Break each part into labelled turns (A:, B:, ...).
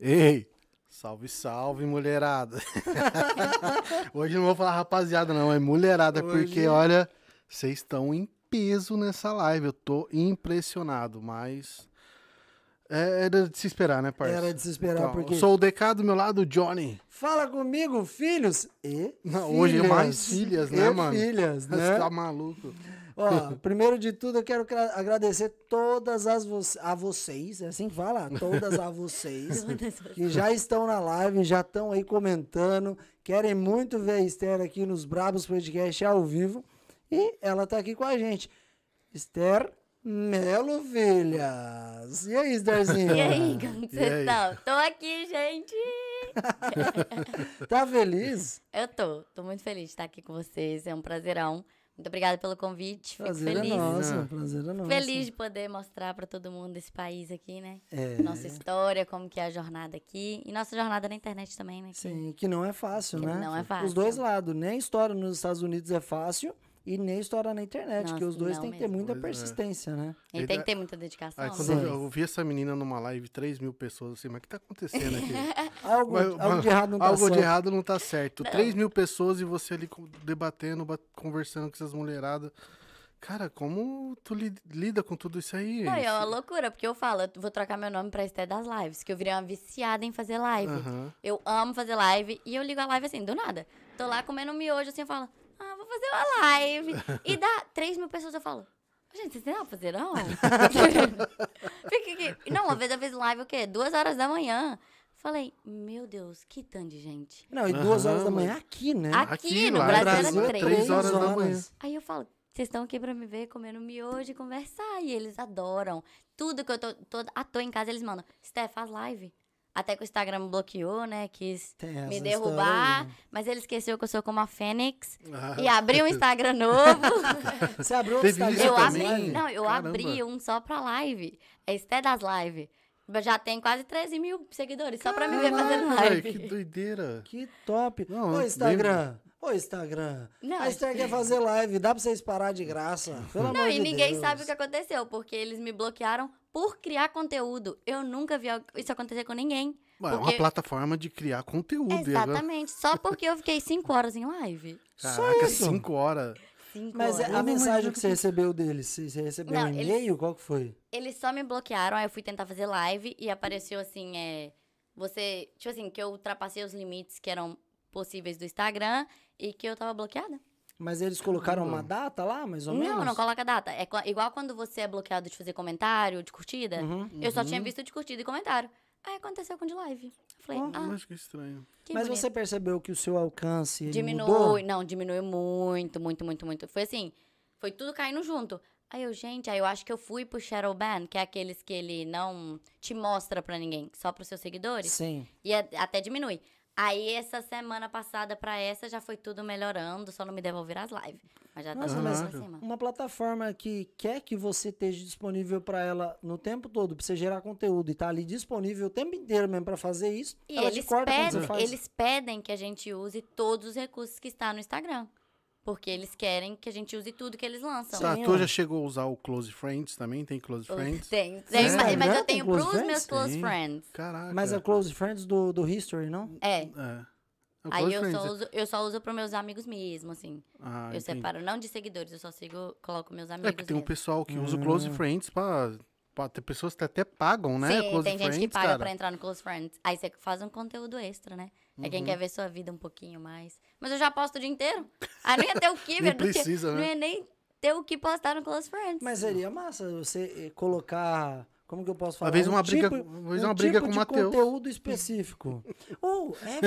A: Ei, salve, salve, mulherada. Hoje não vou falar rapaziada, não, é mulherada,
B: Hoje-
A: porque olha, vocês estão em peso nessa live. Eu tô impressionado, mas. é- era de se esperar, né, parça?
B: Era de se esperar,
A: Então,
B: porque...
A: Sou o DK do meu lado, o Johnny.
B: Fala comigo, filhos e
A: Não, hoje é
B: filhas.
A: mais filhas, né,
B: E
A: mano?
B: filhas,
A: Você
B: né?
A: tá maluco?
B: Ó, primeiro de tudo, eu quero cra- agradecer todas as vo- a vocês, é assim que fala? Todas a vocês que já estão na live, já estão aí comentando, querem muito ver a Esther aqui nos Brabos Podcast ao vivo e ela tá aqui com a gente. Esther Melo Vilhas. E aí, Estherzinha?
C: E aí, como
A: E aí?
C: vocês estão? Tô aqui, gente!
B: Tá feliz?
C: Eu tô, tô muito feliz de estar aqui com vocês, é um prazerão. Muito obrigada pelo convite, fico
B: Prazer
C: feliz.
B: é nosso,
A: né?
B: prazer é nosso.
C: Feliz de poder mostrar pra todo mundo esse país aqui, né?
B: É.
C: Nossa história, como que é a jornada aqui. E nossa jornada na internet também, né? que-
B: Sim, que não é fácil,
C: Que
B: né?
C: não é
B: Os
C: fácil.
B: dois lados, nem história nos Estados Unidos é fácil e nem história na internet,
C: Nossa,
B: que os dois
C: não
B: têm que ter
C: mesmo.
B: muita
A: Pois é.
B: persistência, né?
C: E tem que ter muita dedicação.
A: Aí,
C: né?
A: quando eu- eu vi essa menina numa live, 3 mil pessoas, assim, mas o que tá acontecendo aqui?
B: Algo,
A: Mas-
B: algo
A: mas-
B: de errado não tá
A: algo
B: certo.
A: de errado não tá certo.
C: É.
A: 3 mil pessoas e você ali co- debatendo, ba- conversando com essas mulheradas. Cara, como tu li- lida com tudo isso aí?
C: Não, e é uma
A: Isso-
C: loucura, porque eu falo, eu vou trocar meu nome pra Esté das Lives, que eu virei uma viciada em fazer live.
A: Aham.
C: Eu amo fazer live e eu ligo a live assim, do nada. Tô lá comendo um miojo assim, eu falo, ah, vou fazer uma live. E dá 3 mil pessoas, eu falo, gente, vocês não vão fazer não? Fica aqui. Não, uma vez eu fiz live o quê? Duas horas da manhã. Falei, meu Deus, que tanto de gente.
B: Não, e duas
A: Aham,
B: horas da manhã
A: mas-
B: aqui, né?
C: Aqui, no
A: lá
C: Brasil,
A: no
C: era
A: Ah, Brasil é
C: três.
A: três horas da
B: horas.
A: manhã.
C: Aí eu falo, vocês estão aqui pra me ver comendo miojo e conversar. E eles adoram. Tudo que eu tô, tô à toa em casa, eles mandam, Steph, faz live. Até que o Instagram bloqueou, né? Quis
B: Tem essa
C: me
B: história,
C: derrubar.
B: né?
C: Mas ele esqueceu que eu sou como a Fênix.
A: Ah,
C: E abri um Instagram novo.
B: né? Você abriu o
A: Teve
B: Instagram?
A: isso
C: eu
A: também?
C: abri. Não, eu
A: Caramba.
C: abri um só pra live. É Esté das Live. Eu Já tem quase 13 mil seguidores só pra me ver fazendo
A: Caralho,
C: live.
A: Ah, que doideira.
B: Que top.
A: Não,
B: Ô,
A: eu
B: Instagram. Ô, Instagram.
C: Não,
B: a Esther quer fazer live, dá pra vocês parar de graça. Pelo amor
C: Não,
B: de
C: e ninguém
B: Deus.
C: sabe o que aconteceu, porque eles me bloquearam por criar conteúdo. Eu nunca vi al- isso acontecer com ninguém.
A: Mas É uma
C: Porque-
A: plataforma de criar conteúdo. e agora-
C: Exatamente. Só porque eu fiquei 5 horas em live.
A: Caraca,
B: isso.
A: 5 horas.
C: 5
B: Mas
C: horas.
B: a
A: não
B: mensagem
A: imagino
B: que você recebeu deles, você você recebeu um
C: Não, eles-
B: e-mail? Qual que foi?
C: Eles só me bloquearam, aí eu fui tentar fazer live e apareceu assim, é. Você. Tipo assim, que eu ultrapassei os limites que eram possíveis do Instagram e que eu tava bloqueada.
B: Mas eles colocaram
A: Caramba.
B: uma data lá, mais ou menos?
C: Não, não coloca data. É co- igual quando você é bloqueado de fazer comentário, de curtida.
B: Uhum.
C: Eu só tinha visto de curtida e comentário. Aí aconteceu com de live. Eu falei,
B: Ó,
C: ah,
A: Acho que é estranho.
C: que
B: Mas
C: bonito.
B: você percebeu que o seu alcance ele mudou?
C: Diminui, não, diminuiu muito, muito, muito, muito. Foi assim, foi tudo caindo junto. Aí eu, gente, aí eu acho que eu fui pro Shadow Ban, que é aqueles que ele não te mostra pra ninguém, só pros seus seguidores.
B: Sim.
C: E a- até diminui. Aí essa semana passada pra essa já foi tudo melhorando, só não me devolver as lives. Mas já tá
B: Nossa,
C: tudo
B: mas-
C: pra cima.
B: Uma plataforma que quer que você esteja disponível para ela no tempo todo, pra você gerar conteúdo e tá ali disponível o tempo inteiro mesmo pra fazer isso,
C: E
B: ela
C: eles
B: te corta quando você
C: pedem,
B: faz.
C: eles pedem que a gente use todos os recursos que está no Instagram. Porque eles querem que a gente use tudo que eles lançam.
A: Tá,
B: Sim,
A: tu
B: ó.
A: já chegou a usar o Close Friends também? Tem Close Friends?
C: Tem,
B: Seu
C: tem, mas,
B: Instagram
C: mas
B: né? tem
C: eu tenho
B: close
C: pros
B: friends?
C: meus close
A: Sim.
C: friends.
A: Caraca.
B: Mas é Close Friends do, do History, não?
C: É.
A: É. É o
C: Aí
A: Close
C: eu
A: Friends,
C: só,
A: é.
C: uso, eu só uso pros meus amigos mesmo, assim.
A: Ah,
C: eu
A: entendi.
C: separo, não de seguidores, eu só sigo, coloco meus amigos
A: É que tem um
C: mesmo.
A: pessoal que
B: Hum.
A: usa o Close Friends pra, pra ter pessoas que até pagam, né?
C: Sim,
A: close
C: tem gente
A: Friends,
C: que paga
A: cara.
C: pra entrar no Close Friends. Aí você faz um conteúdo extra, né? É
A: Uhum.
C: quem quer ver sua vida um pouquinho mais. Mas eu já posto o dia inteiro. Aí não ia ter o que,
A: Nem
C: velho. porque
A: precisa, né?
C: Não é ia nem ter o que postar no Close Friends.
B: Mas seria massa você eh, colocar. Como que eu posso falar?
A: Uma vez uma briga-
B: tipo-
A: uma vez uma briga
B: tipo
A: com o
B: de
A: Matheus.
B: conteúdo específico. Ou, é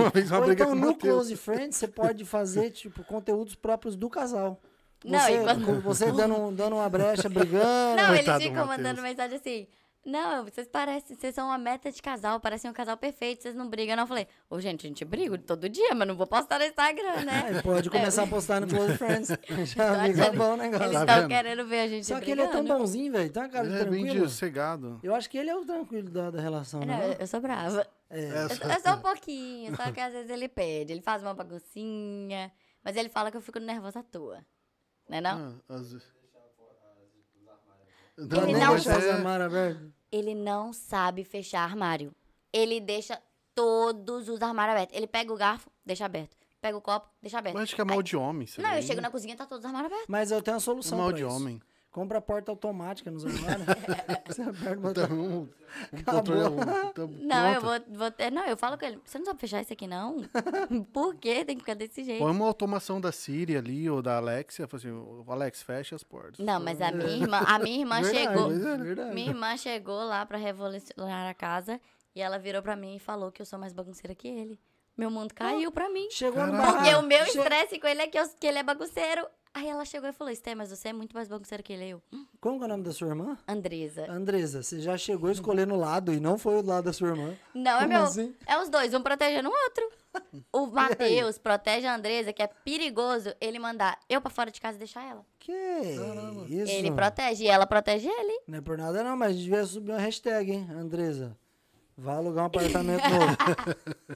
A: Uma vez uma
B: Ou
A: briga
B: então,
A: com o
B: no
A: Matheus.
B: Close Friends, você pode fazer, tipo, conteúdos próprios do casal. Você,
C: Não, e quando-
B: você dando, um- dando uma brecha, brigando.
C: Não,
A: Coitado do
C: eles ficam
A: Matheus.
C: mandando mensagem assim. Não, vocês parecem, vocês são uma meta de casal, parecem um casal perfeito, vocês não brigam. Não, eu falei, ô gente, a gente briga todo dia, mas não vou postar no Instagram, né?
B: Aí pode começar a postar no Close Friends. Já
C: Então,
B: fica
C: eles-
B: bom o negócio.
C: Eles
A: Tá
C: estão
A: vendo?
C: querendo ver a gente
B: Só que ele
C: brigando.
B: é tão bonzinho, velho. Tá uma cara
A: Ele
B: de
A: é bem
B: tranquilo.
A: sossegado.
B: Eu acho que ele é o tranquilo da, da relação,
C: Não, eu-
B: né?
C: eu sou brava.
A: É,
C: Eu,
A: só-
C: eu sou um pouquinho, só que às vezes ele pede, ele faz uma baguncinha, mas ele fala que eu fico nervosa à toa. Né não?
A: Ah, às vezes.
B: Pra
A: Não,
C: Ele
B: nem
C: não-
A: mas
B: deixar os
C: um
A: é-
B: armários abertos.
C: Ele não sabe fechar armário. ele deixa todos os armários abertos. Ele pega o garfo, deixa aberto. Pega o copo, deixa aberto.
A: Mas acho que é mal de homem, sabe?
C: Não, eu chego na cozinha, tá todos os armários abertos.
B: Mas eu tenho uma
A: É
B: solução
A: mal
B: pra
A: de
B: isso.
A: homem.
B: Compra a porta automática nos armários. Você aperta o botão.
A: Então, um
B: Acabou.
A: controle é um- então,
C: Não, eu
A: pronto.
C: vou, vou ter- Não, eu falo com ele. Você não sabe fechar isso aqui, não? Por quê? Tem que ficar desse jeito.
A: Põe uma automação da Siri ali ou da Alexia, fala assim, "Ô, Alex, fecha as portas.
C: Não, mas a minha irmã, a minha irmã
B: Verdade,
C: chegou.
B: mas é verdade.
C: Minha irmã chegou lá pra revolucionar a casa e ela virou pra mim e falou que eu sou mais bagunceira que ele. Meu mundo caiu pra mim.
B: Chegou no
A: Caraca.
B: barraco.
C: Porque o meu
B: Che-
C: estresse com ele é que, eu- que ele é bagunceiro. Aí ela chegou e falou: Esté, mas você é muito mais bagunceiro que ele. Eu, "Hum,
B: Como que é o nome da sua irmã?
C: Andresa.
B: Andresa, você já chegou escolhendo o lado e não foi o lado da sua irmã.
C: Não, é
B: Como
C: meu.
B: assim?
C: É os dois, um protegendo o outro. O Matheus protege a Andresa, que é perigoso ele mandar eu pra fora de casa e deixar ela.
B: Que isso?
C: Ele protege e ela protege ele.
B: Não é por nada não, mas devia subir uma hashtag, hein, Andresa. Vai alugar um apartamento novo.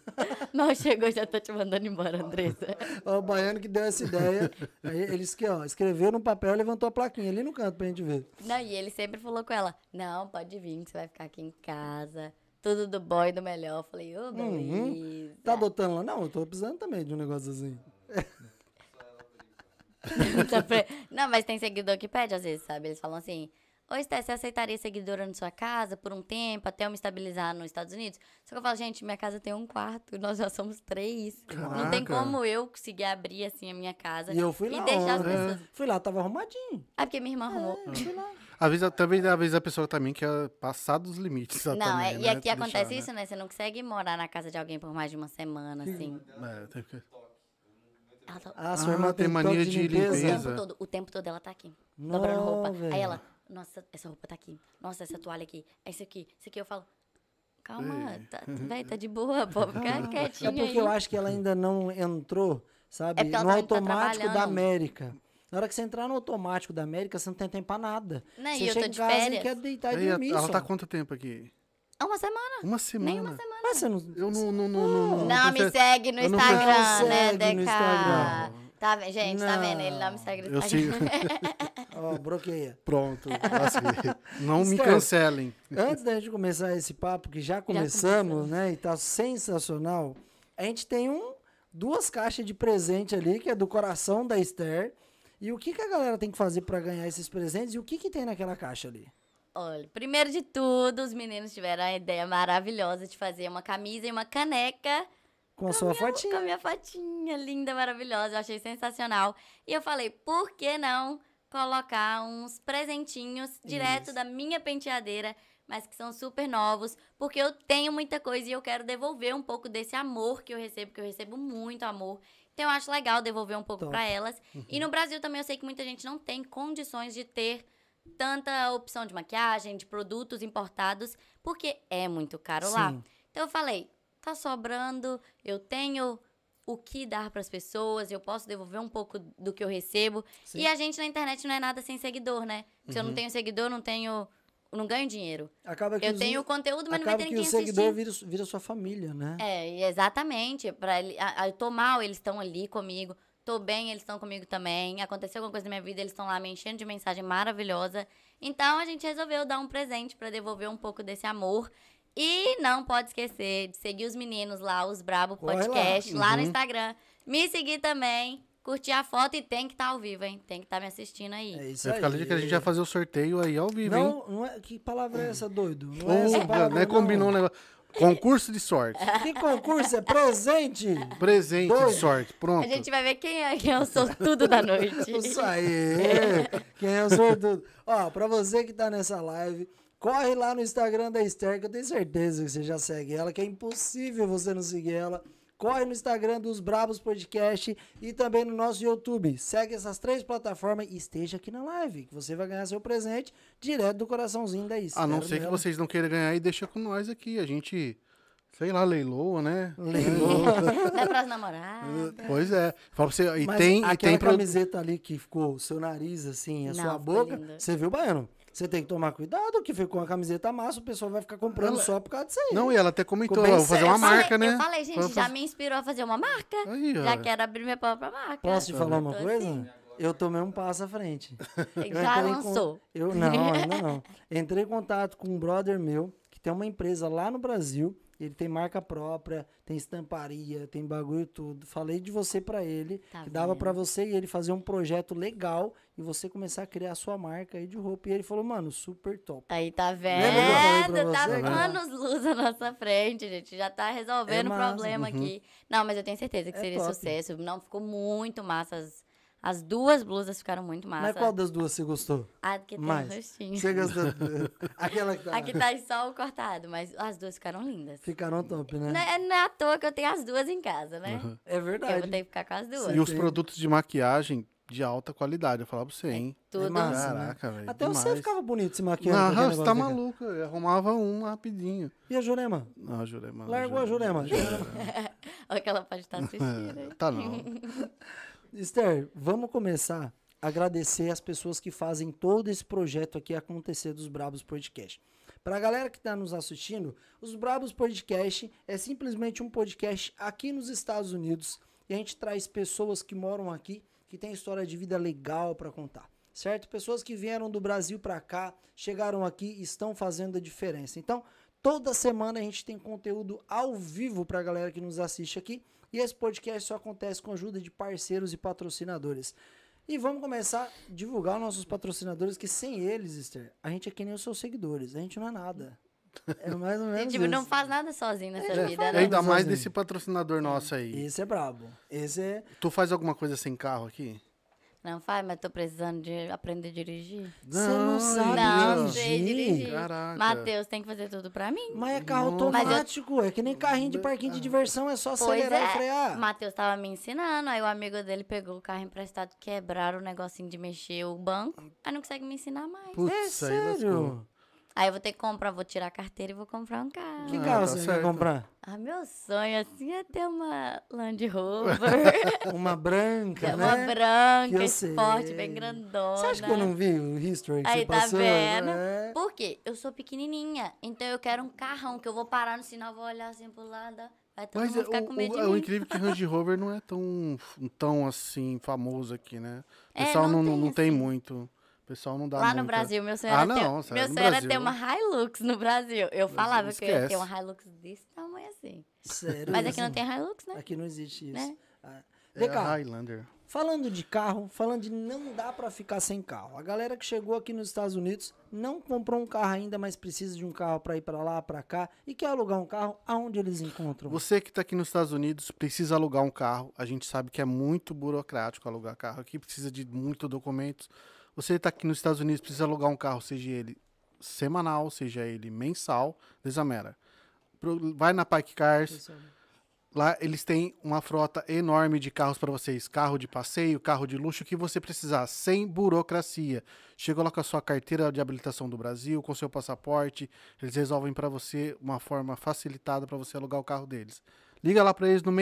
C: Mal chegou, já tô te mandando embora, Andresa.
B: Ó, o baiano que deu essa ideia. Aí ele esque- ó, escreveu no papel e levantou a plaquinha ali no canto pra gente ver.
C: Não, e ele sempre falou com ela: Não, pode vir, que você vai ficar aqui em casa. Tudo do bom e do melhor. Eu falei,
A: Uhum.
C: ô, beleza.
B: Tá adotando lá? Não, eu tô precisando também de um negócio assim.
C: Tá pre- Não, mas tem seguidor que pede às vezes, sabe? Eles falam assim: Ô, Esté, você aceitaria seguidora na sua casa por um tempo, até eu me estabilizar nos Estados Unidos? Só que eu falo, gente, minha casa tem um quarto, nós já somos três. Não tem
A: Caraca.
C: como eu conseguir abrir assim a minha casa
B: E eu fui lá.
C: e deixar as
B: ontem.
C: pessoas.
B: Fui lá, tava arrumadinho.
C: Ah, porque minha irmã arrumou.
A: Às vezes, também, às vezes a pessoa tá também quer passar dos é limites. ela
C: Não, é-
A: também,
C: e
A: né?
C: aqui
A: Deixar,
C: acontece
A: né?
C: isso, né? Você não consegue morar na casa de alguém por mais de uma semana, assim.
A: É, tem que-
C: Ela tá
B: Ah, sua
A: Ah,
B: irmã
A: tem
B: tem, toque
A: mania
B: de
A: de
B: limpeza.
C: o tempo
A: Beleza.
C: todo, o tempo todo ela tá aqui, dobrando
B: Não,
C: roupa.
B: velho.
C: Aí ela, nossa, essa roupa tá aqui. Nossa, essa toalha aqui. É Isso aqui, isso aqui eu falo. Calma,
A: Ei.
C: tá, véi, tá de boa, pô. Fica
B: É
C: quietinho
B: porque eu
C: aí.
B: acho que ela ainda não entrou, sabe?
C: É porque ela
B: no
C: também tá
B: automático da
C: trabalhando.
B: América. Na hora que você entrar no automático da América, você não tem tempo pra nada.
C: Né,
B: você
C: e eu
B: chega
C: tô
B: em
C: de
B: casa e
C: férias.
B: quer deitar e
A: Ei,
B: dormir
A: ela
B: só.
A: tá há quanto tempo aqui?
C: É uma semana,
A: Uma semana.
C: nem uma semana.
B: Mas Ah, você não...
A: Eu não. Não, não, não, assim, não,
C: Não me
A: perce-
C: segue no
A: eu não perce-
C: Instagram, né,
B: segue no Instagram.
C: DK? Tá, vendo, gente, tá vendo? Ele não me segue no
A: Eu sigo.
C: Instagram.
B: Ó, bloqueia.
A: Pronto. lasquei. Não me
B: Esther.
A: cancelem. É
B: Antes da gente começar esse papo, que já começamos, né? E tá sensacional. A gente tem um, duas caixas de presente ali, que é do coração da Esther. E o que, que a galera tem que fazer pra ganhar esses presentes? E o que, que tem naquela caixa ali?
C: Olha, primeiro de tudo, os meninos tiveram a ideia maravilhosa de fazer uma camisa e uma caneca
B: Com a sua
C: Com a
B: fotinha.
C: minha fotinha linda, maravilhosa. Eu achei sensacional. E eu falei, por que não colocar uns presentinhos direto da minha penteadeira, mas que são super novos, porque eu tenho muita coisa e eu quero devolver um pouco desse amor que eu recebo, que eu recebo muito amor. Então eu acho legal devolver um pouco
B: Top. Uhum.
C: pra elas. E no Brasil também eu sei que muita gente não tem condições de ter tanta opção de maquiagem, de produtos importados, porque é muito caro lá.
B: Sim.
C: Então eu falei, tá sobrando, eu tenho o que dar pras pessoas, eu posso devolver um pouco do que eu recebo.
B: Sim.
C: E a gente na internet não é nada sem seguidor, né? Se eu não tenho seguidor, eu não tenho, eu não ganho dinheiro.
B: Acaba É que
C: Eu
B: os-
C: tenho o conteúdo, mas não
B: Acaba
C: vai ter
B: que o
C: ninguém assistir.
B: seguidor vira, vira sua família, né?
C: É, e exatamente. Pra ele, a- a- eu tô mal, eles estão ali comigo. Tô bem, eles estão comigo também. Aconteceu alguma coisa na minha vida, eles estão lá me enchendo de mensagem maravilhosa. Então a gente resolveu dar um presente pra devolver um pouco desse amor. E não pode esquecer de seguir os meninos lá, os Brabo
B: Corre lá.
C: Podcast, lá, no
A: Uhum.
C: Instagram. Me seguir também, curtir a foto e tem que estar ao vivo, hein? Tem que estar me assistindo aí.
B: É isso
A: Vai ficar ali que a gente vai fazer o sorteio aí ao vivo, hein?
B: Não, não é... Que palavra é essa, doido? Não é essa
A: Ou,
B: palavra,
A: né, combinou um
B: não.
A: negócio. Concurso de sorte.
B: Que concurso é presente?
A: Presente
B: Doido.
A: de sorte.
C: A
A: Pronto.
C: gente vai ver quem é, quem é o sortudo da noite.
B: Isso aí! Quem é o sortudo? Ó, pra você que tá nessa live, corre lá no Instagram da Esther, que eu tenho certeza que você já segue ela, que é impossível você não seguir ela. Corre no Instagram dos Brabos Podcast e também no nosso YouTube. Segue essas três plataformas e esteja aqui na live, que você vai ganhar seu presente direto do coraçãozinho da Esther.
A: A não ser que
B: dela.
A: vocês não queiram ganhar e deixa com nós aqui. A gente, sei lá, leiloa, né?
C: Dá pras namoradas.
A: Pois é. Fala pra você, e
B: Mas
A: tem, e
B: aquela
A: tem pro-
B: camiseta ali que ficou o seu nariz, assim, a
C: Não,
B: sua
C: ficou
B: boca.
C: linda.
B: Você viu, Baiano? Você tem que tomar cuidado, que ficou uma camiseta massa, o pessoal vai ficar comprando só por causa disso aí.
A: Não, e ela até comentou,
B: Ficou bem
A: ó, vou fazer uma
B: sério.
C: Eu falei-
A: marca, né?
C: Eu falei, gente,
A: Vou
C: já
A: fazer-
C: me inspirou a fazer uma marca.
A: Aí, ó.
C: já quero abrir minha própria marca.
B: Posso te falar uma
C: Tô
B: coisa?
C: assim.
B: Eu tomei um passo à frente. Eu
C: Já
B: entrei em con-
C: lançou.
B: Eu não, ainda não. Entrei em contato com um brother meu que que tem uma empresa lá no Brasil, ele tem marca própria, tem estamparia, tem bagulho e tudo. Falei de você pra ele,
C: Tá
B: que dava
C: vendo?
B: pra você e ele fazer um projeto legal e você começar a criar a sua marca aí de roupa. E ele falou, mano, super top.
C: Aí tá vendo?
B: Lembra que eu falei pra
C: Tá
B: você? né?
A: Tá vendo?
C: anos luz à nossa frente, gente. Já tá resolvendo
B: É
C: o
B: massa.
C: problema aqui. Não, mas eu tenho certeza que
B: É
C: seria
B: top.
C: sucesso. Não, ficou muito massa. As, as duas blusas ficaram muito
B: Mas
C: massa.
B: qual das duas você gostou?
C: A que tem
B: mais?
C: rostinho.
B: Você gostou? Aquela que tá...
C: Aqui tá só o cortado, mas as duas ficaram lindas.
B: Ficaram top, né?
C: Não é, não é à toa que eu tenho as duas em casa, né?
B: É
C: Que eu
B: verdade.
C: vou ter que ficar com as duas.
A: E os produtos de maquiagem de alta qualidade, eu falava pra você, hein?
C: Tudo.
B: massa.
A: Caraca, velho.
B: né? Até você
A: demais.
B: ficava bonito se maquiando. com aquele
A: Não, você
B: negócio
A: tá
B: daquele.
A: maluco. Eu arrumava um rapidinho.
B: E a Jurema?
A: Não, Jurema.
B: Largou a Jurema.
C: Olha que ela pode estar assistindo, hein?
A: É, tá não.
B: Esther, vamos começar a agradecer as pessoas que fazem todo esse projeto aqui acontecer dos Brabos Podcast. Para a galera que está nos assistindo, os Brabos Podcast é simplesmente um podcast aqui nos Estados Unidos e a gente traz pessoas que moram aqui que têm história de vida legal para contar. Certo? Pessoas que vieram do Brasil para cá, chegaram aqui e estão fazendo a diferença. Então, toda semana a gente tem conteúdo ao vivo para a galera que nos assiste aqui. E esse podcast só acontece com a ajuda de parceiros e patrocinadores. E vamos começar a divulgar os nossos patrocinadores, que sem eles, Esther, a gente é que nem os seus seguidores, a gente não é nada. É mais ou
C: E,
B: menos
C: tipo, não
B: isso.
C: faz nada sozinho nessa vida,
B: faz
C: né?
B: nada.
A: Ainda mais
B: Tá sozinho.
A: desse patrocinador nosso aí.
B: Esse é brabo. Esse é.
A: Tu faz alguma coisa sem carro aqui?
C: Não faz, mas tô precisando de aprender a dirigir.
B: Você não
A: Não,
B: sabe
C: Não,
B: dirigir.
C: sei dirigir.
B: Ah, tá.
A: Caraca.
C: Matheus tem que fazer tudo pra mim.
B: Mas é carro
A: Nossa.
C: Mas eu-
B: automático, é que nem carrinho de parquinho de diversão, é só
C: Pois
B: acelerar e
C: é,
B: frear.
C: Matheus tava me ensinando, aí o amigo dele pegou o carro emprestado, quebraram o negocinho de mexer o banco, aí não consegue me ensinar mais.
A: Putz,
B: é
A: aí lascou.
B: sério?
C: Aí eu vou ter que comprar, vou tirar a carteira e vou comprar um carro.
B: Que
A: Ah,
B: carro
A: tá
B: você quer
A: certo.
B: comprar?
C: Ah, meu sonho, assim, é ter uma Land Rover,
B: Uma branca,
C: ter
B: né?
C: uma branca,
B: Eu
C: esporte,
B: sei.
C: bem grandona.
B: Você acha que eu não vi o history que
C: Aí,
B: você
C: tá
B: passou?
C: vendo?
B: É.
C: Por quê? Eu sou pequenininha, então eu quero um carrão que eu vou parar no sinal, vou olhar assim pro lado, vai todo
A: Mas é,
C: mundo ficar
A: o,
C: com medo
A: o-
C: de
A: é
C: mim.
A: o incrível que Range Rover não é tão, tão assim, famoso aqui, né? O
C: É,
A: pessoal
C: não
A: não, não,
C: tem,
A: tem muito. O pessoal Ah, não dá
C: Lá
A: muita-
C: no Brasil, meu sonho
A: Ah,
C: era, ter, um-
A: não, sério,
C: meu
A: no
C: sonho era
A: Brasil.
C: ter uma Hilux no Brasil. Eu falava que eu ia ter
A: esquece. assim.
C: uma Hilux desse tamanho assim.
B: Sério
C: Mas aqui
B: isso?
C: não tem Hilux, né?
B: Aqui não existe isso.
C: Né?
B: Ah,
A: É
B: Vem cá,
A: a Highlander.
B: Falando de carro, falando de não dá pra ficar sem carro. A galera que chegou aqui nos Estados Unidos não comprou um carro ainda, mas precisa de um carro pra ir pra lá, pra cá e quer alugar um carro, aonde eles encontram?
A: Você que tá aqui nos Estados Unidos precisa alugar um carro. A gente sabe que é muito burocrático alugar carro aqui, precisa de muitos documentos. Você tá aqui nos Estados Unidos precisa alugar um carro, seja ele semanal, seja ele mensal, Desamera. Pro- Vai na Pike Cars, Lá eles têm uma frota enorme de carros para vocês. Carro de passeio, carro de luxo, o que você precisar, sem burocracia. Chegou lá com a sua carteira de habilitação do Brasil, com seu passaporte. Eles resolvem para você uma forma facilitada para você alugar o carro deles. Liga lá para eles no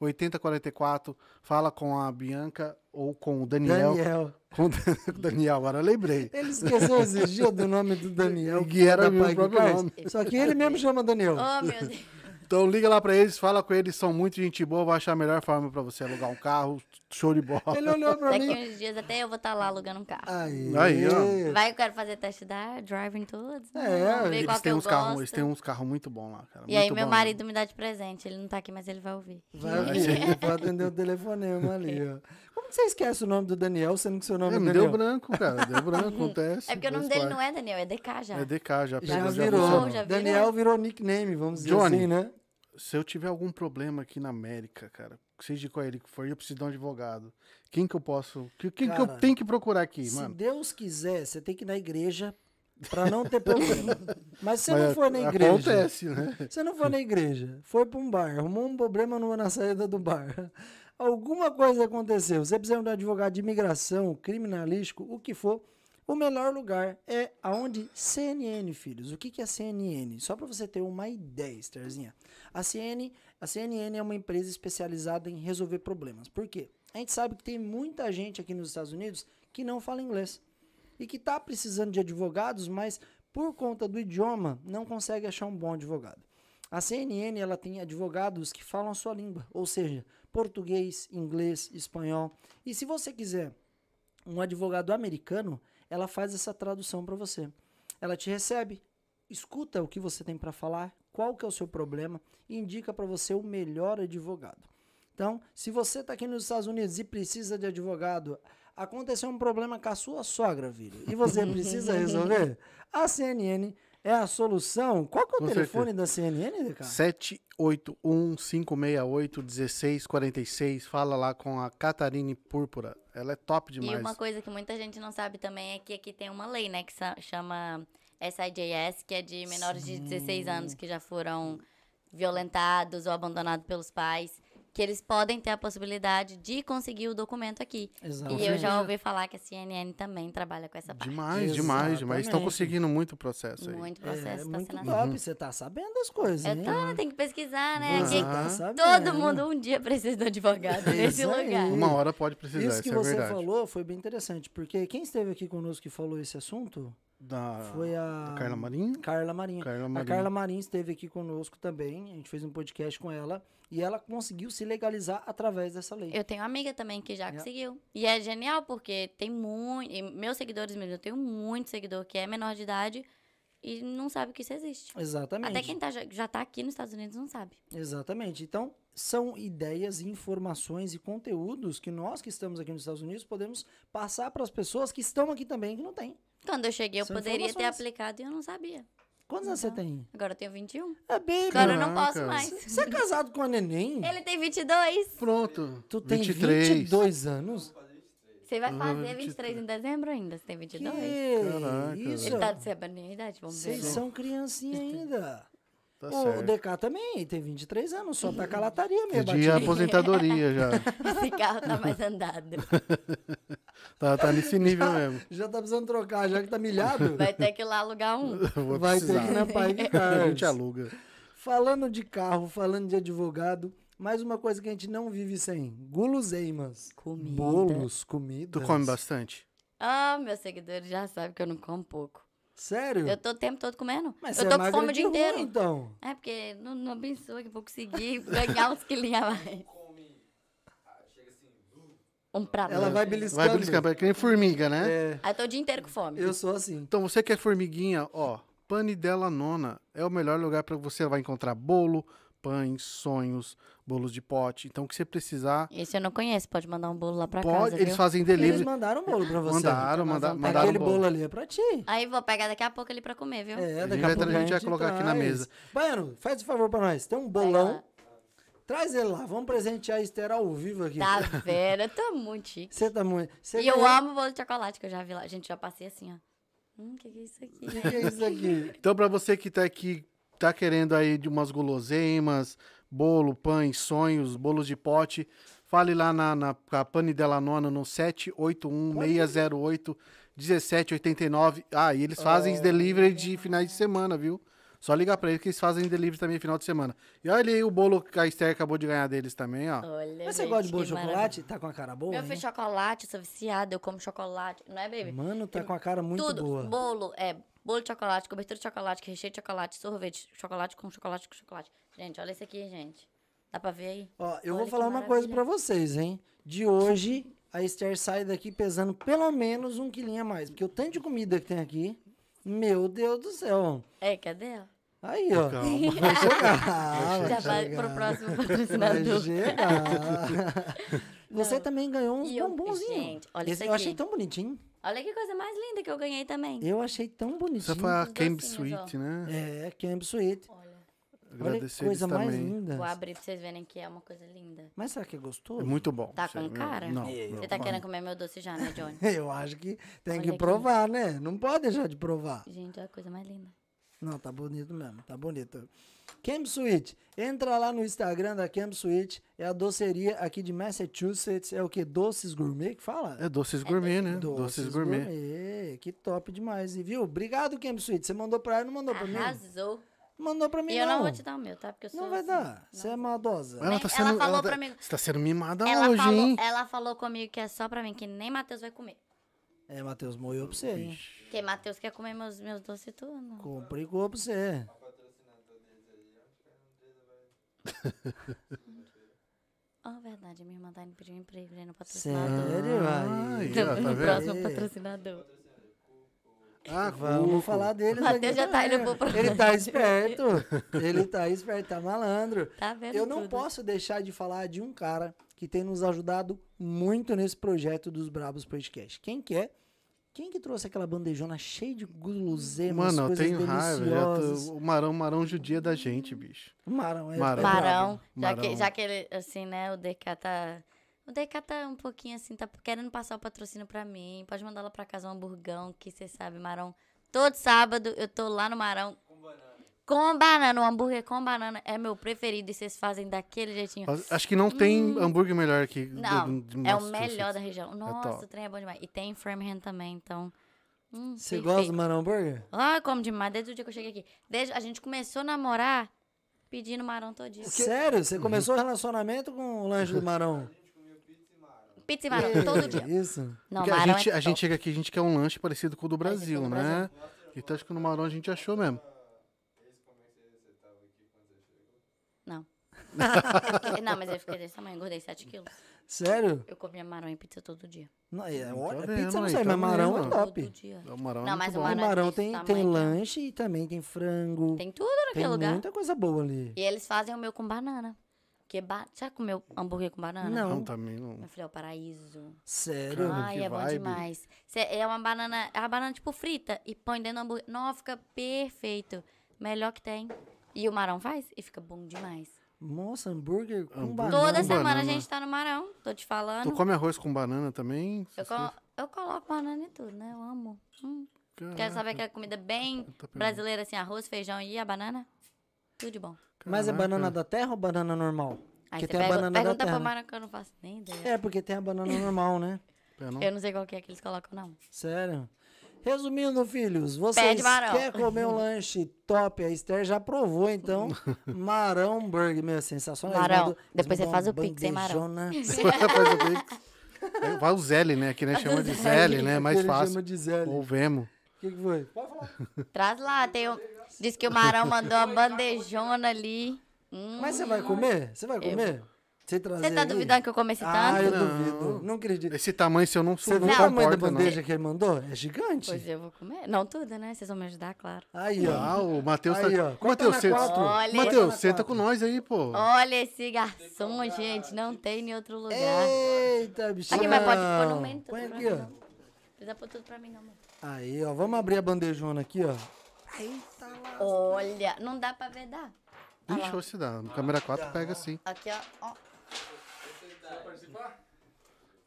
A: 617-917-8044. Fala com a Bianca ou com o Daniel.
B: Daniel.
A: Com o Dan- com o Daniel, agora eu lembrei.
B: Ele esqueceu esses dias do nome do Daniel.
A: É Que era
B: da
A: meu
B: Pike
A: próprio
B: Cars.
A: nome.
B: Só que ele mesmo chama Daniel.
C: Oh, meu Deus.
A: Então liga lá para eles, fala com eles, são muito gente boa, vai achar a melhor forma para você alugar um carro. Show de bola.
B: Ele olhou pra
C: Daqui
B: mim.
C: uns dias até eu vou estar lá alugando um
A: Ah,
C: carro.
B: Aí.
A: Aí, ó.
C: Vai, eu quero fazer teste da driving todos.
B: É,
C: né? Ver
A: é. Eles
C: qual que
A: têm,
C: eu
A: uns carros, eles
C: gosto.
A: têm uns carros muito bons lá, cara.
C: E aí
A: muito
C: meu
A: bom né?
C: marido me dá de presente. Ele não tá aqui, mas ele vai ouvir.
B: Vai, ouvir, vai atender o telefonema ali, ó. Como que você esquece o nome do Daniel, sendo que seu nome
A: mesmo. É,
B: é
A: me
B: Daniel?
A: deu branco, cara. Deu branco, acontece.
C: É porque o nome dele não é Daniel, é DK já.
A: É DK, já
B: Já
A: pegou,
B: virou.
A: funcionou.
C: já virou.
B: Daniel virou nickname, vamos dizer
A: Johnny.
B: assim, né?
A: Se eu tiver algum problema aqui na América, cara, seja qual ele que for, eu preciso de um advogado. Quem que eu posso. que- Quem que
B: Cara,
A: eu tenho que procurar aqui,
B: Se
A: mano?
B: Deus quiser, você tem que ir na igreja pra não ter problema. Mas se você não
A: Mas
B: for na igreja.
A: Acontece, né?
B: Se você não for na igreja, foi pra um bar, arrumou um problema no- na saída do bar. Alguma coisa aconteceu. Você precisa de um advogado de imigração, criminalístico, o que for. O melhor lugar é aonde CNN, filhos. O que, que é CNN? Só para você ter uma ideia, Estherzinha. A CNN, a CNN é uma empresa especializada em resolver problemas. Por quê? A gente sabe que tem muita gente aqui nos Estados Unidos que não fala inglês e que está precisando de advogados, mas por conta do idioma não consegue achar um bom advogado. A CNN ela tem advogados que falam a sua língua, ou seja, português, inglês, espanhol. E se você quiser um advogado americano, ela faz essa tradução para você. Ela te recebe, escuta o que você tem para falar, qual que é o seu problema e indica para você o melhor advogado. Então, se você está aqui nos Estados Unidos e precisa de advogado, aconteceu um problema com a sua sogra, filho, e você precisa resolver, a CNN é a solução. Qual que é o
A: Com
B: telefone da CNN, DK?
A: 781-568-1646. Fala lá com a Catarine Púrpura. Ela é top
C: E
A: demais.
C: uma coisa que muita gente não sabe também é que aqui tem uma lei, né, que sa- chama SIJS, que é de menores de 16 anos que já foram violentados ou abandonados pelos pais, que eles podem ter a possibilidade de conseguir o documento aqui.
B: Exato.
C: E eu já ouvi falar que a CNN também trabalha com essa parte.
A: Demais, demais, demais. Estão
B: Exatamente.
A: conseguindo muito processo aí.
C: Muito
B: É,
C: processo tá
B: muito
C: sendo
B: top, você tá sabendo das coisas,
C: É,
B: hein?
C: tá, tem que pesquisar, né?
B: Você
C: Que
B: tá sabendo.
C: todo mundo um dia precisa de um advogado nesse
B: Isso aí.
C: lugar.
A: Uma hora pode precisar,
B: Isso
A: isso,
B: que
A: é
B: você
A: verdade.
B: falou foi bem interessante, porque quem esteve aqui conosco que falou esse assunto
A: Da,
B: foi a
A: da Ah, Carla Marim?
B: Carla Marinho.
A: Carla
B: A
A: Marim.
B: Carla Marim esteve aqui conosco também, a gente fez um podcast com ela e ela conseguiu se legalizar através dessa lei.
C: Eu tenho amiga também que já
B: Yeah.
C: conseguiu. E é genial porque tem muito. e Meus seguidores mesmo, eu tenho muito seguidor que é menor de idade e não sabe que isso existe.
B: Exatamente.
C: Até quem tá, já, já tá aqui nos Estados Unidos não sabe.
B: Exatamente. Então, são ideias, informações e conteúdos que nós que estamos aqui nos Estados Unidos podemos passar para as pessoas que estão aqui também que não têm.
C: Quando eu cheguei, eu
B: São
C: poderia ter
B: informações.
C: aplicado e eu não sabia.
B: Quantos anos você
C: Então.
B: tem?
C: Agora eu tenho 21.
B: É bem,
C: Agora eu
B: cara.
C: não posso
A: Caraca.
C: mais.
B: Você é casado com a neném?
C: Ele é tem 22.
A: Pronto.
B: Tu tem
A: 23.
B: 22 anos?
C: Você vai
A: Ah,
C: fazer 23
A: 23.
C: em dezembro ainda. Você tem 22.
B: Que
A: Caraca,
B: isso?
C: Ele tá sabendo a minha idade, vamos ver.
B: Vocês são criancinha ainda.
A: Tá
B: o
A: certo.
B: DK também tem 23 anos, só tá calataria mesmo.
A: Pedir a aposentadoria já.
C: Esse carro tá mais andado.
A: Tá, tá nesse nível mesmo.
B: Já tá precisando trocar, já que tá milhado.
C: Vai ter que ir lá alugar um.
A: Vou
B: Vai ter
A: precisar.
B: que ir na Pai de
A: A
B: Cars.
A: gente é aluga.
B: Falando de carro, falando de advogado, mais uma coisa que a gente não vive sem: guloseimas.
C: Comida.
B: Bolos, comida.
A: Tu come bastante?
C: Ah, meus seguidores já sabem que eu não como pouco.
B: Sério?
C: Eu tô o tempo todo comendo.
B: Mas
C: eu
B: você
C: tô
B: é
C: com
B: magra
C: fome o
B: de
C: dia
B: rua,
C: inteiro.
B: então.
C: É porque não, não abençoa que eu vou conseguir ganhar uns quilinhos a mais. Um prato.
B: Ela vai beliscando.
A: Vai beliscar, é que nem formiga, né?
B: É,
C: Aí eu tô o dia inteiro com fome.
B: eu sou assim.
A: Então você que é formiguinha, ó, Pane dela nona é o melhor lugar para você vai encontrar bolo, pães, sonhos, bolos de pote. Então o que você precisar,
C: Esse eu não conheço, pode mandar um bolo lá pra
A: pode.
C: casa,
A: eles
C: viu?
A: fazem
B: Eles
A: delivery.
B: mandaram bolo pra você.
A: Mandaram,
C: nós
A: manda,
C: vamos pegar
A: mandaram
B: Aquele
A: o
B: bolo
A: bolo.
B: ali é pra ti.
C: Aí vou pegar daqui a pouco ele pra comer, viu?
B: É, daqui
A: vai
B: a
A: tra-
B: pouco
A: a gente vai colocar aqui na
B: traz.
A: mesa.
B: Baiano, faz o favor pra nós. Tem um
C: Pega
B: bolão.
C: lá.
B: Traz ele lá. Vamos presentear a Esther ao vivo aqui.
C: Tá vendo? Eu tô muito chique.
B: Você tá muito. Você
C: e eu
B: ganhou-
C: amo bolo de chocolate que eu já vi lá. Gente, já passei assim, ó. Hum, o que, que é isso aqui?
B: O que, que é isso aqui?
A: Então para você que tá aqui, tá querendo aí de umas guloseimas, bolo, pães, sonhos, bolos de pote, fale lá na, na a Pane dela nona no 781 608 1789. Ah, e eles fazem delivery de finais de semana, viu? Só ligar pra eles que eles fazem delivery também final de semana. E olha aí o bolo que a Esther acabou de ganhar deles também, ó.
C: Olha,
B: Mas você
C: gente,
B: gosta de bolo
C: que
B: de chocolate? Tá com a cara boa?
C: Eu fiz
B: hein?
C: chocolate, sou viciada, eu como chocolate. Não é, baby?
B: Mano, tá com a cara muito
C: Tudo.
B: boa.
C: Bolo, é, bolo de chocolate, cobertura de chocolate, recheio de chocolate, sorvete, chocolate com chocolate com chocolate. Gente, olha isso aqui, gente. Dá pra ver aí?
B: Ó, eu
C: Olha
B: vou
C: que
B: falar uma coisa
C: maravilha.
B: pra vocês, hein? De hoje, a Esther sai daqui pesando pelo menos um quilinho a mais. Porque o tanto de comida que tem aqui, meu Deus do céu.
C: É, cadê? ó?
B: Aí, ó.
A: Calma.
B: Vai chegar.
C: Já
B: Vai
C: vai
B: chegar.
C: pro próximo
B: Vai
C: patrocinador.
B: chegar. Você também ganhou uns
C: E eu-
B: bombonzinhos.
C: gente, olha
B: Esse
C: isso
B: Eu achei
C: aqui.
B: tão bonitinho.
C: Olha que coisa mais linda que eu ganhei também.
B: Eu achei tão
A: Essa
B: bonitinho.
A: foi a
C: Os
A: Camp
C: docinhos, ó.
A: Suite, né?
B: É, Camp Suite.
C: Olha.
B: Olha
A: Agradecer
B: que coisa
A: eles
B: mais
A: também.
B: linda.
C: Vou abrir pra vocês verem que é uma coisa linda.
B: Mas será que é
A: É
B: gostoso?
A: muito bom.
C: Tá
A: Isso
C: com
A: aí,
C: cara?
A: Não.
C: Você tá querendo comer meu doce já, né, Johnny?
B: Eu acho que tem
C: Olha
B: que
C: aqui.
B: provar, né? Não pode deixar de provar.
C: Gente, olha a coisa mais linda.
B: Não, tá bonito mesmo, tá bonito. Camp Suite, entra lá no Instagram da Camp Suite, é a doceria aqui de Massachusetts, é o que? Doces Gourmet que fala?
A: É doces gourmet, né? Doces, gourmet.
B: Que top demais, e viu? Obrigado, Camp Suite. Você mandou pra ela, não mandou pra mim?
C: Arrasou.
B: Não mandou pra mim,
C: E eu não vou te dar o meu, tá? Porque eu sou
B: Não vai
C: assim.
B: dar, você é maldosa.
A: Ela,
C: Né? Ela
A: tá sendo,
C: falou
A: tá-
C: pra mim-
A: Você tá sendo
B: um
A: mimada
C: Ela,
A: hoje,
C: falou,
A: hein?
C: ela falou comigo que é só pra mim, que nem Matheus vai comer.
B: É, Matheus, moeu pra você, hein?
C: Porque Matheus quer comer meus, meus doces tudo. não.
B: Complicou pra você.
C: Ah, verdade, minha irmã tá me pedindo emprego né, no patrocinador.
B: Sério, aí.
A: Ai, ó, Ah, tá
C: no
A: vendo?
C: próximo patrocinador.
A: Ah,
B: Vamos
A: cuco.
B: falar deles
C: Matheus já tá indo pro
B: Ele tá esperto. Ele tá esperto, tá malandro.
C: Tá vendo
B: Eu não
C: tudo.
B: posso deixar de falar de um cara que tem nos ajudado muito nesse projeto dos Brabos Podcast. Quem que é? Quem que trouxe aquela bandejona cheia de guloseimas,
A: Mano, eu
B: coisas
A: tenho raiva. já tô-
B: deliciosas?
A: O Marão, Marão judia da gente, bicho.
B: Marão, é
A: Marão.
B: é brabo.
C: Marão, já que,
A: Marão.
C: já que ele, assim, né, o DK tá... O DK tá um pouquinho assim, tá querendo passar o patrocínio pra mim. Pode mandar lá pra casa um hamburgão, que você sabe, Marão. Todo sábado eu tô lá no Marão. Com banana, o hambúrguer com banana é meu preferido e vocês fazem daquele jeitinho.
A: Mas Acho que não tem hambúrguer melhor que do-
C: Hum. Não,
A: do- de
C: é o
A: Massachusetts.
C: melhor da região. Nossa,
A: top.
C: o trem é bom demais. E tem em Framingham também, então. Hum,
B: Você
C: perfeito.
B: gosta do Marão Burger?
C: Ah, como demais, desde o dia que eu cheguei aqui. Desde, a gente começou a namorar pedindo marão todinho.
B: Sério? Você começou o relacionamento com o lanche do Marão?
C: Pizza e marão, Ah, todo dia.
B: Isso.
C: Não,
A: é? Porque
C: marão
A: a, gente,
C: é
A: a
C: top.
A: gente chega aqui, a gente quer um lanche parecido com o do
C: Parecido
A: Brasil,
C: com o do
A: né? Então acho que no Marão a gente achou mesmo.
C: Não. não, mas eu fiquei desse tamanho, engordei 7 quilos.
B: Sério?
C: Eu comia marão e pizza todo dia.
B: Não, é, ó-
A: vendo,
B: pizza eu não
A: aí,
B: sei,
A: tá
B: mas Marão é
A: vendo?
B: top.
C: Todo dia.
A: O Marão
C: Não,
A: é
C: mas
A: muito
C: o
A: bom.
B: O
C: Mara
B: Marão
C: desse
B: tem, tem
C: tamanho, né?
B: lanche e também tem frango. Tem,
C: Tem tudo naquele lugar.
B: muita coisa boa ali.
C: E eles fazem o meu com banana. Porque ba... Já comeu hambúrguer com banana?
B: Não.
A: Não, também não.
C: Meu filho, é o paraíso.
B: Sério?
A: Caramba,
C: Ai,
A: que
C: é bom
A: vibe.
C: demais. Cê- é uma banana, é uma banana tipo frita e põe dentro do hambúrguer. Nossa, fica perfeito. Melhor que tem. E o Marão faz e fica bom demais.
B: Nossa, hambúrguer com
A: Hambúrguer.
B: banana.
C: Toda
A: com
C: semana a
A: banana.
C: gente tá no Marão, tô te
A: Tu
C: falando.
A: come arroz com banana também?
C: Eu, colo- eu coloco banana em tudo, né? Eu amo. Hum.
A: Caraca,
C: Quero saber aquela comida bem
A: tá pegando.
C: brasileira, assim, arroz, feijão e a banana? Tudo de bom.
B: Mas é
A: Caraca.
B: banana da terra ou banana normal?
C: Aí
B: Porque tem
C: você um
B: a
C: pergu-
B: banana da
C: pergunta
B: terra,
C: pro
B: né?
C: Marão que eu não faço nem ideia.
B: É, porque tem a banana normal, né?
A: Pera, não.
C: Eu não sei qual que é que eles colocam, não.
B: Sério. Resumindo, filhos, vocês
C: Pede Marão.
B: quer comer um lanche top? A Esther já provou, então. Marão Burger, meu, sensacional. Eles
C: Marão,
B: mandam- eles
C: depois você
B: mandam
C: faz
B: uma
C: o pix, hein, Marão?
B: bandejona.
A: Faz o bem. É, Vai o Zelle, né? Que né, chama de Zelle, né? É Mais
B: Ele
A: fácil.
B: chama de Zélio.
A: Ou Vemo.
B: O que, que foi? Pode falar.
C: Traz lá, tem um... Diz que o Marão mandou uma bandejona ali. Hum.
B: Mas você vai comer? Você vai comer? Você trazer
C: Você tá
B: aí?
C: duvidando que eu comecei
B: Ah, eu
C: tanto?
B: duvido. Não acredito.
A: Esse tamanho, se eu não
B: Você
A: sou,
B: viu
A: não
B: o tamanho da
A: comporta, né? não.
B: bandeja que ele mandou? É gigante.
C: Pois eu vou comer. Não tudo, né? Vocês vão me ajudar, claro.
B: Aí, ó.
A: Ah, o Matheus tá...
B: Aí, ó. Corta
A: Matheus,
B: na
A: você-
B: quatro.
C: Olha.
A: Matheus,
B: Corta na
A: senta
B: quatro.
A: com nós aí,
B: Hum.
A: pô.
C: Olha esse garçom, gente. Não tem em outro lugar.
B: Eita, bichinho.
C: Aqui, mas pode pôr no meio, não
B: Põe
C: tem
B: aqui,
C: problema,
B: ó.
C: Não precisa pôr tudo pra mim, não, amor.
B: Aí, ó. Vamos abrir a bandejona aqui, ó.
C: Olha, não dá pra ver, dá.
A: Ixi, ou se dá. No câmera 4 pega assim.
C: Aqui, ó. ó.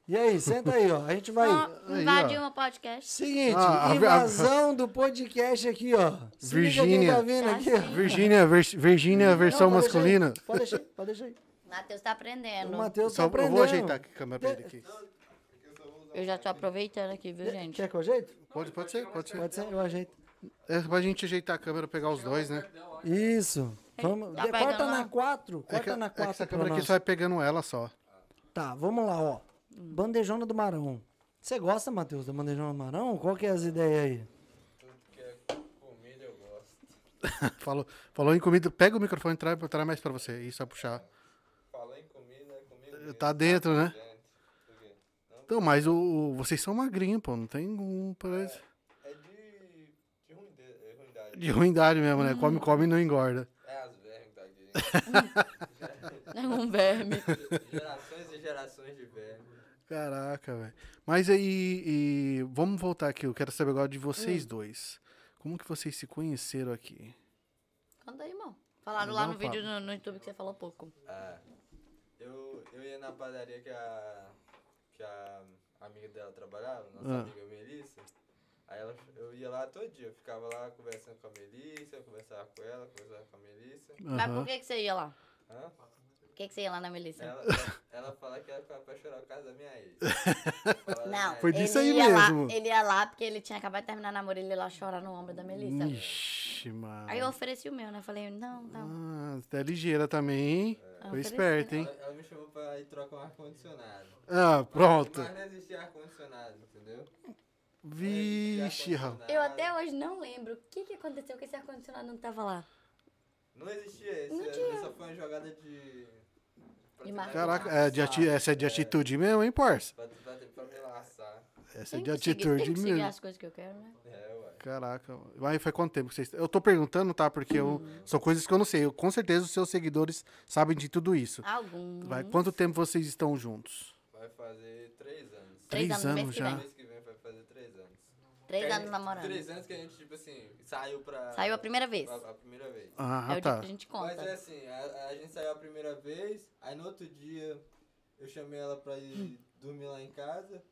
B: E aí, senta aí, ó. A gente vai.
C: Ó,
A: aí,
C: invadiu
A: ó.
C: meu podcast.
B: Seguinte,
A: Ah, a-
B: invasão do podcast aqui, ó. Se liga quem
A: Virgínia.
B: tá vindo aqui,
C: Ah,
B: ó.
A: Virgínia, vers- Virgínia versão
B: Não, pode deixar aí,
A: masculina.
B: Pode deixar aí, pode deixar aí.
C: Matheus tá aprendendo.
B: O Matheus tá
A: Só, eu
B: aprendendo.
A: vou ajeitar aqui a câmera pra ele aqui.
C: Eu já tô aproveitando aqui, viu, gente?
B: Quer que eu ajeite?
A: Pode, pode ser, pode ser.
B: Pode ser, eu ajeito.
A: É pra gente ajeitar a câmera, pegar os dois, né?
B: Isso. Vamos.
C: Tá
B: de-
C: pegando
B: corta na
C: lá?
B: 4.
A: É que,
B: Corta
A: é
B: na
A: que
B: 4.
A: essa câmera aqui só vai pegando ela só.
B: Tá, vamos lá, ó.
C: Hum.
B: Bandejona do Marão. Você gosta, Matheus, da bandejona do Marão? Qual que é as ideias aí?
A: Falou, falou em comida. Pega o microfone, traz, traz mais pra você. Isso, vai puxar.
D: Falar em comida é comigo mesmo,
A: Tá dentro, né?
D: gente. Por quê?
A: Então, mas o, o- vocês são magrinhos, pô. Não tem um, parece...
D: É de, de ruinde- é ruindade.
A: De ruindade mesmo, né?
C: Uhum.
A: Come, come e não engorda.
D: É as vermes que tá aqui.
C: Não, um verme.
D: gerações e gerações de vermes.
A: Caraca, velho. Mas aí, e- vamos voltar aqui. Eu quero saber agora de
C: Hum.
A: vocês dois. Como que vocês se conheceram aqui?
C: Conta aí, irmão. Falaram
A: Não,
C: lá no
A: Pablo.
C: vídeo no, no YouTube que você falou pouco.
D: Ah, eu, eu ia na padaria que a, que a amiga dela trabalhava, nossa
A: Ah.
D: amiga Melissa. Aí ela, eu ia lá todo dia, eu ficava lá conversando com a Melissa, eu conversava com ela, conversava com a Melissa.
C: Mas
A: Aham.
C: por que, que você ia lá?
D: Hã?
C: Por que, que você ia lá na Melissa?
D: Ela, ela fala que ela ficava pra chorar por causa da minha ex.
C: Não,
A: Foi disso
C: ele
A: aí
C: ia lá-
A: mesmo.
C: ele ia lá porque ele tinha acabado de terminar o namoro, ele ia lá chorar no ombro da Melissa.
A: Ixi, mano.
C: Aí eu ofereci o meu, né? Falei, não,
A: Ah,
C: não.
A: você é ligeira também, hein?
C: Ah,
A: Foi
C: ofereci,
A: esperta, hein?
D: Ela, ela me chamou pra ir trocar um ar-condicionado.
C: né?
A: Ah, pronto.
D: Mas não existia ar-condicionado, entendeu?
A: Vixe, rapaz.
D: rapaz.
C: Eu até hoje não lembro o que, que aconteceu que esse ar-condicionado não tava lá.
D: Não existia esse.
C: Não
D: Não
C: tinha.
D: Essa foi uma jogada de. pra
C: De
D: tentar
C: marketing.
A: Caraca, é de ati- essa é de atitude mesmo, hein, parça?
D: Pra, pra, pra me laçar.
A: Essa é de
C: Tem que seguir, tem
A: atitude
C: que seguir
A: mesmo.
C: as coisas que eu quero, né?
D: É, ué.
A: Caraca. Mas foi quanto tempo que vocês. Eu tô perguntando, tá? Porque eu...
C: Uhum.
A: são coisas que eu não sei. Eu, com certeza os seus seguidores sabem de tudo isso.
C: Alguns.
A: Vai, quanto tempo vocês estão juntos?
E: Vai fazer três anos.
C: Três
A: Três
C: anos no mês
A: anos
C: que
A: já.
C: vem.
E: Mês que vem vai fazer três anos. Que
C: Três
E: a
C: anos
E: gente-
C: namorando.
E: Três anos que a gente, tipo assim, saiu pra...
C: Saiu a primeira vez.
E: A, a primeira vez.
A: Ah,
C: é o dia
A: tá.
C: que a gente
E: Mas é
C: conta.
E: assim, a, a gente saiu a primeira vez, aí no outro dia eu chamei ela pra
C: Hum.
E: ir dormir lá em casa.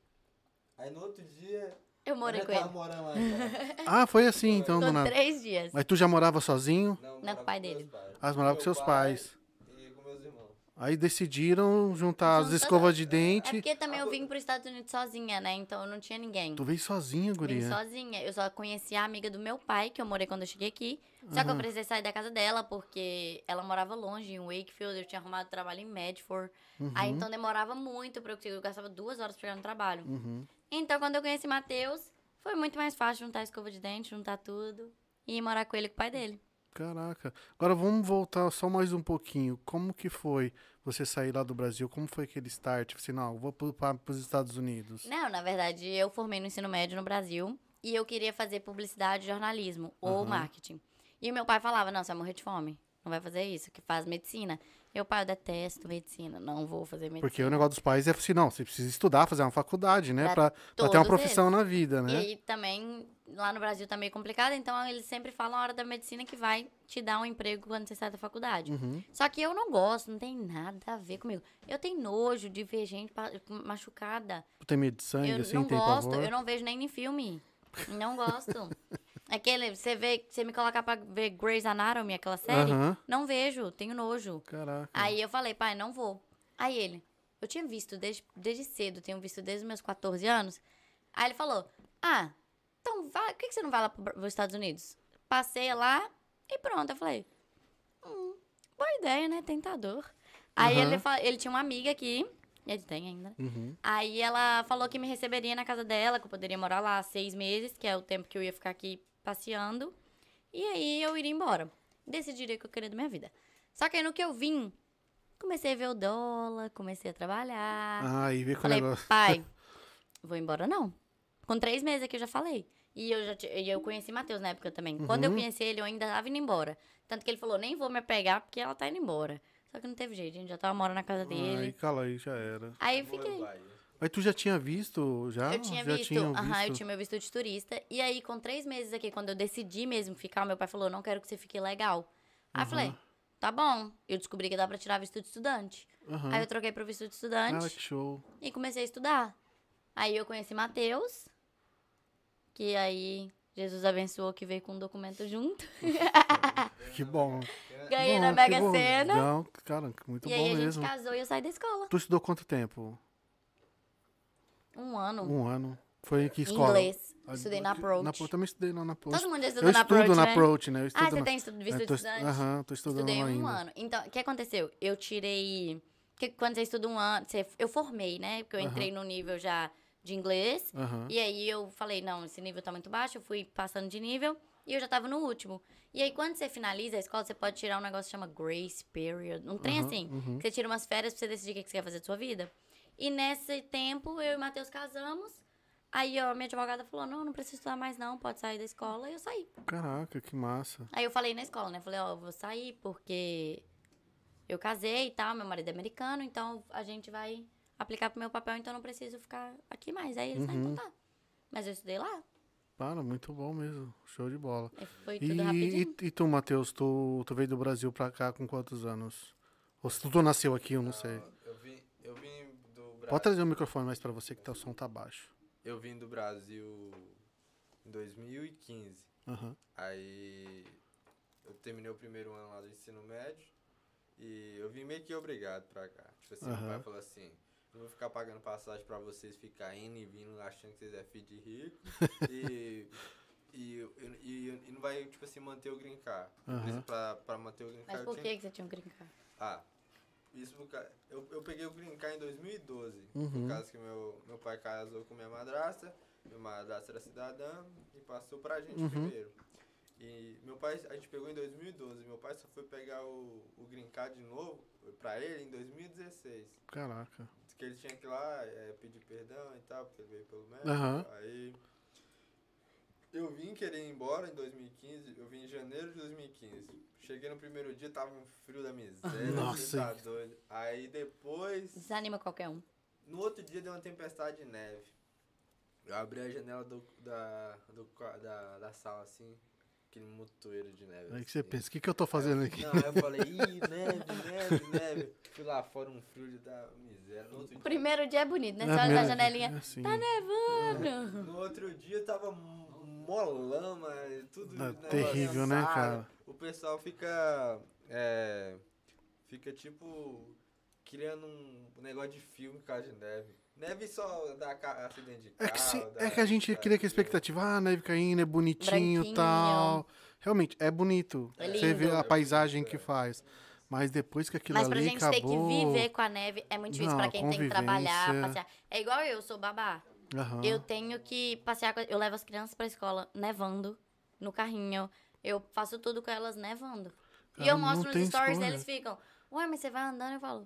E: Aí no outro dia.
C: Eu morei
E: ela
C: com
E: já
C: ele.
E: tava morando lá em casa.
A: Ah, foi assim então,
C: Ficou
A: dona.
C: três dias.
A: Mas tu já morava sozinho?
E: Não,
C: Não, com o pai dele.
A: Ah, você morava com
E: meu
A: seus
E: pai
A: pais.
E: E com meus irmãos.
A: Aí decidiram juntar as
C: Juntar-
A: escovas de
C: É
A: dente.
C: porque também eu vim pros Estados Unidos sozinha, né? Então eu não tinha ninguém.
A: Tu veio sozinha,
C: Vim
A: guria.
C: sozinha. Eu só conheci a amiga do meu pai, que eu morei quando eu cheguei aqui. Só que eu precisei sair da casa dela, porque ela morava longe, em Wakefield. Eu tinha arrumado trabalho em Medford.
A: Uhum,
C: Aí então demorava muito pra eu conseguir. Eu gastava duas horas pra chegar no trabalho.
A: Uhum.
C: Então quando eu conheci Matheus, foi muito mais fácil juntar a escova de dente, juntar tudo. E ir morar com ele e com o pai dele.
A: Caraca. Agora vamos voltar só mais um pouquinho. Como que foi você sair lá do Brasil? Como foi aquele start? Assim, não, eu vou para os Estados Unidos.
C: Não, na verdade, eu formei no ensino médio no Brasil e eu queria fazer publicidade, jornalismo ou marketing. E o meu pai falava: não, você vai morrer de fome. Não vai fazer isso, que faz medicina. Meu pai, eu detesto medicina, não vou fazer medicina.
A: Porque o negócio dos pais é assim, não, você precisa estudar, fazer uma faculdade, né? Pra,
C: Pra
A: pra ter uma
C: todos
A: profissão na vida,
C: E
A: né?
C: aí também, lá no Brasil tá meio complicado, então eles sempre falam a hora da medicina que vai te dar um emprego quando você sai da faculdade.
A: Uhum.
C: Só que eu não gosto, não tem nada a ver comigo. Eu tenho nojo de ver gente pa- machucada.
A: Tem medo de sangue,
C: Eu
A: assim,
C: não
A: tem
C: gosto,
A: pavor.
C: eu não vejo nem em filme. Não gosto. Aquele, você vê, você me colocar pra ver Grey's Anatomy, aquela série,
A: Aham.
C: não vejo, tenho nojo.
A: Caraca.
C: Aí eu falei, pai, não vou. Aí ele, eu tinha visto desde, desde cedo, tenho visto desde os meus 14 anos. Aí ele falou, ah, então vai, por que que você não vai lá para os Estados Unidos? Passei lá e pronto. Eu falei, hum, boa ideia, né? Tentador. Aí
A: Aham.
C: ele, fa- ele tinha uma amiga aqui, ele tem ainda, né?
A: Uhum.
C: Aí ela falou que me receberia na casa dela, que eu poderia morar lá seis meses, que é o tempo que eu ia ficar aqui passeando. E aí eu iria embora. Decidiria o que eu queria da minha vida. Só que aí no que eu vim, comecei a ver o dólar, comecei a trabalhar.
A: Ah, e vê com o
C: falei,
A: negócio.
C: pai, vou embora não. Com três meses aqui eu já falei. E eu já ti- e eu conheci Matheus na época também. Quando
A: Uhum.
C: eu conheci ele, eu ainda tava indo embora. Tanto que ele falou, nem vou me apegar porque ela tá indo embora. Só que não teve jeito, a gente já tava morando na casa
A: Ai,
C: dele.
A: cala aí, já era.
C: Aí eu
E: Moro no
C: fiquei.
E: Bahia.
A: Mas tu já tinha visto? Já?
C: Eu tinha
A: já
C: visto,
A: Tinha
C: aham, eu
A: visto?
C: tinha meu visto de turista. E aí, com três meses aqui, quando eu decidi mesmo ficar, meu pai falou, não quero que você fique legal. Aí eu falei, tá bom. Eu descobri que dá pra tirar visto de estudante.
A: Aham.
C: Aí eu troquei pro visto de
A: Cara,
C: estudante
A: que show.
C: e comecei a estudar. Aí eu conheci Matheus, que aí Jesus abençoou que veio com um documento junto.
A: Que bom.
C: Ganhei
A: É, Bom,
C: na
A: que
C: Mega
A: bom.
C: Sena.
A: Não, cara, muito
C: e
A: bom
C: aí a
A: mesmo.
C: gente casou e eu saí da escola.
A: Tu estudou quanto tempo?
C: Um ano.
A: Um ano. Foi em que escola?
C: Inglês.
A: Ah,
C: Estudei na
A: eu-
C: Approach.
A: Na, Pro- eu também estudei lá na Approach.
C: Todo mundo já
A: eu
C: estudou na
A: estudo
C: Approach,
A: na
C: né?
A: Approach, né? Eu estudo
C: Ah, você
A: na...
C: tem estu- visto
A: eu
C: de
A: tô est-
C: estudante?
A: Aham, tô estudando
C: Estudei
A: lá
C: um
A: ainda.
C: ano. Então, o que aconteceu? Eu tirei. que quando você estuda um ano, você- eu formei, né? Porque eu entrei no nível já de inglês.
A: Aham.
C: E aí eu falei, não, esse nível tá muito baixo, eu fui passando de nível e eu já tava no último. E aí, quando você finaliza a escola, você pode tirar um negócio que chama Grace Period. Um trem assim. Que você tira umas férias pra você decidir o que que você quer fazer da sua vida. E nesse tempo, eu e o Matheus casamos. Aí, ó, minha advogada falou: não, não precisa estudar mais, não, pode sair da escola. E eu saí.
A: Caraca, que massa.
C: Aí eu falei na escola, né? Falei, ó, eu vou sair porque eu casei e tal, meu marido é americano, então a gente vai aplicar pro meu papel, então eu não preciso ficar aqui mais. Aí eles
A: Uhum.
C: falaram, então tá. Mas eu estudei lá,
A: Para, muito bom mesmo. Show de bola.
C: aí foi
A: E,
C: tudo rapidinho.
A: e- e tu, Matheus, tu, tu veio do Brasil pra cá com quantos anos? Ou se tu, tu nasceu aqui, eu não sei.
E: Eu vim, eu vim do Brasil.
A: Pode trazer um- o microfone mais pra você que tá, o som tá baixo.
E: Eu vim do Brasil em 2015.
A: Aham.
E: Aí eu terminei o primeiro ano lá do ensino médio e eu vim meio que obrigado pra cá. Tipo assim,
A: Aham.
E: meu pai falou assim, eu vou ficar pagando passagem pra vocês ficar indo e vindo achando que vocês é filho de rico e, e, e, e- e não vai, tipo assim, manter o green card.
A: Aham.
E: Isso Pra, pra manter o green
C: Mas
E: card,
C: por
E: eu
C: que
E: tinha-
C: que você tinha um green card?
E: Ah, isso por causa... Eu, eu peguei o Green Card em 2012,
A: Uhum.
E: por causa que meu, meu pai casou com minha madrasta, minha madrasta era cidadã e passou pra gente primeiro. E meu pai, a gente pegou em 2012, meu pai só foi pegar o, o Green Card de novo pra ele em 2016.
A: Caraca.
E: Diz que é, ele tinha que ir lá eh, pedir perdão e tal, porque ele veio pelo médico.
A: Aham.
E: Aí Eu vim querer ir embora em 2015, eu vim em janeiro de 2015. Cheguei no primeiro dia, tava um frio da miséria,
A: Nossa.
E: você tá doido. Aí depois,
C: Desanima qualquer um.
E: no outro dia deu uma tempestade de neve. Eu abri a janela do, da, do qua- da, da sala assim, aquele mutoeiro de neve.
A: Aí É que
E: assim.
A: você pensa, o que, que eu tô fazendo aqui?
E: Não, aí eu falei, ih, neve, neve, neve. Fui lá fora um frio da miséria. No outro
C: O
E: dia,
C: primeiro dia é bonito, né? Você
A: É
C: olha da
A: mesmo,
C: janelinha.
A: é assim.
C: Tá nevando!
E: No outro dia tava m- molama, tudo
A: Tá
E: negócio
A: terrível, né,
E: assado.
A: cara?
E: O pessoal fica. É, fica tipo. Criando um negócio de filme por causa de neve. Neve só dá ca- acidente de
A: É
E: carro.
A: que, se-
E: dá-
A: é que a gente
E: dá
A: cria que a
E: acidente.
A: expectativa, ah, neve caindo, é bonitinho e
C: Branquinho.
A: tal. Realmente, é bonito.
C: É
A: Você vê
C: lindo.
A: a
E: É
A: paisagem
E: bonito,
A: que
E: é.
A: faz. Mas depois que aquilo
C: Mas pra
A: ali
C: gente ter que
A: acabou...
C: viver com a neve é muito difícil
A: Não,
C: pra quem tem que trabalhar,
A: convivência.
C: passear. É igual eu, sou babá.
A: Aham.
C: Eu tenho que passear com. Eu levo as crianças pra escola nevando, no carrinho. Eu faço tudo com elas nevando. e
A: Cara,
C: eu
A: não
C: mostro
A: tem
C: nos stories
A: escolha.
C: deles ficam. Ué, mas você vai andando? Eu falo.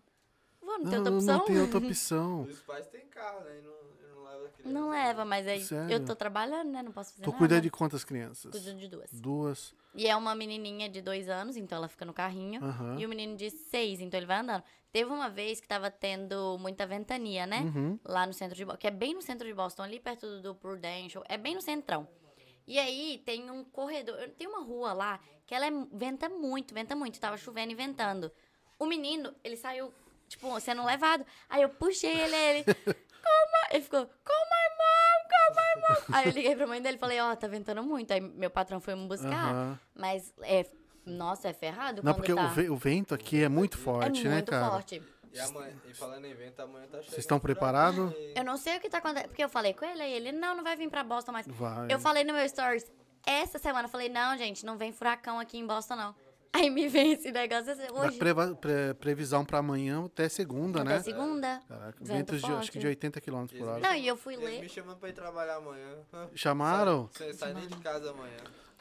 C: Vou, não,
A: Não,
C: tem outra
A: não
C: opção?
A: tem outra opção.
E: Os pais têm carro, né? E não, e não leva a criança.
C: Não leva, mas aí
A: Sério?
C: eu tô trabalhando, né? Não posso fazer
A: Tu
C: nada.
A: cuida de quantas crianças?
C: Cuido de duas.
A: Duas.
C: E é uma menininha de dois anos, então ela fica no carrinho.
A: Aham.
C: E o menino de seis, então ele vai andando. Teve uma vez que tava tendo muita ventania, né?
A: Uhum.
C: Lá no centro de Boston, que é bem no centro de Boston, ali perto do- do Prudential, é bem no centrão. E aí tem um corredor, tem uma rua lá que ela é, venta muito, venta muito. Tava chovendo e ventando. O menino, ele saiu, tipo, sendo levado. Aí eu puxei ele, ele. "Call my-" Ele ficou, call my mom, call my mom. Aí eu liguei pra mãe dele e falei, ó, tá ventando muito. Aí meu patrão foi me buscar.
A: Aham.
C: Mas é. Nossa, é ferrado
A: Não,
C: quando
A: porque
C: tá.
A: o, ve- o vento aqui é muito forte,
C: é
A: né,
C: muito
A: cara?
C: forte.
E: E, amanhã, e falando em evento, amanhã tá chegando.
A: estão
E: por aí.
A: preparados?
C: Eu não sei o que tá acontecendo. Porque eu falei com ele, aí ele, não, não vai vir pra Boston mais.
A: Vai.
C: Eu falei no meu stories essa semana, eu falei, não, gente, não vem furacão aqui em Boston, não. Aí me vem esse negócio assim,
A: Da
C: hoje.
A: preva- pre- previsão pra amanhã até segunda,
C: até
A: né?
C: segunda.
A: Caraca,
C: Vento
A: ventos de, acho
C: forte.
A: que de 80 km por hora.
C: Não, e eu fui
E: Eles
C: ler.
E: me chamando pra ir trabalhar amanhã.
A: Chamaram?
E: Você sai nem de casa amanhã.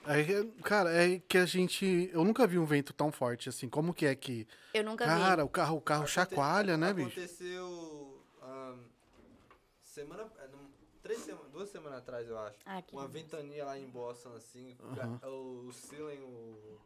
A: Aí, cara, é que a gente. Eu nunca vi um vento tão forte assim. Como que é que.
C: Eu nunca vi.
A: Cara, o carro, Ah, o carro chacoalha, né, bicho?
E: Aconteceu. ahn, semana. é, num- Três semanas, duas semanas atrás, eu acho.
C: Ah, que
E: Uma
C: lindo.
E: ventania lá em Boston, assim. ga- O, o ceiling, o.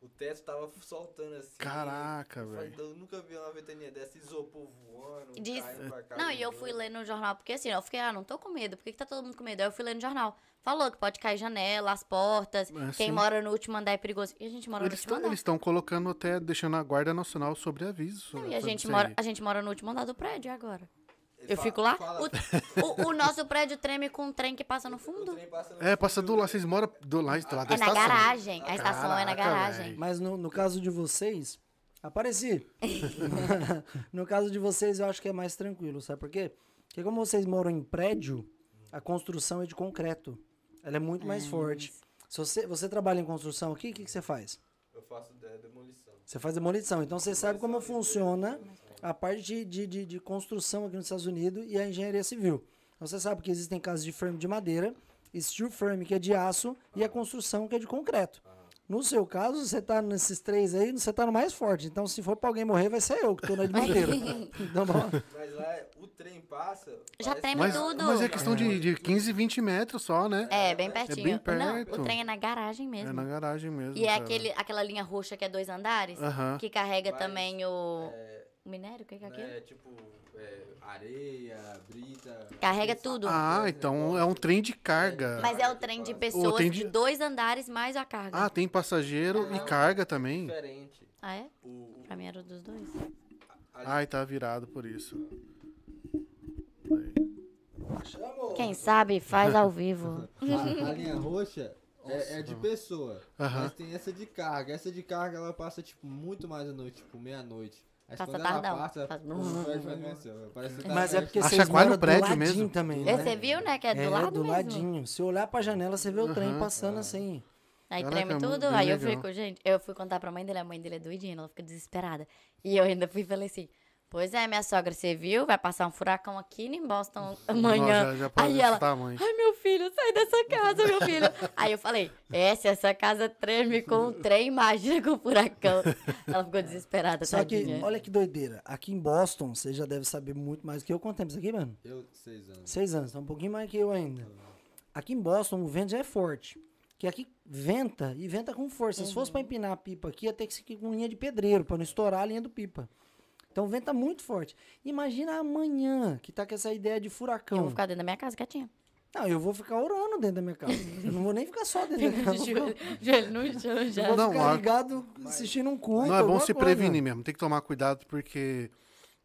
E: O teto tava soltando assim.
A: Caraca,
E: Eu falei,
A: velho.
E: Eu nunca vi uma ventania dessa, isopor voando.
C: Diz-
E: caindo pra cá,
C: Não, e eu fui
E: voando.
C: ler no jornal, porque assim, eu fiquei, ah, não tô com medo, por que, que tá todo mundo com medo? Aí eu fui ler no jornal. Falou que pode cair janela, as portas,
A: Mas,
C: quem
A: assim,
C: mora no último andar é perigoso. E a gente mora
A: Eles
C: no último andar.
A: estão colocando até, deixando a Guarda Nacional sobre aviso.
C: Não, e
A: né,
C: a
A: sobre
C: gente,
A: isso
C: mora,
A: aí.
C: a gente mora no último andar do prédio agora.
E: Ele
C: Eu
E: fala-
C: fico lá,
E: fala-
C: o, o, o nosso prédio treme com um trem que passa no
E: o
C: fundo.
E: trem passa no
A: É, passa
E: fundo
A: do
E: e o-
A: lado. Vocês moram do lado, do lado da
C: É na
A: estação.
C: garagem, a estação é
A: Caraca,
C: na garagem.
A: velho.
B: Mas no, no caso de vocês, apareci. no caso de vocês, eu acho que é mais tranquilo, sabe por quê? Porque como vocês moram em prédio, a construção é de concreto. Ela é muito mais forte. Se você, você trabalha em construção aqui, o que, que você faz?
E: Eu faço de- demolição.
B: Você faz demolição. Então você sabe como funciona a parte de, de, de, de construção aqui nos Estados Unidos e a engenharia civil. Então você sabe que existem casas de firm de madeira, steel firm, que é de aço, e a construção, que é de concreto. No seu caso, você tá nesses três aí, você tá no mais forte. Então, se for pra alguém morrer, vai ser eu, que tô na de madeira. Então, bom,
E: Mas lá é, o trem passa.
C: Já
E: parece-
C: treme
A: Mas,
C: tudo.
A: mas é questão de, de 15, 20 metros só, né?
C: É, bem pertinho. Não,
A: perto.
C: o trem é na garagem
A: É
C: mesmo.
A: na garagem mesmo.
C: E é
A: cara.
C: aquele, aquela linha roxa que é dois andares,
A: Aham.
C: que carrega
E: Mas,
C: também o...
E: é,
C: o minério, o que que é aquilo?
E: né, tipo, é, areia, brita.
C: Carrega
E: aqueles
C: tudo.
A: Ah,
E: sapatos,
A: então
E: né,
A: é um trem de carga.
C: Mas é o trem de
E: Ou
C: pessoas
A: tem
C: de
A: de-
C: dois andares mais a carga.
A: Ah, tem passageiro e
E: Aham.
A: carga também?
E: Diferente.
C: Ah, é?
E: O, o-
C: Pra mim era dos dois.
E: a-
A: Ai, tá virado por isso.
C: Quem sabe faz ao vivo.
E: a, a linha roxa é, é de pessoa.
A: Aham.
E: Mas tem essa de carga. Essa de carga ela passa, tipo, muito mais à noite, tipo, meia-noite. Aí
C: Passa
E: quando ela
C: tardão.
E: passa,
C: Faz-
E: o prédio faz assim, ó, parece que tá
B: mas é porque
A: Acha
B: vocês
A: quase
B: moram
A: o prédio
B: do ladinho
A: mesmo.
B: também,
C: É,
B: né?
C: Você viu, né? Que é do lado
B: do
C: mesmo.
B: ladinho. Se olhar pra janela, você vê o trem passando assim.
C: Aí
A: Caraca,
C: treme
A: é muito
C: tudo. Aí eu
A: legal.
C: fico, gente, eu fui contar pra mãe dele, a mãe dele é doidinha, ela fica desesperada. E eu ainda fui e falei assim: Pois é, minha sogra, você viu? Vai passar um furacão aqui em Boston amanhã.
A: Nossa, já- já parou
C: aí
A: desse
C: ela,
A: tamanho.
C: ai meu filho, sai dessa casa, meu filho. aí eu falei: É, se essa casa treme com o trem, imagina com o furacão. ela ficou desesperada,
B: Só que,
C: tadinha.
B: olha que doideira. Aqui em Boston, você já deve saber muito mais do que eu. Quanto tempo isso aqui, mano?
E: Eu, seis anos.
B: Seis anos, tá um pouquinho mais que eu ainda. Aqui em Boston o vento já é forte. Que aqui venta e venta com força. Se fosse para
C: Uhum.
B: empinar a pipa aqui, ia ter que seguir com linha de pedreiro para não estourar a linha do pipa. Então venta muito forte. Imagina amanhã que tá com essa ideia de
C: Eu
B: furacão.
C: vou ficar dentro da minha casa quietinha.
B: Não, eu vou ficar orando dentro da minha casa. eu não vou nem ficar só dentro da minha casa. Eu vou
C: Joelho- Joelho no chão já.
B: ficar
A: Não, a-
B: ligado assistindo um culto.
A: Não, é bom
B: alguma
A: se
B: coisa.
A: prevenir mesmo. Tem que tomar cuidado, porque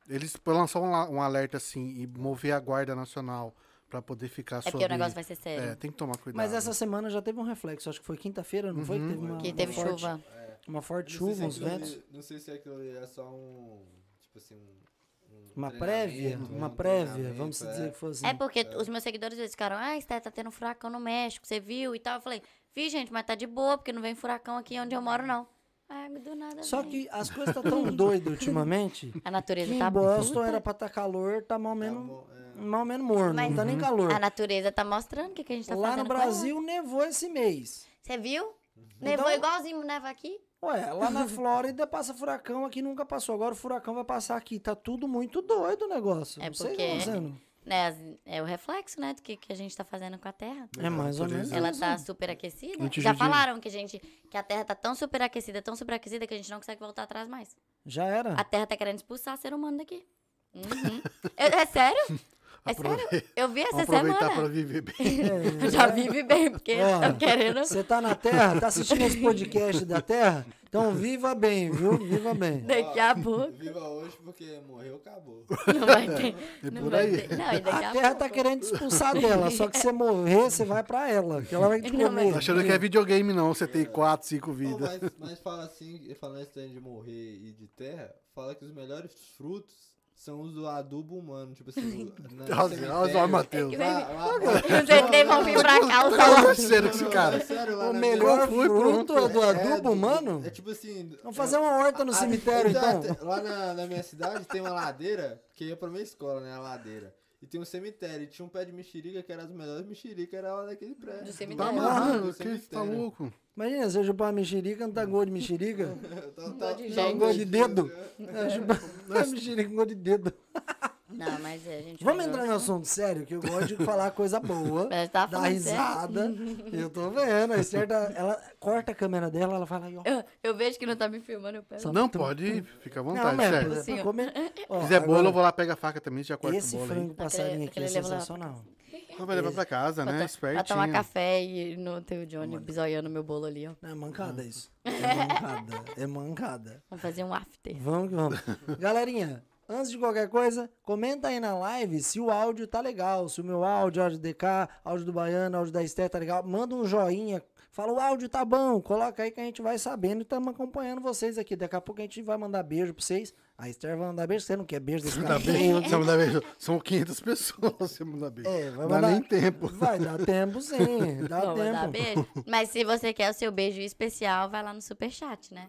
A: eles lançaram um, la- um alerta assim e mover a Guarda Nacional pra poder ficar
C: É porque o negócio vai ser
A: É,
C: sério.
A: tem que tomar cuidado.
B: Mas essa semana já teve um reflexo. Acho que foi quinta-feira, não
D: Uhum.
B: foi? Que teve uma,
A: É,
C: Que
B: uma
C: teve
B: forte,
C: chuva.
B: Uma forte
D: Não sei
B: É chuva, uns
D: se aquilo ali-
B: ventos.
D: Não sei se aquilo ali é só um. Tipo assim, um. um
B: Uma prévia,
D: treinamento,
B: uma
D: um
B: prévia,
D: treinamento,
B: vamos
D: é.
B: dizer que fosse.
C: É porque os meus seguidores eles ficaram, ah, Esté, tá tendo um furacão no México, você viu e tal. Eu falei, vi, gente, mas tá de boa, porque não vem furacão aqui onde eu moro, não. Ah, do nada.
B: Só
C: vem.
B: que as coisas estão tão doidas ultimamente.
C: A
B: Que
C: natureza
B: em
C: tá
B: Boston
C: puta.
B: era pra estar calor, tá mal
D: Tá Uhum.
B: menos,
D: bom, é.
B: mal menos morno,
C: Mas-
B: não tá nem calor.
C: A natureza tá mostrando o que, que a gente tá
B: Lá
C: fazendo.
B: no
C: com ela.
B: Brasil nevou esse mês.
C: Você viu? Nevou
B: Então-
C: igualzinho neva aqui.
B: Ué, lá na Flórida passa furacão, aqui nunca passou. Agora o furacão vai passar aqui. Tá tudo muito doido o negócio.
C: É
B: não sei o que tá
C: porque-
B: eu tô dizendo.
C: Né, as- é o reflexo, né, do que, que a gente tá fazendo com a Terra.
B: É mais ou
A: Natureza.
B: menos.
C: Ela
B: isso.
C: tá superaquecida.
A: Antes
C: Já
A: de-
C: falaram que a gente, que a Terra tá tão superaquecida, tão superaquecida que a gente não consegue voltar atrás mais.
B: Já era.
C: A Terra tá querendo expulsar ser humano daqui. Uhum. Eu- é sério? É
A: Aprove-
C: sério? Eu vi essa
A: Vamos aproveitar
C: semana.
A: pra viver
B: É,
A: bem.
C: Eu Já vive bem, porque
B: Ó.
C: tá querendo.
B: Você tá na Terra, tá assistindo esse podcast da Terra? Então viva bem, viu? Viva bem.
C: Daqui a pouco.
D: Viva hoje porque morreu, acabou.
C: Não vai ter.
A: É
C: não
A: por
C: vai
A: aí.
C: ter. Não, e daqui
B: A
C: a,
B: Terra
C: pouco.
B: tá querendo te expulsar dela, só que você morrer, você vai pra ela, que ela vai te
C: Não,
B: comer.
C: mas-
A: Achando que é videogame, não. Você tem quatro, cinco
D: Pô,
A: vidas.
D: mas, mas fala assim, falando esse trem de morrer e de terra, fala que os melhores frutos são os do adubo humano. Tipo assim, no- na- no
A: Olha só, olha só,
D: cemitério.
A: Matheus.
C: Vai-
D: Lá- lá-
C: Os ET vão vir pra cá, o
A: Tá
C: salão.
A: acontecendo com esse cara? Tá
D: É sério, lá
B: O
D: na
B: melhor
A: Qual foi,
B: fruto é do
D: É,
B: adubo
D: é,
B: humano?
D: É tipo assim.
B: Vamos fazer uma horta
E: Ah,
B: no
D: a-
B: cemitério, então?
D: exato, Lá na, na minha cidade tem uma ladeira, que ia pra minha escola, né? A ladeira. E tem um cemitério. E tinha um pé de mexerica que era as melhores mexericas, era lá daquele prédio.
C: Do cemitério.
A: Tá
C: Tá
A: amarrado,
D: no
A: que você tá
D: cemitério.
A: louco?
B: Imagina, você chupar uma mexerica, não tá gol de mexerica?
D: Tá- tá-
C: Um de
D: tá-
C: gente.
B: Gol um de dedo? É, chupar uma mexerica com gol de dedo.
C: Não, mas é, a gente.
B: Vamos
C: vai-
B: entrar em um assunto sério, que eu gosto de falar coisa boa,
C: Mas tá
B: dar
C: falando sério.
B: risada. Eu tô vendo, aí certa, ela corta a câmera dela, ela fala aí, ó.
C: Eu, eu vejo que não tá me filmando, eu pego.
A: Não, pode. Fica à
B: Não,
A: vontade,
B: mas
A: sério.
B: pra-
C: Assim,
B: pra
C: ó.
B: comer. Ó,
A: Se quiser bolo, eu
B: agora,
A: vou lá, pega a faca também, você já corta
B: Esse
A: o bolo aí.
B: frango passarinho aqui é
C: aquele leva lá.
B: sensacional.
A: Não, vai levar pra casa,
C: Pra,
A: né?
C: to- pra tomar
A: Espertinho.
C: café e não ter o Johnny bisoiando meu bolo ali, ó.
B: Não, é mancada isso. É mancada, é mancada.
C: Vamos fazer um after.
B: Vamos que vamos. Galerinha, antes de qualquer coisa, comenta aí na live se o áudio tá legal, se o meu áudio, áudio do DK, áudio do Baiano, áudio da Esté tá legal. Manda um joinha, fala o áudio tá bom, coloca aí que a gente vai sabendo e estamos acompanhando vocês aqui. Daqui a pouco a gente vai mandar beijo pra vocês. A Esther vai mandar beijo, você não quer beijo desse cara?
A: Tá bem? Você manda bem? São 500 pessoas, você manda bem.
B: É, vai
A: Dá
B: mandar-
A: nem tempo.
B: Vai dar tempo sim, dá
C: Vamos
B: tempo.
C: dar beijo. Mas se você quer o seu beijo especial, vai lá no superchat, né?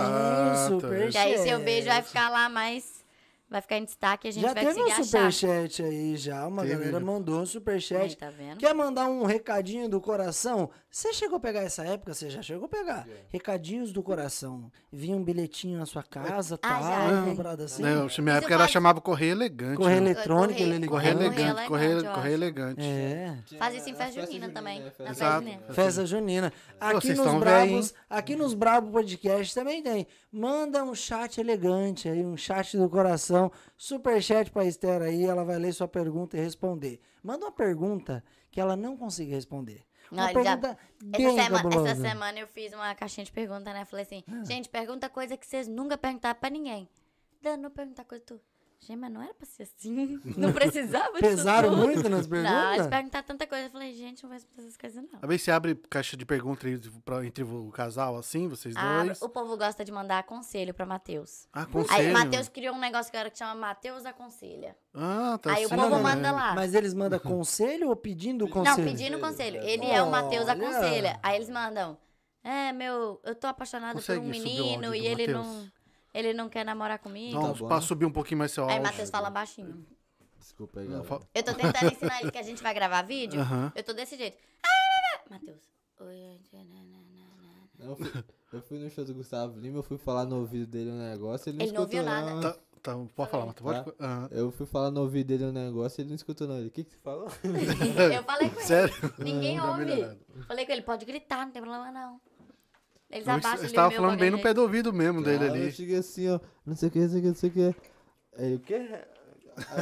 A: Exato.
B: super
C: Que aí seu
B: Gente.
C: beijo vai ficar lá mais. Vai ficar em destaque e a gente
B: Já
C: vai
B: teve um
C: conseguir achar.
B: superchat aí, já. Uma
A: Teve,
B: galera
A: já.
B: mandou um
C: Aí,
B: superchat.
C: tá vendo?
B: Quer mandar um recadinho do coração? Você chegou a pegar essa época? Você já chegou a pegar?
A: É.
B: Recadinhos do coração. Vinha um bilhetinho na sua casa,
C: Ah,
B: tal,
C: já,
B: uma
C: já.
B: parada assim.
A: Não, minha
C: Isso
A: época era
C: faz-
A: chamava correr elegante.
B: Correio
A: né?
B: eletrônico,
C: Correio-
B: ele ligou.
A: Correr
C: Correr
A: elegante,
C: elegante,
A: correr,
C: eu
A: correr
C: acho.
A: elegante.
B: É.
D: Tinha
C: Faz isso em
D: as
C: festa
D: festas
C: junina também,
E: é,
D: né?
C: na
D: Festa
A: festa
D: junina.
A: junina.
B: Festa junina. Aqui
A: Vocês
B: nos
A: tão
B: Bravos, aqui nos Bravo Podcast também tem. Manda um chat elegante aí, um chat do coração, super chat pra Esther aí, ela vai ler sua pergunta e responder. Manda uma pergunta que ela não consiga responder.
C: Não,
B: Uma
C: ele já-
B: pergunta
C: Essa,
B: bem
C: sema- essa
B: cabulosa.
C: semana eu fiz uma caixinha de pergunta, né? Falei assim,
B: Ah.
C: gente, pergunta coisa que vocês nunca perguntaram pra ninguém. Dano, não perguntar coisa tu. Gente, mas não era pra ser assim. Não precisava disso
B: Pesaram
C: tudo.
B: muito nas
C: Não, eles
B: perguntas?
C: perguntaram tanta coisa. Eu falei, gente, não vai responder essas coisas, não.
A: Às vezes você abre caixa de perguntas entre, pra- entre o casal, assim, vocês
C: Ah,
A: dois.
C: o povo gosta de mandar conselho pra Matheus.
A: Ah,
C: Aí
A: conselho.
C: Matheus criou um negócio que era que chama Matheus Aconselha.
A: Ah, tá
C: Aí o
A: sim.
C: povo
B: não,
C: manda lá.
B: Mas eles mandam conselho ou pedindo
C: Não,
B: conselho?
C: pedindo conselho. Ele é o Matheus
B: Olha.
C: Aconselha. Aí eles mandam. É, meu, eu tô apaixonado por um
A: Consegue subir o áudio
C: menino
A: do
C: e ele
A: Matheus?
C: não, ele não quer namorar comigo.
A: Não,
D: Tá bom,
A: pra
D: né?
A: subir um pouquinho mais seu
C: Aí
A: áudio.
C: Matheus fala baixinho.
D: Desculpa aí,
A: Não,
D: galera.
A: fa-
C: Eu tô tentando ensinar ele que a gente vai gravar vídeo.
A: Aham.
C: Eu tô desse jeito. Ah, Matheus. Oi, nananana.
D: Eu fui, eu fui no show do Gustavo Lima, eu fui falar no ouvido dele um negócio, ele não
C: Ele não
D: escutou
C: ouviu nada.
D: não.
A: Tá, Tá, pode falar, Matheus. Pode... Aham.
E: Eu fui falar no ouvido dele um negócio e ele não escutou não. Ele, o que que você falou?
C: eu falei com
A: Sério?
C: ele. Ninguém
A: Tá melhorando.
C: ouve. Falei com ele, pode gritar, não tem problema não. Eles
A: Eu
C: abaixam
A: est-
C: ali o
A: estava
C: meu
A: falando bem no
C: qualquer
A: pé do ouvido mesmo Um dele
E: Aí Eu
A: ali.
E: cheguei assim, ó, não sei o que, não sei o que, não sei o que. Aí, o quê? Aí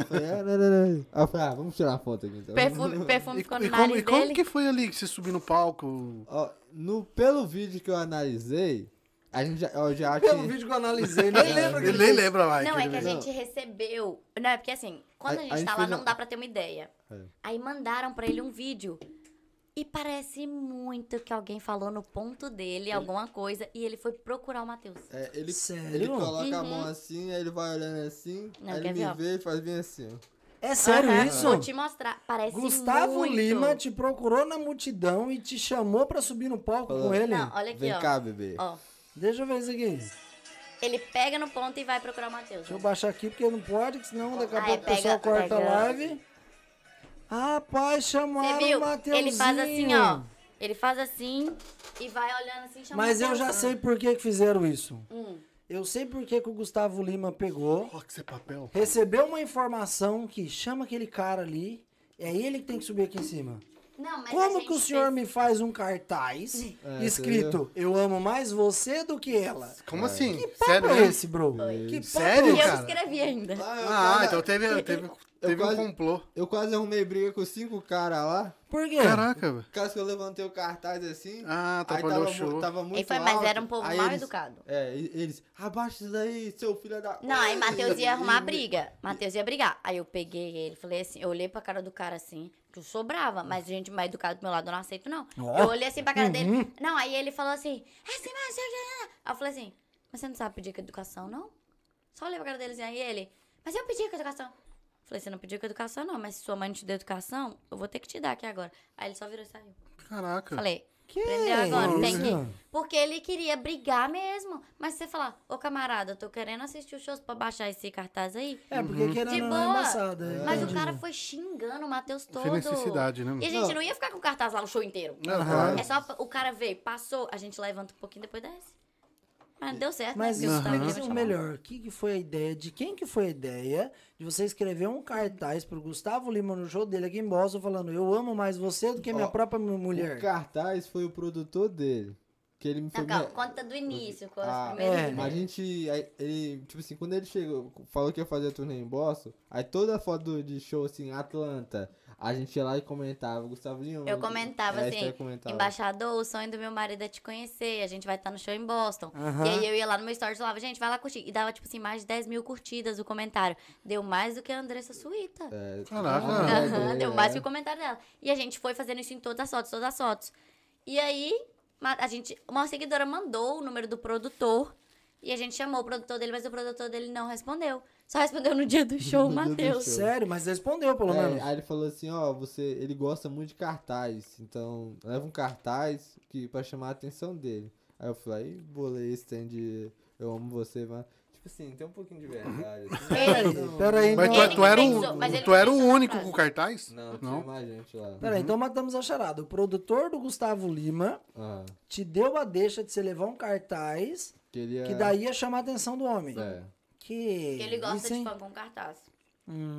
E: eu falei, ah, não, não, não. Aí eu falei, ah, vamos tirar uma foto aqui então.
C: jeito. Perfume, perfume
A: E,
C: ficou no
A: e como,
C: nariz
A: e como
C: dele.
A: que foi ali que você subiu no palco?
E: Ó, no, pelo vídeo que eu analisei, a gente já, eu já
B: Pelo
E: que-
B: vídeo que eu analisei, nem lembro que
A: Ele nem lembra mais.
C: Não, é
A: aquele
C: que a
A: negócio.
C: gente recebeu. Não, é porque assim, quando
E: A-
C: a,
E: a
C: gente
E: gente
C: tá lá,
E: fez
C: não
E: a-
C: dá pra ter uma ideia.
E: É.
C: Aí mandaram pra ele um vídeo. E parece muito que alguém falou no ponto dele alguma coisa e ele foi procurar o Matheus.
E: É, ele,
B: Sério?
E: ele coloca a mão assim, aí ele vai olhando assim,
C: Uhum. Não,
E: aí ele
C: quer
E: me
C: ver, ó?
E: vê e faz bem assim, ó.
B: É sério
C: Aham,
B: isso?
C: Vou te mostrar. Parece
B: Gustavo
C: muito.
B: Lima te procurou na multidão e te chamou pra subir no palco
E: Falou.
B: com ele.
C: Não, olha aqui,
E: Vem
C: ó.
E: cá, bebê.
C: Ó,
B: Deixa eu ver isso aqui. Deixa
C: ele pega no ponto e vai procurar o Matheus.
B: eu baixar aqui porque não pode, que senão daqui a
C: Ai,
B: pouco o
C: pega-
B: pessoal corta a
C: pega.
B: live. Rapaz,
C: Você
B: chamaram
C: viu?
B: o Mateuzinho.
C: Ele faz assim, ó. Ele faz assim e vai olhando assim, chamando.
B: Mas eu já sei por que, que fizeram isso.
C: Hum.
B: Eu sei por que, que o Gustavo Lima pegou,
A: Coloca esse papel.
B: recebeu uma informação que chama aquele cara ali, é ele que tem que subir aqui em cima.
C: Não, mas a
B: Como
C: gente
B: que o senhor
C: fez-
B: me faz um cartaz
E: É,
B: escrito Eu amo mais você do que ela?
A: Como assim?
B: Sério
A: Sério?
B: papo é
A: mesmo?
B: esse, bro? Que papo é
A: Sério,
C: E eu
A: cara?
C: escrevi ainda.
A: Ah, então teve, teve, teve um
E: quase-
A: complô.
E: Eu quase arrumei briga com cinco caras lá.
B: Por quê?
A: Caraca, velho.
E: Por causa que eu levantei o cartaz assim.
A: Ah,
E: aí
A: atrapalhou
E: tava
A: o show.
E: mu- Tava muito
C: Ele foi, mas
E: alto,
C: era um povo
E: aí
C: mal
E: eles-
C: educado.
E: É, e- eles, abaixa isso daí, seu filho da.
C: Não, aí Matheus
E: E-
C: ia arrumar a
E: e-
C: briga. Matheus ia brigar. Aí eu peguei ele, falei assim, eu olhei pra cara do cara assim, que eu sou brava, mas gente mais educada do meu lado eu não aceito, não. Eu olhei assim pra cara
E: Uhum.
C: dele. Não, aí ele falou assim, "É assim, mas eu já- já-" Aí eu falei assim, mas você não sabe pedir com educação, não? Só olhei pra cara dele assim, aí ele, mas eu pedi com educação. Eu Falei, você não pediu com educação, não, mas se sua mãe não te deu educação, eu vou ter que te dar aqui agora. Aí ele só virou e saiu.
E: Hum.
A: Caraca.
C: Falei,
B: Que
C: Aprendeu agora, tem
B: É, isso?
C: que. Porque ele queria brigar mesmo. Mas você falar, ô camarada, eu tô querendo assistir os shows pra baixar esse cartaz aí.
B: É,
E: Uhum.
B: porque querendo
C: De
B: ou não é
C: boa.
B: embaçada. é.
C: Mas o cara foi xingando o Matheus todo.
A: Sem necessidade, né?
C: E a gente não. ia ficar com o cartaz lá o show inteiro.
A: Não, claro.
C: É só o cara veio, passou, a gente levanta um pouquinho depois desce. Mas deu certo, né?
B: Mas
C: Porque o
B: isso
C: Gustavo
B: tem que
C: Lima
B: ser o
C: chamou.
B: melhor. O que, que foi a ideia? De quem que foi a ideia de você escrever um cartaz pro Gustavo Lima no show dele aqui em Boston falando eu amo mais você do que minha
E: Ó,
B: própria mu-
E: O
B: mulher?
E: cartaz foi o produtor dele. Que ele me foi
C: Não, Tá, calma,
E: me-
C: conta do início, com
E: Ah,
C: as primeiras
B: é,
E: Mas a
C: ideias.
E: gente. aí, ele, tipo assim, quando ele chegou, falou que ia fazer a turnê em Boston, aí toda a foto do- de show, assim, Atlanta, a gente ia lá e comentava, Gustavo Lima.
C: Eu comentava
E: é,
C: assim,
E: você comentava.
C: embaixador, o sonho do meu marido é te conhecer, a gente vai estar no show em Boston.
B: Aham.
C: E aí eu ia lá no meu stories e falava, gente, vai lá curtir. E dava, tipo assim, mais de 10 mil curtidas o comentário. Deu mais do que a Andressa Suíta.
E: É,
A: Caraca.
E: uma
C: Aham,
E: ideia,
C: deu mais que
E: é.
C: o comentário dela. E a gente foi fazendo isso em todas as fotos, todas as fotos. E aí, ma- a gente, uma seguidora mandou o número do produtor e a gente chamou o produtor dele, mas o produtor dele não respondeu. Só respondeu no dia do show, o
E: No dia do
C: Matheus.
E: show.
B: Sério, mas respondeu pelo
E: É,
B: menos.
E: aí ele falou assim, ó, você, ele gosta muito de cartaz, então leva um cartaz que para chamar a atenção dele. Aí eu falei, "Ih, bolei esse trem de eu amo você, mas tipo assim, tem um pouquinho de verdade. assim.
C: Ele-
E: Não,
B: Peraí,
A: Mas
B: então-
A: tu, tu era
C: Ele que pensou, mas
A: o,
C: ele
A: tu era o
C: pensou na
A: único
C: frase.
A: com o cartaz?
E: Não,
B: né?
E: tinha
A: Não.
E: mais gente lá.
B: Peraí, então matamos a charada. O produtor do Gustavo Lima
E: Ah,
B: te deu a deixa de você levar um cartaz
E: queria
B: que daí ia chamar a atenção do homem.
E: é.
B: Que
C: Ele gosta
B: isso,
C: de
B: hein?
C: fã com cartaz.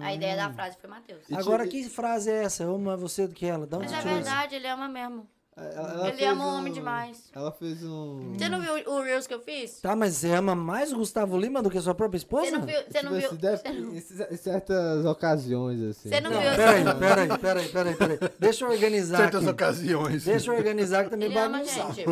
C: A ideia da frase foi Matheus.
E: E
B: Agora,
E: ti-
B: que frase é essa? Eu amo mais você do que ela. Dá um
C: Mas é
B: tiro.
C: verdade, ele ama mesmo.
E: É, Ela- ela
C: Ele
E: fez um-
C: ama o homem demais.
E: Ela fez um
C: Você não viu o Reels que eu fiz?
B: Tá, mas você ama mais o Gustavo Lima do que sua própria
C: Você
B: esposa?
C: não viu? Você não viu?
E: tipo, assim, deve- em ce- em certas ocasiões assim.
C: Você não
B: Não,
C: viu?
B: peraí, peraí, peraí, peraí, peraí. Deixa eu organizar
A: Certas
B: aqui.
A: ocasiões.
B: Deixa eu organizar que tá também
C: Ele ama a
B: bagunçar.
C: gente.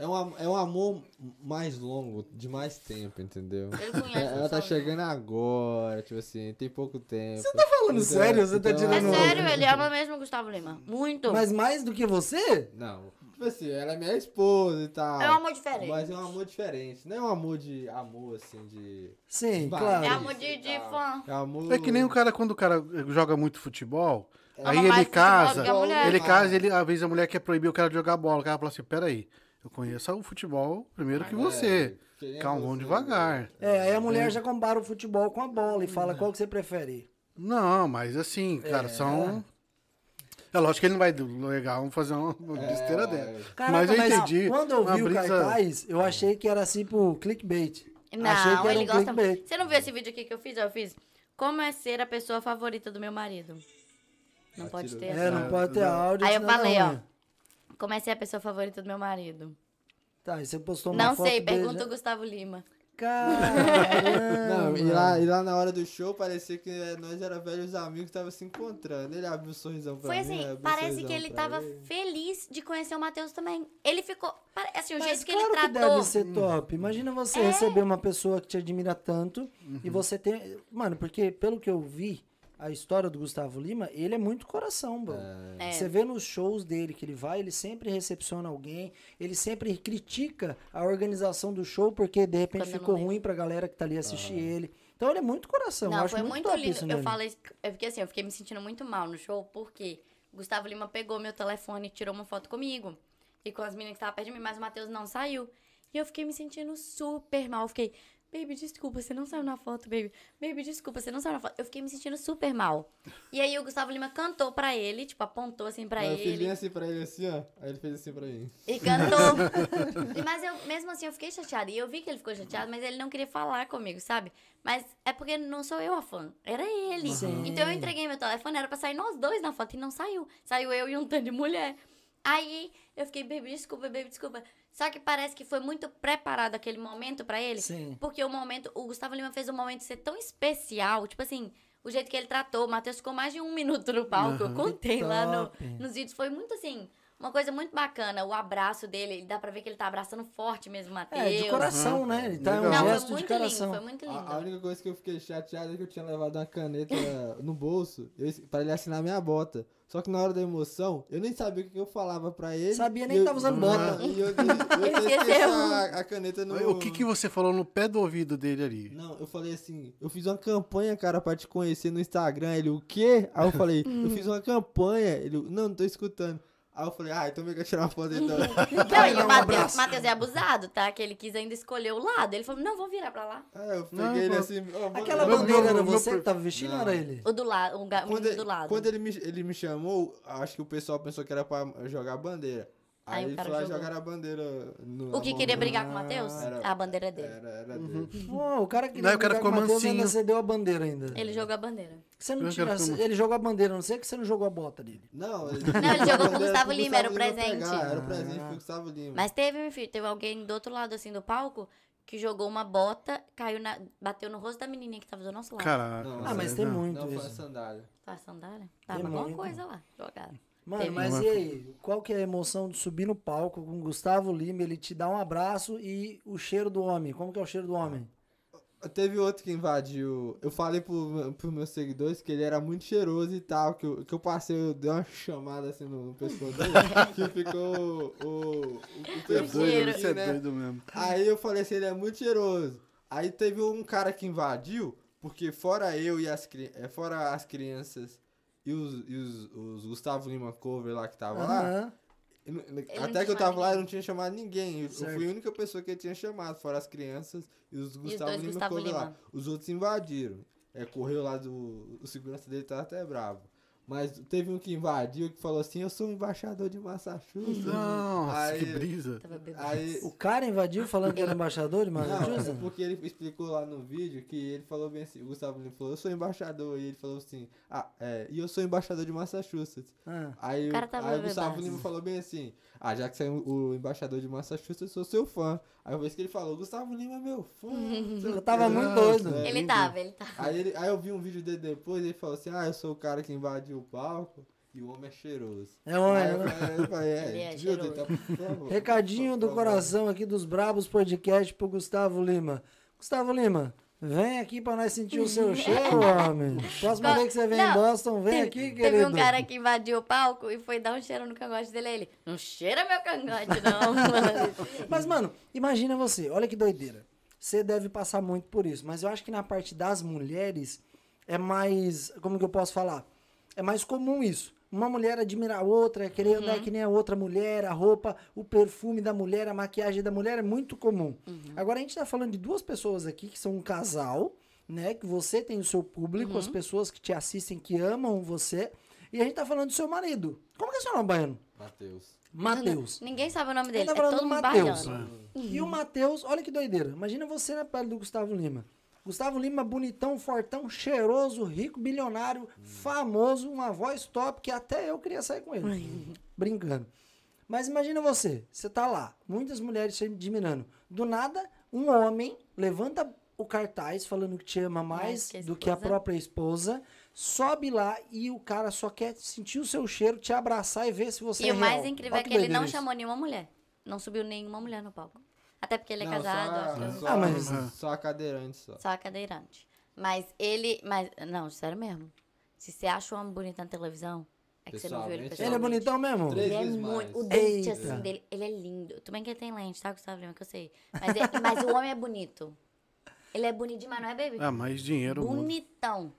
E: É um, am- é um amor mais longo, de mais tempo, entendeu?
C: Ele conhece
E: É, Ela
C: o
E: tá
C: Saulo.
E: chegando agora, tipo assim, tem pouco tempo. Então, Você
B: tá falando sério? Você tá
C: É
B: tirando-
C: sério, ele ama mesmo o Gustavo Lima. Muito.
B: Mas mais do que você?
E: Não. Tipo assim, ela é minha esposa e tal.
C: É um amor diferente.
E: Mas é um amor diferente. Não é um amor de amor, assim, de.
B: Sim,
E: Vai.
B: claro.
C: É amor de, de fã.
E: É amor.
A: É que nem o cara, quando o cara joga muito futebol, aí
C: Ama
A: ele
C: mais futebol
A: casa,
C: do que a mulher.
A: ele
E: Ah.
A: casa, ele, às vezes a mulher é quer proibir o cara de jogar bola. O cara fala assim, peraí, eu conheço o futebol primeiro que é, você.
E: que nem
A: Calma, vamos
E: você,
A: devagar. Hum.
B: É, aí a mulher já compara o futebol com a bola e fala qual que você prefere.
A: Não, mas assim, cara, são... É lógico que ele não vai legal, vamos fazer uma besteira dela.
B: Caraca,
A: mas eu entendi.
B: Quando eu
A: uma
B: vi o
A: brisa-
B: cartaz, eu achei que era assim pro clickbait.
C: Não,
B: Achei que era
C: ele
B: um
C: gosta.
B: clickbait.
C: Você não viu esse vídeo aqui que eu fiz? Eu fiz. Como é ser a pessoa favorita do meu marido? Não
E: Ah,
C: pode
E: tirou.
C: ter
E: É,
B: É,
C: essa.
B: não pode ter
A: Não.
B: áudio.
C: Aí eu
B: senão
C: falei,
B: não,
C: ó.
B: né?
C: Como é ser a pessoa favorita do meu marido?
B: Tá, e você postou uma
C: Não
B: foto
C: sei,
B: dele,
C: pergunta
B: né?
C: o Gustavo Lima.
B: Caramba.
E: Não, e lá, e lá na hora do show parecia que eh, nós era velhos amigos que tava se encontrando. Ele abriu um sorrisão pra
C: Foi
B: é,
E: mim.
C: assim,
E: abriu um
C: parece
E: sorrisão
C: que ele
E: pra
C: tava
E: ele.
C: feliz de conhecer o Matheus também. Ele ficou. pare- Assim, o
B: Mas
C: jeito que
B: claro
C: ele
B: que
C: tratou. É.
B: deve ser top. Imagina você receber uma pessoa que te admira tanto
A: Uhum.
B: e você ter... Mano, porque pelo que eu vi, a história do Gustavo Lima, ele é muito coração, bro.
C: É.
B: Você vê nos shows dele que ele vai, ele sempre recepciona alguém, ele sempre critica a organização do show porque de repente
C: Quando não
B: ficou
C: deu.
B: ruim pra galera que tá ali assistir
A: Ah.
B: ele. Então ele é muito coração. eu
C: Não,
B: acho
C: foi
B: muito,
C: muito
B: top isso
C: lindo. Eu
B: nele.
C: falei, eu fiquei assim, eu fiquei me sentindo muito mal no show, porque Gustavo Lima pegou meu telefone e tirou uma foto comigo. E com as meninas que estavam perto de mim, mas o Matheus não saiu. E eu fiquei me sentindo super mal. Eu fiquei, baby, desculpa, você não saiu na foto, baby. Baby, desculpa, você não saiu na foto. Eu fiquei me sentindo super mal. E aí o Gustavo Lima cantou pra ele, tipo, apontou assim pra
E: Aí eu fiz
C: ele.
E: bem assim pra ele, assim, ó. Aí ele fez assim pra mim.
C: E cantou. E, mas eu, mesmo assim, eu fiquei chateada. E eu vi que ele ficou chateado, mas ele não queria falar comigo, sabe? Mas é porque não sou eu a fã. Era ele.
B: Sim.
C: Então eu entreguei meu telefone, era pra sair nós dois na foto. E não saiu. Saiu eu e um tanto de mulher. Aí eu fiquei, baby, desculpa, baby, desculpa. Só que parece que foi muito preparado aquele momento pra ele.
B: Sim.
C: Porque o momento, o Gustavo Lima fez o momento ser tão especial, tipo assim, o jeito que ele tratou, o Matheus ficou mais de um minuto no palco, eu contei lá no,
B: top.
C: nos vídeos, foi muito assim, uma coisa muito bacana, o abraço dele, dá pra ver que ele tá abraçando forte mesmo o Matheus.
B: É, de coração,
A: Aham.
B: né? Ele tá é um
A: Legal.
C: Não,
B: gesto
C: foi
B: de
C: muito lindo,
B: coração.
C: foi muito lindo.
E: A, a única coisa que eu fiquei chateado é que eu tinha levado uma caneta no bolso eu, es- pra ele assinar minha bota. Só que na hora da emoção, eu nem sabia o que que eu falava pra ele.
B: Sabia nem
E: e
B: que
E: eu-
B: tava usando
A: bota.
E: E eu, eu, eu, eu
C: Esqueceu.
E: esqueci a, a caneta no...
A: O que, que você falou no pé do ouvido dele ali?
E: Não, eu falei assim, eu fiz uma campanha, cara, pra te conhecer no Instagram. Ele, o quê? Aí eu falei, eu fiz uma campanha. Ele, não, não tô escutando. Aí eu falei, ah, então eu quero tirar uma foto então.
C: Não, e
B: Dá um
C: o Matheus,
B: abraço.
C: Matheus é abusado, tá? Que ele quis ainda escolher o lado. Ele falou, não, vou virar pra lá.
E: Aí eu peguei
A: Não,
E: ele
A: pô.
E: assim... ó, mano,
B: Aquela
A: Meu-
B: bandeira
A: meu-
B: era
A: meu
B: você
A: per-
B: que tava vestindo ou
E: Não.
B: era ele?
C: O do lado, o ga-
E: quando
C: um
E: ele,
C: do lado.
E: quando ele me, ele me chamou, acho que o pessoal pensou que era pra jogar bandeira.
C: Aí
E: Aí,
C: o
E: ele
C: cara
E: foi lá
C: jogou.
E: jogar a bandeira no.
C: O que queria brigar com o Matheus?
E: Era-
C: A bandeira dele.
E: Era, era dele.
B: Pô, o cara que
A: Daí o cara ficou
B: ainda
A: mansinho.
B: você deu a bandeira ainda.
C: Ele jogou a bandeira.
B: Você não
A: Eu quero
B: tinha,
A: tomar.
B: ele jogou a bandeira, não sei que você não jogou a bota dele.
E: Não, ele,
C: Não, ele jogou com o
E: bandeira
C: Gustavo
E: pro
C: Lima, era o presente.
E: pegar, Era o presente pro Gustavo Lima.
C: Mas teve, meu filho, teve alguém do outro lado, assim, do palco, que jogou uma bota, caiu na. bateu no rosto da menininha que tava do nosso lado.
A: Caraca.
E: Não,
B: Ah, mas
E: é,
B: tem
A: não.
B: muito
E: não foi a
B: isso.
E: sandália.
C: Tá, sandália? Tava
B: Tem
C: alguma
B: muito.
C: coisa lá, jogada.
B: Mano,
C: Teve.
B: mas
A: Não é
B: e aí? Qual que é a emoção de subir no palco com o Gustavo Lima, ele te dá um abraço e o cheiro do homem? Como que é o cheiro do homem?
E: Teve outro que invadiu. Eu falei pro- pros meus seguidores que ele era muito cheiroso e tal. Que eu, que eu passei, eu dei uma chamada assim no, no pescoço dele. que ficou o. O, o,
A: Você é doido,
C: Cheiro.
A: você é
E: né?
A: doido mesmo.
E: Aí eu falei assim, ele é muito cheiroso. Aí teve um cara que invadiu, porque fora eu e as, cri- eh, fora as crianças e os, e os, os Gustavo Lima Cover lá que tava lá,
B: Aham.
E: eu não-
C: não
E: até que eu
C: tinha
E: tava lá,
C: ninguém.
E: eu não tinha chamado ninguém. Eu, eu
B: Certo.
E: fui a única pessoa que ele tinha chamado, fora as crianças e os Gustavo
C: dois
E: Lima
C: Gustavo
E: Cover lá.
C: Lima.
E: Os outros invadiram. É, correu lá do. O segurança dele tava até bravo. Mas teve um que invadiu que falou assim: Eu sou um embaixador de Massachusetts.
A: Nossa,
E: Aí-
A: que brisa.
C: Tava bebendo.
B: Ah,
E: Aí,
B: O cara invadiu falando que era embaixador de
E: Não, é
B: Massachusetts?
E: porque ele explicou lá no vídeo que ele falou bem assim, o Gustavo Lima falou, eu sou embaixador, e ele falou assim, ah, é, e eu sou embaixador de Massachusetts.
B: Ah.
E: Aí
C: O
E: o,
C: cara tava
E: aí o Gustavo
C: bebaço.
E: Lima falou bem assim, ah, já que você é o embaixador de Massachusetts, eu sou seu fã. Aí eu vejo que ele falou, Gustavo Lima é meu fã. não sei o
B: Eu tava
E: quê.
B: muito doido.
E: É,
C: ele
E: entendi.
C: tava, ele tava.
E: Aí, ele- aí eu vi um vídeo dele depois, ele falou assim, ah, eu sou o cara que invadiu o palco, e o homem é cheiroso.
B: É
A: um
B: homem,
E: Aí eu
B: né?
E: falei- eu falei, é,
C: Ele é
E: viu,
C: cheiroso.
E: tá- por favor.
B: Recadinho do
E: Por favor.
B: coração aqui dos Brabos Podcast pro Gustavo Lima. Gustavo Lima, vem aqui pra nós sentir o seu cheiro, homem. Próxima
C: Uhum. Não,
B: vez que você vem em
C: não.
B: Boston, vem
C: Teve-
B: aqui,
C: Teve
B: querido.
C: um cara que invadiu o palco e foi dar um cheiro no cangote dele. aí Ele, não cheira meu cangote, não, mano.
B: Mas, mano, imagina você, olha que doideira. Você deve passar muito por isso, mas eu acho que na parte das mulheres é mais. Como que eu posso falar? É mais comum isso. Uma mulher admirar a outra, querer andar que nem a outra mulher, a roupa, o perfume da mulher, a maquiagem da mulher é muito comum. Agora a gente tá falando de duas pessoas aqui que são um casal, né? Que você tem o seu público, as pessoas que te assistem, que amam você. E a gente tá falando do seu marido. Como que é seu nome, Baiano?
E: Matheus.
B: Mateus.
C: Ninguém sabe o nome dele.
B: tá
C: É
B: falando
C: todo
B: do
C: mundo Uhum.
B: Mateus. né?
C: barrando.
B: É. E o Matheus, olha que doideira. Imagina você na pele do Gustavo Lima. Gustavo Lima, bonitão, fortão, cheiroso, rico, bilionário, famoso, uma voz top que até eu queria sair com ele. Brincando. Mas imagina você, você tá lá, muitas mulheres te admirando. Do nada, um homem levanta o cartaz falando que te ama mais
C: Mais que a
B: do que a
C: esposa.
B: própria esposa, sobe lá e o cara só quer sentir o seu cheiro, te abraçar e ver se você
C: E
B: é
C: o mais
B: real.
C: incrível
B: Olha
C: é que ele
B: doideira
C: não
B: isso.
C: chamou nenhuma mulher. Não subiu nenhuma mulher no palco. Até porque ele é
E: Não,
C: casado,
E: só,
C: acho que eu-
E: só,
B: Ah, mas-
E: só a cadeirante só.
C: só a cadeirante. Mas ele. Mas, não, sério mesmo. Se você acha um homem bonito na televisão, é que você não viu ele
E: Pessoalmente,
B: Ele
C: pessoalmente.
B: é bonitão mesmo?
E: Três
C: Ele é
E: vezes mais.
C: muito. O dente,
B: Eita.
C: assim, dele, ele é lindo. Tudo bem que ele tem lente, tá, Gustavo Lima? Que eu sei. Mas, é- mas o homem é bonito. Ele é bonito demais, não é, baby?
A: É, mais dinheiro. mundo.
C: Bonitão.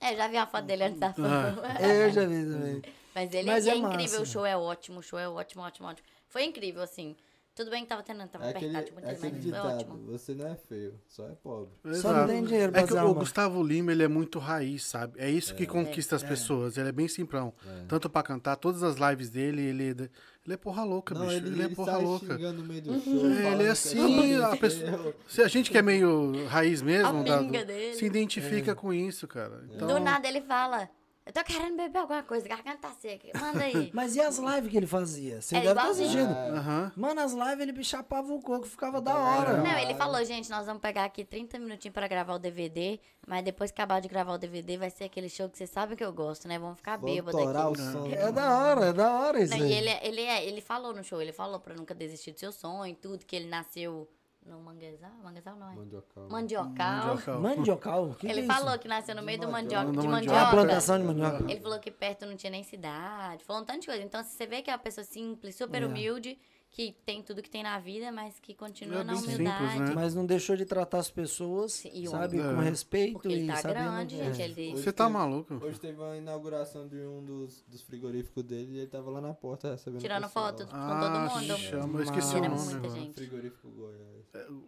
C: É, eu já vi uma foto dele antes da fama.
B: É, Eu já vi também.
C: Mas ele
B: Mas
C: e é,
B: é massa.
C: incrível, o show é ótimo, o show é ótimo, ótimo, ótimo. Foi incrível, assim. Tudo bem que tava tentando, tava
E: É aquele,
C: apertado, tipo,
E: é aquele
C: mas foi
E: ditado,
C: ótimo.
E: você não é feio, só é pobre.
B: Só não
A: Exato.
B: tem dinheiro pra
A: É que
B: usar
A: o
B: uma.
A: Gustavo Lima, ele é muito raiz, sabe? É isso que conquista as pessoas. Ele é bem simplão. Tanto pra cantar, todas as lives dele, ele, ele é porra louca,
E: Não,
A: bicho.
E: ele,
A: Ele,
E: ele,
A: é porra
E: sai
A: louca.
E: xingando no meio
C: Uhum.
E: do show.
A: É,
E: falando
A: Ele
E: que
A: é assim,
E: pobre,
A: a pessoa.
E: feio.
A: Se a gente que é meio raiz mesmo,
C: A
A: da-
C: pinga dele.
A: se identifica com isso, cara. Então,
C: Do nada ele fala, eu tô querendo beber alguma coisa, garganta tá seca, manda aí.
B: Mas e as lives que ele fazia? Você
C: É
B: deve estar
C: igualzinho.
B: assistindo.
E: É.
A: aham.
B: Mano, as lives ele chapava o coco, ficava da hora.
C: Não, ele falou, gente, nós vamos pegar aqui 30 minutinhos pra gravar o DVD, mas depois que acabar de gravar o DVD, vai ser aquele show que vocês sabem que eu gosto, né? Vamos ficar
E: Vou
C: bêbados
E: torar o
C: aqui.
E: som.
B: É da hora, é da hora isso
C: Não,
B: aí.
C: e ele, ele, é, ele falou no show, ele falou pra nunca desistir do seu sonho, tudo, que ele nasceu no Manguezal, Manguezal não é?
E: Mandiocal.
C: Mandiocal.
A: Mandiocal.
B: Mandiocal? O que
C: Ele
B: que é
C: falou que nasceu no meio do mandioca,
A: mandioca.
C: de
A: Ah,
B: Isso? É a
C: mandioca.
B: plantação de mandioca.
C: Ele falou que perto não tinha nem cidade, falou um tanto de coisa. Então, você vê que é uma pessoa simples, super
B: É.
C: humilde, que tem tudo que tem na vida, mas que continua
A: É
C: na
A: bem simples,
C: humildade.
A: né?
B: Mas não deixou de tratar as pessoas,
C: E
B: sabe,
A: honra.
B: com
A: É.
B: respeito
C: Porque
B: e
C: ele tá
B: sabendo...
C: grande,
B: é.
C: gente. Ele...
E: Hoje
A: Você tá
E: teve-
A: maluco?
E: Hoje teve uma inauguração de um dos, dos frigoríficos dele e ele tava lá na porta recebendo. o
C: Tirando
E: pessoal.
C: foto com
A: Ah,
C: Tá todo mundo.
A: chama, né? eu esqueci
C: Era
A: o nome.
C: muita
A: agora.
C: gente.
E: Frigorífico Goiás.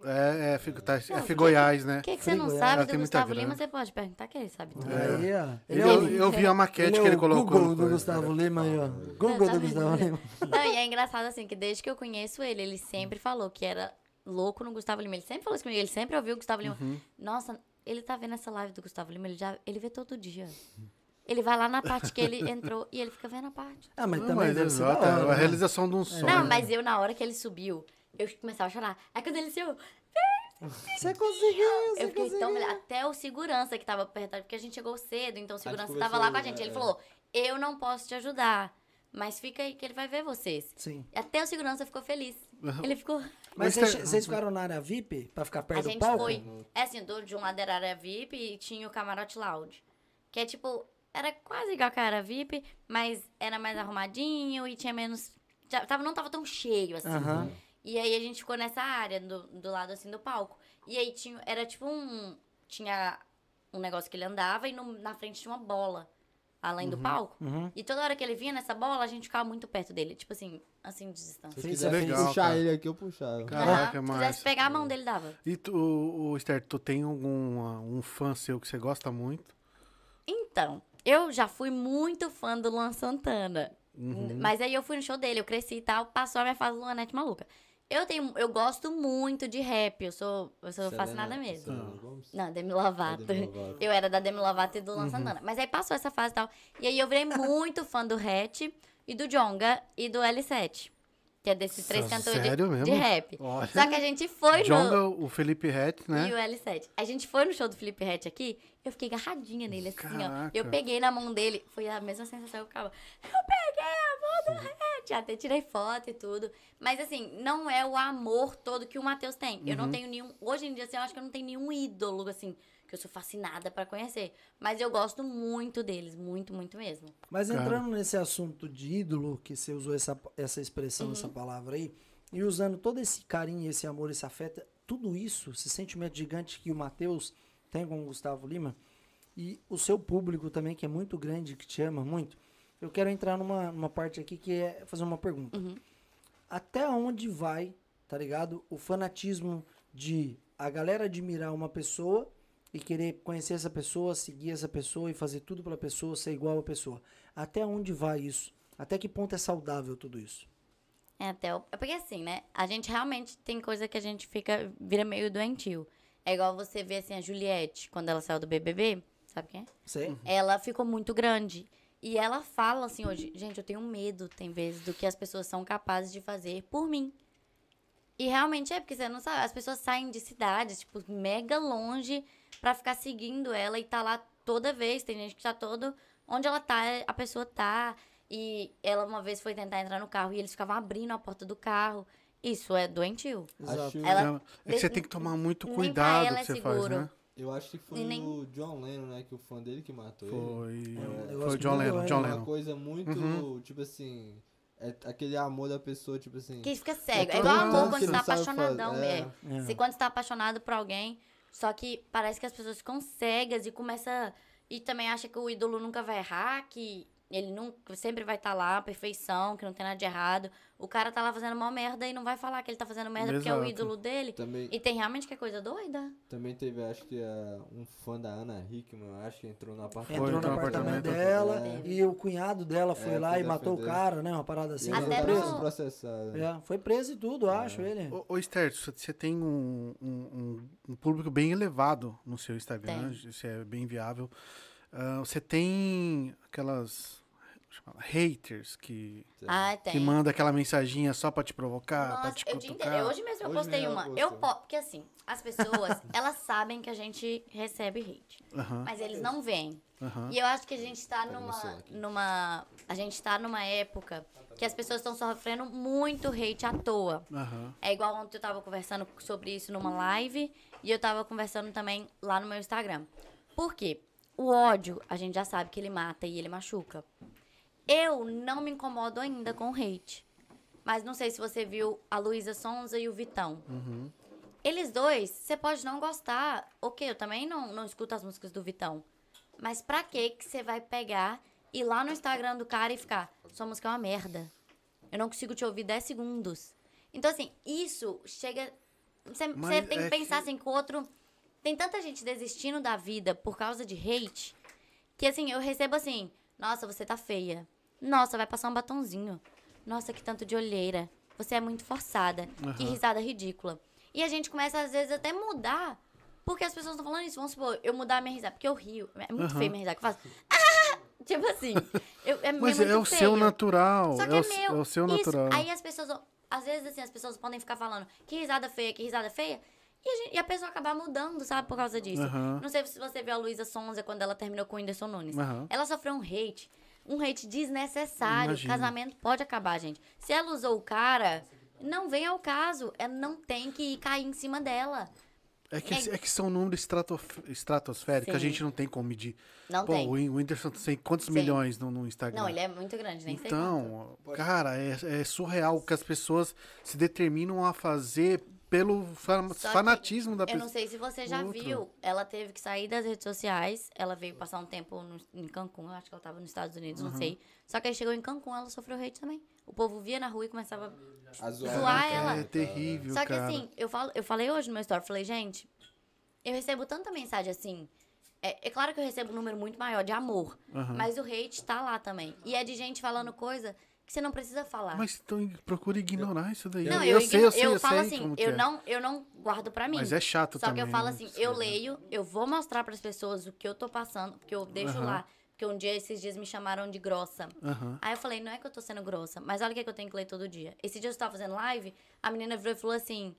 A: É, é, fico, tá, é
C: Não,
A: Figoiás, né?
C: O que, que você não
B: Frigorífico.
A: Ela tem
C: sabe do
A: muita
C: Gustavo
A: grana. É.
C: Lima, você pode perguntar que ele sabe tudo.
B: Aí, ó.
A: Ele-
B: Ele é
A: eu,
B: o...
A: eu vi a maquete
B: é
A: que ele
B: o
A: colocou.
B: Google
A: no
B: do
A: coisa.
B: Gustavo Lima aí, ó. Google
C: tá
B: do Gustavo Lima.
C: Não, e é engraçado assim, que desde que eu conheço ele, ele sempre falou que era louco no Gustavo Lima. Ele sempre falou isso comigo, ele sempre ouviu o Gustavo Lima. Nossa, ele tá vendo essa live do Gustavo Lima, ele, já, ele vê todo dia. Ele vai lá na parte que ele entrou e ele fica vendo a parte.
B: Ah, mas
A: Não,
B: também
A: mas
B: deve ser da
A: exato, é
B: hora,
A: a
B: né?
A: realização de um sonho.
C: Não, mas eu, na hora que ele subiu, eu começava a chorar. Aí quando ele subiu,
B: Você conseguiu,
C: eu
B: você
C: fiquei
B: conseguiu.
C: tão... Até o segurança que tava perto, porque a gente chegou cedo, então o segurança
E: conversou,
C: tava lá com a
E: né?
C: gente. Ele
E: É.
C: falou, eu não posso te ajudar, mas fica aí que ele vai ver vocês.
B: Sim.
C: Até o segurança ficou feliz. Ele ficou...
A: Mas
B: Mas vocês
A: tem-
B: vocês ficaram na área VIP pra ficar
C: A
B: perto do
C: gente
B: palco?
C: foi. É assim, do, de um lado era a área VIP e tinha o camarote lounge. Que é tipo, era quase igual que a área VIP, mas era mais arrumadinho e tinha menos. já tava, não tava tão cheio assim.
E: Ah, Uhum.
B: Aham.
C: E aí a gente ficou nessa área, do, do lado assim do palco. E aí tinha. Era tipo um. Tinha um negócio que ele andava e no- na frente tinha uma bola. Além do palco.
B: Uhum.
C: E toda hora que ele vinha nessa bola, a gente ficava muito perto dele. Tipo assim, assim de
E: Se
C: distância.
E: eu
B: Fez
E: quiser
A: legal,
E: puxar
A: cara.
E: ele aqui, eu puxava.
A: Caraca,
C: Aham. Se quisesse
A: Márcio.
C: pegar a mão dele, dava.
A: E tu, o, Esther, tu tem algum ah, um fã seu que você gosta muito?
C: Então, eu já fui muito fã do Luan Santana.
A: Uhum.
C: Mas aí eu fui no show dele, eu cresci e tal, passou a minha fase Luanete maluca. Eu tenho, eu gosto muito de rap, eu sou, eu sou
E: Selena-
C: fascinada mesmo.
A: Ah.
E: Selena Gomez?
C: Não, Demi Lovato.
E: É Demi Lovato.
C: Eu era da Demi Lovato e do Luan
A: Uhum.
C: Santana. Mas aí passou essa fase e tal. E aí eu virei muito fã do Hatch e do Jonga e do L7. Que é desses três
A: Nossa,
C: cantores de,
A: sério mesmo?
C: de rap.
A: Olha.
C: Só que a gente foi no...
A: Jonga, o Felipe Rett,
C: E o
A: né?
C: L7. A gente foi no show do Felipe Rett aqui, eu fiquei agarradinha nele, assim, ó.
A: Caraca.
C: Eu peguei na mão dele, foi a mesma sensação que eu ficava. Eu peguei a mão do Rett! Até tirei foto e tudo. Mas, assim, não é o amor todo que o Matheus tem. Eu
A: Uhum.
C: não tenho nenhum. Hoje em dia, assim, eu acho que eu não tenho nenhum ídolo, assim, que eu sou fascinada pra conhecer. Mas eu gosto muito deles, muito, muito mesmo.
B: Mas
A: Cara.
B: entrando nesse assunto de ídolo, que você usou essa, essa
C: Uhum.
B: expressão, essa palavra aí, e usando todo esse carinho, esse amor, esse afeto, tudo isso, esse sentimento gigante que o Matheus tem com o Gustavo Lima, e o seu público também, que é muito grande, que te ama muito, eu quero entrar numa, numa parte aqui que é fazer uma pergunta.
C: Uhum.
B: Até onde vai, tá ligado? O fanatismo de a galera admirar uma pessoa e querer conhecer essa pessoa, seguir essa pessoa e fazer tudo pela pessoa, ser igual à pessoa. Até onde vai isso? Até que ponto é saudável tudo isso?
C: É até o... é porque assim, né? A gente realmente tem coisa que a gente fica vira meio doentio. É igual você vê assim a Juliette quando ela saiu do BBB, sabe quem é?
B: Sei.
C: Ela ficou muito grande. E ela fala assim hoje, gente, eu tenho medo, tem vezes, do que as pessoas são capazes de fazer por mim. E realmente é, porque você não sabe, as pessoas saem de cidades, tipo, mega longe pra ficar seguindo ela e tá lá toda vez. Tem gente que tá todo. Onde ela tá, a pessoa tá. E ela uma vez foi tentar entrar no carro e eles ficavam abrindo a porta do carro. Isso é doentio.
E: Acho,
C: Ela-
A: É que você tem que tomar muito
C: Nem pra
A: cuidado
C: ela
A: que
C: é
A: você faz,
C: seguro.
A: né?
E: Eu acho que foi
C: E nem-
E: o John Lennon, né? Que o fã dele que matou ele.
A: Foi,
B: eu
A: foi
B: acho
A: o
B: que
A: John
B: não
A: Lennon,
B: é
A: John
E: uma
A: Lennon. Uhum.
E: coisa muito, tipo assim. É aquele amor da pessoa, tipo assim.
C: Que fica cego. É,
E: tão
C: igual amor
E: grande
C: quando
E: que
C: você tá
E: não sabe fazer.
C: apaixonadão
E: É.
C: mesmo. Se quando você tá apaixonado por alguém, só que parece que as pessoas ficam cegas e começa. E também acha que o ídolo nunca vai errar, que ele nunca, sempre vai estar lá, perfeição, que não tem nada de errado. O cara tá lá fazendo uma merda e não vai falar que ele tá fazendo merda porque é o
A: Exato.
C: ídolo dele.
E: Também,
C: E tem realmente que é coisa doida.
E: também teve, acho que ah, um fã da Ana Hickman, eu acho que entrou no então, apartamento.
B: Entrou no
A: no
B: apartamento
A: apartamento
B: dela
E: É.
B: e o cunhado dela foi
E: É,
B: lá
E: foi
B: e matou o
E: defender.
B: cara, né? Uma parada
E: E
B: assim.
E: ele
C: Até
E: tá
B: Foi
C: não-
E: sendo
B: preso.
E: processado. né?
B: É, foi preso e tudo, eu acho, ele.
A: Ô, ô Esther, você- você tem um, um- um- um público bem elevado no seu Instagram, isso é bem viável. Ah, você tem aquelas chama- haters que,
C: Ah,
A: É. que
C: tem.
A: manda aquela mensaginha só pra te provocar, pra
C: Nossa,
A: te
C: eu te entendi.
A: cutucar.
C: Hoje mesmo eu
E: Hoje
C: postei
E: mesmo
C: uma.
E: ela
C: Eu
E: postou.
C: po... Porque assim, as pessoas, elas sabem que a gente recebe hate.
A: Aham,
C: Mas eles não veem.
A: aham.
C: E eu acho que a gente tá
E: meu celular
C: numa,
E: aqui.
C: numa. A gente tá numa época que as pessoas estão sofrendo muito hate à toa.
A: Aham.
C: É igual ontem eu tava conversando sobre isso numa live e eu tava conversando também lá no meu Instagram. Por quê? O ódio, a gente já sabe que ele mata e ele machuca. Eu não me incomodo ainda com o hate. Mas não sei se você viu a Luísa Sonza e o Vitão.
A: Uhum.
C: Eles dois, você pode não gostar. Ok, eu também não, não escuto as músicas do Vitão. Mas pra que que você vai pegar, ir lá no Instagram do cara e ficar, sua música é uma merda. Eu não consigo te ouvir 10 segundos. Então, assim, isso chega. Você você
A: Mas
C: tem que
A: é que-
C: pensar assim com o outro. Tem tanta gente desistindo da vida por causa de hate que assim, eu recebo assim, nossa, você tá feia. Nossa, vai passar um batonzinho. Nossa, que tanto de olheira. Você é muito forçada. Que
A: Aham.
C: risada ridícula. E a gente começa, às vezes, até mudar. Porque as pessoas estão falando isso. Vamos supor, eu mudar a minha risada. Porque eu rio. É muito
A: Aham.
C: feio minha risada. Que eu faço. "Ah!" Tipo assim. Eu, é
A: Mas
C: muito
A: é o seu
C: feio.
A: natural.
C: Só que
A: é,
C: é,
A: o,
C: meu.
A: é o seu
C: Isso.
A: natural.
C: Aí as pessoas, às vezes assim, as pessoas podem ficar falando que risada feia, que risada feia. E a, gente- e a pessoa acabar mudando, sabe, por causa disso.
A: Aham.
C: Não sei se você viu a Luísa Sonza quando ela terminou com o Whindersson Nunes.
A: Aham.
C: Ela sofreu um hate. Um hate desnecessário.
A: Imagino.
C: Casamento pode acabar, gente. Se ela usou o cara, não vem ao caso. Ela não tem que cair em cima dela.
A: É que,
C: É-
A: é que são números estratof- estratosféricos que a
C: Sim.
A: gente não tem como medir.
C: Não
A: Pô,
C: tem.
A: o Whin- o Whindersson tem quantos
C: Sim.
A: milhões no, no Instagram?
C: Não, ele é muito grande, nem sei.
A: Então, cara, é, é surreal o que as pessoas se determinam a fazer pelo fa-
C: Só que
A: fanatismo da
C: Eu não
A: pessoa.
C: sei se você já
A: Outro.
C: viu. Ela teve que sair das redes sociais. Ela veio passar um tempo no- em Cancún. Eu acho que ela tava nos Estados Unidos, não sei. Só que aí chegou em Cancún, ela sofreu hate também. O povo via na rua e começava.
E: A
C: Zoar
E: né,
C: ela.
E: cara?
A: É terrível,
C: Só que
A: cara.
C: assim, eu, falo, eu falei hoje no meu story, falei, gente, eu recebo tanta mensagem assim. É, é claro que eu recebo um número muito maior de amor,
A: Aham.
C: mas o hate tá lá também. E é de gente falando coisa que você não precisa falar.
A: Mas então, ig- procura ignorar isso daí.
C: Não, eu,
A: eu, sei, eu
C: igno-
A: sei,
C: eu
A: eu,
C: falo
A: sei
C: assim,
A: como que
C: eu
A: é.
C: não, eu não guardo pra mim.
A: Mas é chato
C: Só
A: também.
C: que eu falo
A: né?
C: assim, eu leio, eu vou mostrar pras pessoas o que eu tô passando, porque eu deixo
A: Aham.
C: lá, porque um dia esses dias me chamaram de grossa.
A: Aham.
C: Aí eu falei, não é que eu tô sendo grossa, mas olha o que, é que eu tenho que ler todo dia. Esse dia eu estava fazendo live, a menina virou e falou assim.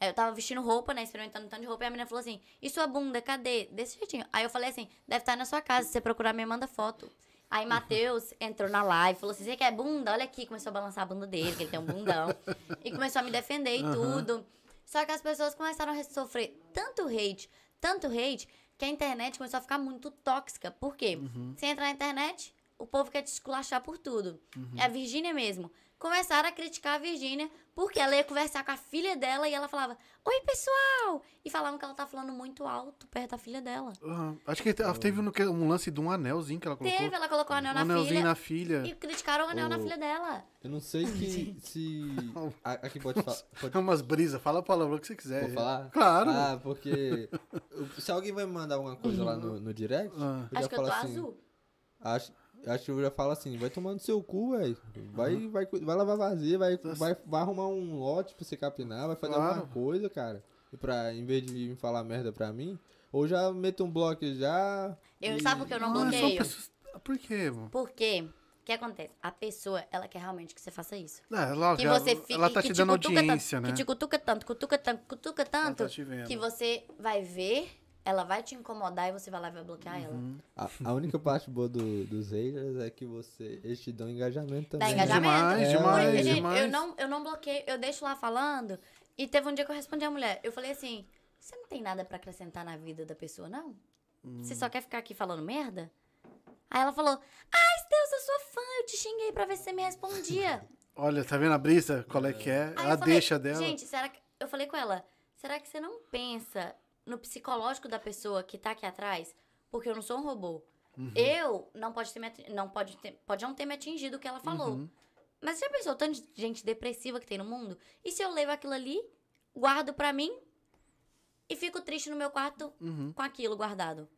C: é, Eu tava vestindo roupa, né? Experimentando um tanto de roupa. E a menina falou assim: E sua bunda, cadê? Desse jeitinho. Aí eu falei assim: Deve estar na sua casa. Se você procurar, me manda foto. Aí Matheus entrou na live, falou assim: Você quer bunda? Olha aqui. Começou a balançar a bunda dele, que ele tem um bundão. e começou a me defender e tudo. Só que as pessoas começaram a sofrer tanto hate, tanto hate, que a internet começou a ficar muito tóxica. Por quê? Você entra na internet, o povo quer te esculachar por tudo. É a Virgínia mesmo. Começaram a criticar a Virgínia porque ela ia conversar com a filha dela e ela falava: Oi, pessoal! E falavam que ela tá falando muito alto perto da filha dela.
A: Aham. Acho que te- ela teve um, que- um lance de um anelzinho que ela colocou.
C: Teve, ela colocou o anel
A: um
C: na
A: anelzinho
C: filha
A: na filha.
C: e criticaram o anel na
E: O-
C: filha dela.
E: Eu não sei que, se. a- Aqui pode falar. Pode
A: É umas brisas, fala a palavra que você quiser.
E: Vou falar?
A: É, Claro.
E: Ah, porque. Se alguém vai me mandar alguma coisa lá no, no direct,
A: Ah.
E: eu já
C: Acho que eu
E: falo
C: tô
E: assim.
C: azul.
E: Acho, acho que eu já falo assim, vai tomando seu cu, velho. Vai, vai, cu- vai lavar vazia, vai, vai, vai arrumar um lote pra você capinar, vai fazer
A: Tá Claro.
E: alguma coisa, cara. E pra, em vez de vir falar merda pra mim, ou já meto um bloco já.
C: Eu,
E: e-
C: sabe por que eu não
A: Ah, são
C: bloqueio?
A: pessoas- Por quê, mano?
C: Porque, o que acontece? A pessoa, ela quer realmente que você faça isso.
A: É, ela,
C: Que
A: já-
C: você fique,
A: ela tá
C: que
A: te dando
C: cutuca
A: audiência,
C: tanto,
A: né?
C: Que te cutuca tanto, cutuca tanto, cutuca tanto,
A: tá te vendo.
C: que você vai ver, ela vai te incomodar e você vai lá e vai bloquear
A: Uhum.
C: ela.
E: A, a única parte boa do- dos haters é que você, eles te dão engajamento também.
C: Dá
E: né?
C: engajamento.
A: Demais,
C: Por isso,
E: demais,
C: gente, Eu
A: demais.
C: não, eu não bloqueio, eu deixo lá falando. E teve um dia que eu respondi a mulher. Eu falei assim: você não tem nada pra acrescentar na vida da pessoa, não? Você só quer ficar aqui falando merda? Aí ela falou: Ai, Deus, eu sou fã, eu te xinguei pra ver se você me respondia.
A: Olha, tá vendo a brisa? Qual é que é?
C: Aí
A: ela
C: eu falei,
A: deixa dela.
C: Gente, será que. Eu falei com ela, será que você não pensa no psicológico da pessoa que tá aqui atrás? Porque eu não sou um robô.
A: Uhum.
C: Eu não pode ter me ati- não pode ter- pode não ter me atingido o que ela falou.
A: Uhum.
C: Mas você já pensou o tanto de gente depressiva que tem no mundo? E se eu levo aquilo ali, guardo pra mim e fico triste no meu quarto
A: Uhum.
C: com aquilo guardado?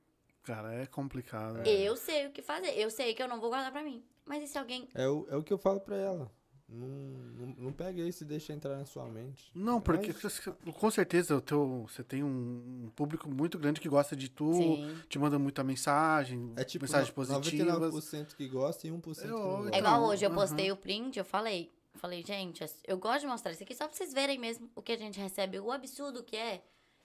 A: Cara, é complicado.
C: Eu sei o que fazer. Eu sei que eu não vou guardar pra mim. Mas e se alguém
E: É o, é o que eu falo pra ela. Não, não, não pega isso e deixa entrar na sua mente.
A: Não, porque
E: Mas-
A: você- com certeza o teu, você tem um, um público muito grande que gosta de tu,
C: Sim.
A: te manda muita mensagem,
E: É tipo
A: mensagens
E: no-
A: positivas.
E: 99% que gosta e 1% que
A: É
E: não
A: ótimo.
E: gosta.
C: É igual
A: Então,
C: hoje, eu
A: aham.
C: postei o print, eu falei. eu Falei, gente, eu gosto de mostrar isso aqui só pra vocês verem mesmo o que a gente recebe, o absurdo que é.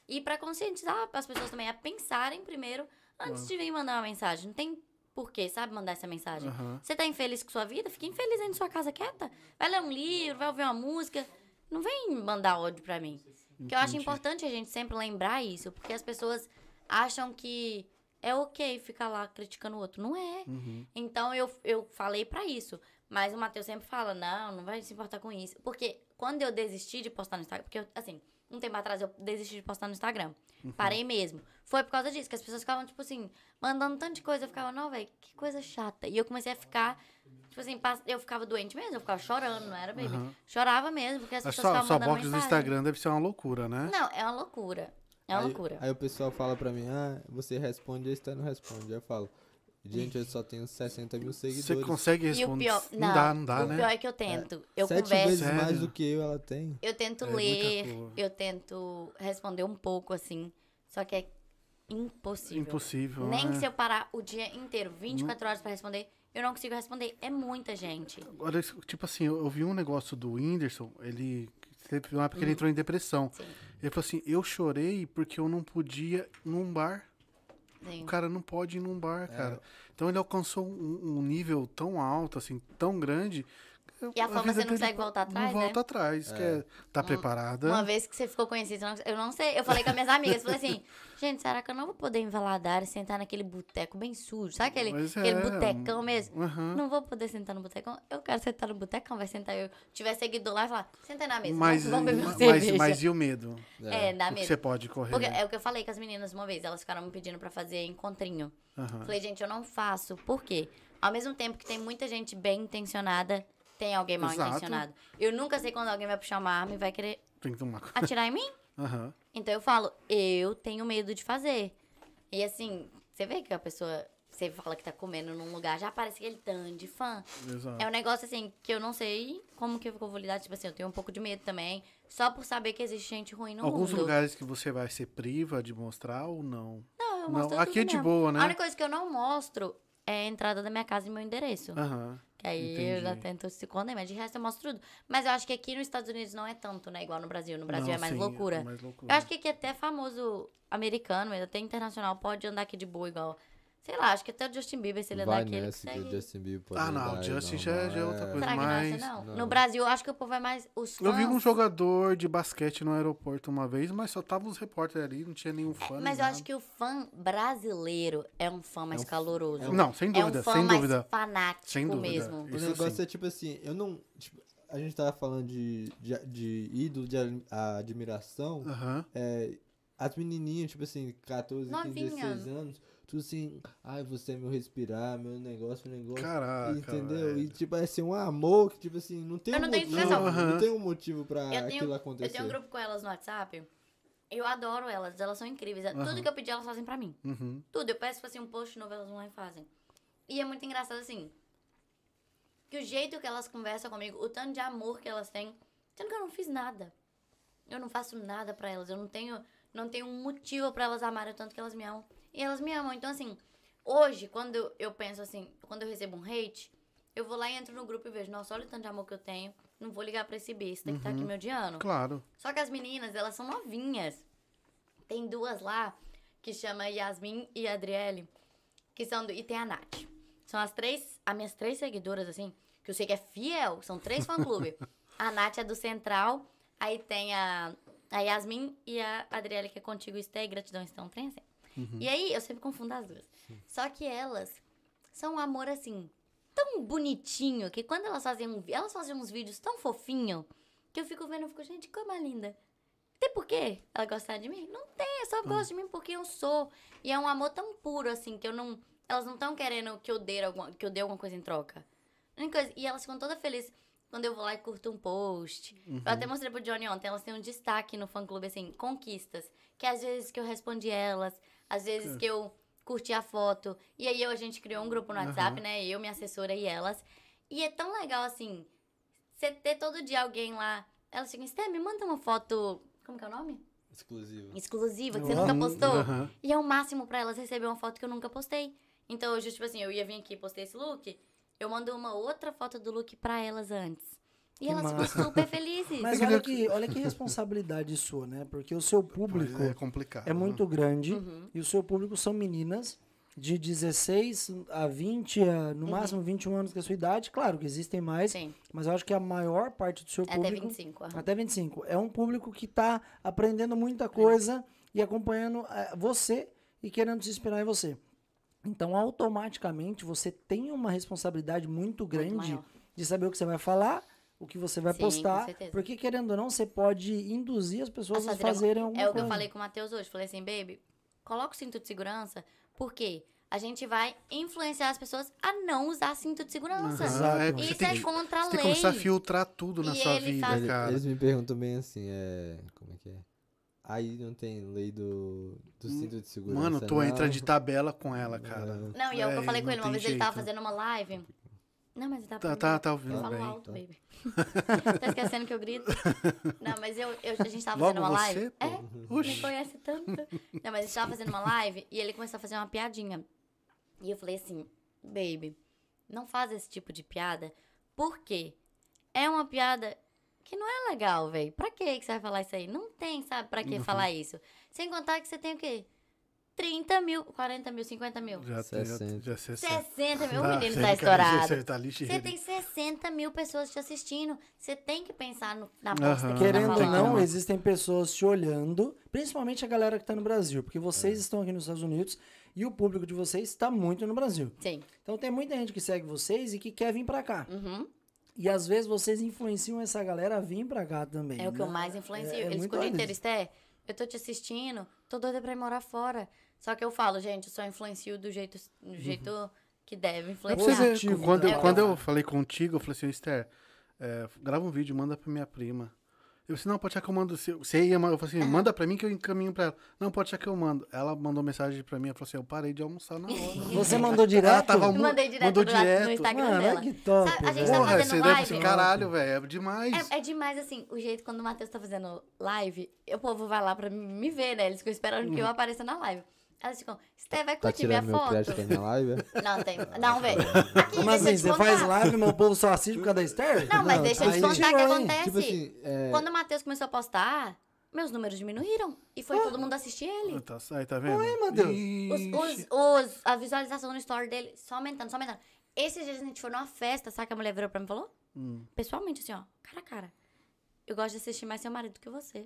C: E pra conscientizar as pessoas também a pensarem primeiro antes de vir mandar uma mensagem. Não tem porquê, sabe, mandar essa mensagem.
A: Aham.
C: Você tá infeliz com sua vida? Fica infeliz aí na sua casa quieta. Vai ler um livro, vai ouvir uma música. Não vem mandar ódio pra mim. Porque eu acho
A: Entendi.
C: importante a gente sempre lembrar isso, porque as pessoas acham que é ok ficar lá criticando o outro. Não é.
A: Uhum.
C: Então eu, eu falei pra isso. Mas o Matheus sempre fala: não, não vai se importar com isso. Porque quando eu desisti de postar no Instagram, porque eu, assim, um tempo atrás eu desisti de postar no Instagram.
A: Uhum.
C: Parei mesmo. Foi por causa disso, que as pessoas ficavam, tipo assim, mandando tanta de coisa. Eu ficava, não, velho, que coisa chata. E eu comecei a ficar, tipo assim, pass- eu ficava doente mesmo, eu ficava chorando, não era, baby?
A: Aham.
C: Chorava mesmo, porque as
A: Acho que
C: pessoas
A: sua,
C: ficavam
A: sua
C: mandando
A: box
C: mensagem.
A: do Instagram deve ser uma loucura, né?
C: Não, é uma loucura. É uma
E: aí,
C: loucura.
E: Aí o pessoal fala pra mim, ah, você responde, esse tá não responde. Aí eu falo, gente, eu só tenho 60 mil seguidores.
A: Você consegue
C: E o
A: responder.
C: pior.
A: Não, dá, não dá,
C: o
A: né?
C: pior é que eu tento. Eu
E: Sete
C: converso.
E: vezes mais
A: Sério?
E: do que eu ela tem.
C: Eu tento
A: É muita
C: ler,
A: coisa.
C: eu tento responder um pouco, assim. Só que é impossível.
A: Impossível.
C: Nem
A: né?
C: que se eu parar o dia inteiro, 24 horas pra responder, eu não consigo responder. É muita gente.
A: Olha, tipo assim, eu, eu vi um negócio do Whindersson, ele teve uma época que ele entrou em depressão.
C: Uhum. Sim.
A: Ele falou assim, eu chorei porque eu não podia ir num bar.
C: Sim.
A: O cara não pode ir num bar, cara. Então ele alcançou um, um nível tão alto, assim, tão grande.
C: E a fama
A: vida
C: você não
A: dele
C: consegue voltar atrás,
A: Não
C: né?
A: volta atrás, que é, tá preparada.
C: Uma vez que você ficou conhecido, eu não- eu não sei. Eu falei com as minhas amigas, falei assim, gente, será que eu não vou poder ir em Valadares sentar naquele boteco bem sujo? Sabe aquele,
A: Pois
C: aquele
A: é,
C: botecão
A: um-
C: mesmo?
A: Aham.
C: Não vou poder sentar no botecão. Eu quero sentar no botecão, vai sentar eu. Tiver seguidor lá e falar, senta aí na mesa,
A: Mas,
C: vamos beber uma
A: mas,
C: cerveja.
A: mas e o medo?
C: É, na
A: O que
C: mesa.
A: você pode correr. né?
C: Porque é o que eu falei com as meninas uma vez, elas ficaram me pedindo pra fazer encontrinho.
A: Aham.
C: é Falei, gente, eu não faço. Por quê? Ao mesmo tempo que tem muita gente bem intencionada, tem alguém mal
A: Exato.
C: intencionado. Eu nunca sei quando alguém vai puxar uma arma e vai querer
A: Tem que tomar.
C: atirar em mim.
A: Aham.
C: Então eu falo, eu tenho medo de fazer. E assim, você vê que a pessoa, você fala que tá comendo num lugar, já aparece aquele tanto tá de fã.
A: Exato.
C: É um negócio assim que eu não sei como que eu vou lidar. Tipo assim, eu tenho um pouco de medo também. Só por saber que existe gente ruim no
A: Alguns
C: mundo.
A: lugares que você vai ser priva de mostrar ou não?
C: Não, Ah, eu
A: Não,
C: mostro
A: aqui
C: tudo
A: é de
C: mesmo.
A: boa, né?
C: A única coisa que eu não mostro é a entrada da minha casa e meu endereço.
A: Aham.
C: que aí eu já
A: entendi.
C: tento se esconder, mas de resto eu mostro tudo. Mas eu acho que aqui nos Estados Unidos não é tanto, né? Igual no Brasil. No Brasil
A: Não,
C: é mais
A: sim,
C: loucura.
A: é mais loucura.
C: Eu acho que aqui até famoso americano, mas até internacional, pode andar aqui de boa, igual. Sei lá, acho que até o Justin Bieber, se ele andar
E: Vai
C: aqui, ele
E: nessa que o
C: consegue.
E: Justin Bieber pode
A: Ah, não,
E: dar,
A: o Justin já,
E: normal,
A: já é outra coisa.
C: Será que não acha,
A: Mas
C: não?
E: não.
C: No Brasil, eu acho que o povo vai mais. Os fãs.
A: Eu vi um jogador de basquete no aeroporto uma vez, mas só tava os repórteres ali, não tinha nenhum fã.
C: É, Mas eu acho que o fã brasileiro é um fã mais caloroso.
A: Não, sem dúvida,
C: é um fã
A: sem
C: mais
A: dúvida.
C: fanático
A: Sem dúvida.
C: mesmo.
E: O
A: Isso
E: negócio
A: sim.
E: é tipo assim, eu não. tipo, a gente tava falando de, de, de ídolo, de ad- admiração.
A: Aham.
E: É, as menininhas, tipo assim, 14, 15,
C: Novinha.
E: 16 anos, tudo assim, ai, você é meu respirar, meu negócio, meu negócio.
A: Caraca,
E: entendeu? E
A: velho.
E: tipo, é assim, um amor que, tipo assim, não tem
C: Eu
E: um
C: não tenho
E: motivo.
C: explicação.
A: Aham.
E: Não tem um motivo pra
C: Eu
E: aquilo
C: tenho,
E: acontecer.
C: eu tenho um grupo com elas no WhatsApp. Eu adoro É elas, elas são incríveis. Tudo que eu pedi, elas fazem pra mim.
A: Uhum.
C: Tudo. Eu peço, tipo assim, um post novo, elas vão lá e fazem. E é muito engraçado, assim, que o jeito que elas conversam comigo, o tanto de amor que elas têm, sendo que eu não fiz nada. Eu não faço nada pra elas, eu não tenho, não tenho um motivo pra elas amarem o tanto que elas me amam. E elas me amam, então, assim, hoje, quando eu- eu penso assim, quando eu recebo um hate, eu vou lá e entro no grupo e vejo, nossa, olha o tanto de amor que eu tenho, não vou ligar pra esse besta que tá aqui me odiando.
A: Claro.
C: Só que as meninas, elas são novinhas. Tem duas lá que chama Yasmin e Adriele, que são do, e tem a Nath. São as três, as minhas três seguidoras, assim, que eu sei que é fiel, são três fã-clube. a Nath é do Central, aí tem a, a Yasmin e a Adriele, que é contigo, isso é gratidão, estão trem assim. E aí, eu sempre confundo as duas. Só que elas são um amor, assim, tão bonitinho, que quando elas fazem um vi- elas fazem uns vídeos tão fofinho, que eu fico vendo, eu fico, gente, como é linda. Tem por quê ela gostar de mim? Não tem, só gosta de mim porque eu sou. E é um amor tão puro, assim, que eu não. Elas não estão querendo que eu, dê alguma, que eu dê alguma coisa em troca. A única coisa- E elas ficam toda felizes quando eu vou lá e curto um post. Eu até mostrei pro Johnny ontem, elas têm um destaque no fã clube, assim, conquistas. Que às vezes que eu respondi elas, às vezes que eu curti a foto. E aí eu, a gente criou um grupo no WhatsApp, né? Eu, minha assessora e elas. E é tão legal, assim, você ter todo dia alguém lá. Elas ficam, Sté, me manda uma foto. Como que é o nome?
E: Exclusivo.
C: Exclusiva, que você
B: Uhum.
C: nunca postou.
A: Aham.
C: E é o máximo pra elas receber uma foto que eu nunca postei. Então, hoje, tipo assim, eu ia vir aqui e postei esse look, eu mando uma outra foto do look pra elas antes. E
A: Que
C: elas
A: massa.
C: ficam super felizes.
B: Mas olha que, olha que responsabilidade sua, né? Porque o seu
A: Mas
B: público
A: é complicado.
B: é
A: né?
B: muito grande
C: Uhum.
B: e o seu público são meninas de 16 a 20, a- no máximo 21 anos que é a sua idade. Claro que existem mais,
C: Sim,
B: mas eu acho que a maior parte do seu
C: até
B: público
C: 25.
A: tá
C: aham.
B: Até 25. É um público que está aprendendo muita coisa e acompanhando eh, você e querendo se inspirar em você. Então, automaticamente, você tem uma responsabilidade muito grande
C: maior.
B: de saber o que você vai falar, o que você vai
C: Sim, com
B: postar.
C: certeza.
B: Porque, querendo ou não, você pode induzir as pessoas a
C: Nossa, Adriana,
B: fazerem alguma
C: É o que
B: coisa.
C: eu
A: tá?
C: falei com o Matheus hoje. Falei assim, baby, coloca o cinto de segurança, porque a gente vai influenciar as pessoas a não usar cinto de segurança.
A: Aham, é, você
C: Isso
A: tem
C: é
A: que-
C: contra a
A: Você tem
C: lei.
A: que começar a filtrar tudo na
C: E
A: sua
C: ele
A: vida,
C: faz-
A: cara.
E: Eles me perguntam bem assim, é. Como é que é? Aí não tem lei do, do cinto de segurança.
A: Hum. Mano, tu
E: não.
A: entra de tabela com ela, cara.
E: Não.
C: Não, e é o que eu
A: É,
C: falei com
A: não
C: ele. Uma
A: tem
C: vez ele tava
A: jeito.
C: fazendo uma live. Não, mas ele tava
A: Tá,
C: falando
A: tá,
C: alto.
A: tá
C: Eu
A: ouvindo
C: falo
A: bem.
C: alto,
E: tá.
C: baby. tá esquecendo que eu grito? Não, mas eu, eu- a gente tava
A: Logo
C: fazendo uma
A: você,
C: live.
A: pô.
C: É, me
A: Oxi.
C: conhece tanto. Não, mas a gente tava fazendo uma live e ele começou a fazer uma piadinha. E eu falei assim, baby, não faz esse tipo de piada, porque é uma piada que não é legal, velho. Pra que que você vai falar isso aí? Não tem, sabe, pra
A: Uhum.
C: que falar isso. Sem contar que você tem o quê? 30 mil, 40 mil, 50 mil.
A: Já, já, já,
E: 60.
A: 60.
C: 60 mil, o
A: Ah,
C: menino
A: você
C: tá
A: fica-
C: estourado.
A: Você tá ligeiro.
C: Você tem 60 mil pessoas te assistindo. Você tem que pensar no- na bosta
A: Aham.
C: que você tá
B: Querendo ou
C: falando.
B: não,
A: Tem
B: existem pessoas te olhando, principalmente a galera que está no Brasil, porque vocês estão aqui nos Estados Unidos e o público de vocês está muito no Brasil.
C: Sim.
B: Então tem muita gente que segue vocês e que quer vir para cá.
C: Uhum.
B: E às vezes vocês influenciam essa galera a vir pra cá também.
C: É o que
B: né?
C: eu mais influencio.
B: É- é
C: Eles
B: muito
C: ficam o dia
B: doido
C: inteiro,
B: isso.
C: Esté, eu tô te assistindo, tô doida pra ir morar fora. Só que eu falo, gente, eu só influencio do jeito,
B: Uhum.
C: do jeito que deve
A: Pra você
C: influenciar.
A: ver,
B: Ativo,
A: é, quando,
C: né?
A: eu, quando eu falei contigo, eu falei assim, Esther, é, grava um vídeo, manda pra minha prima. Eu disse, não, pode achar que eu mando. se- Você ia, ma- eu falei assim, manda pra mim que eu encaminho pra ela. Não, pode achar que eu mando. Ela mandou mensagem pra mim, ela falou assim, eu parei de almoçar na hora.
B: Você mandou
A: ela
B: direto?
A: tava
C: Eu
A: mu-
C: mandei direto,
A: mandou
C: do lado-
A: direto.
C: no Instagram
B: Mano, é
C: dela.
B: que top,
C: Sabe, a gente
B: velho.
C: tá
A: Porra,
C: fazendo
A: você deve
C: live.
A: assim, caralho, velho, é demais.
C: É, é demais, assim, o jeito quando o Matheus tá fazendo live, o povo vai lá pra me ver, né? Eles ficam esperando
B: Uhum.
C: que eu apareça na live. Elas ficam, Esté, vai
E: Tá
C: curtir É minha
E: tirando meu crédito
C: foto?
E: da minha live? é?
C: Não, tem. Não, velho. Aqui,
B: Como
C: deixa eu
B: né? assim?
C: te
B: Você
C: contar.
B: faz live, meu povo só assiste por causa da Esther?
C: Não, mas
E: Não,
C: deixa eu te
B: aí
C: contar o que
B: tirou, hein?
C: acontece.
E: Tipo assim, é.
C: Quando o Matheus começou a postar, meus números diminuíram. E foi todo mundo assistir ele.
A: Tá, aí, tá vendo?
B: Ué, Matheus.
C: Os, os, os- a visualização no story dele só aumentando, só aumentando. Esses dias a gente foi numa festa, sabe que a mulher virou pra mim e falou?
A: Hum.
C: Pessoalmente, assim, ó, cara a cara. Eu gosto de assistir mais seu marido que você.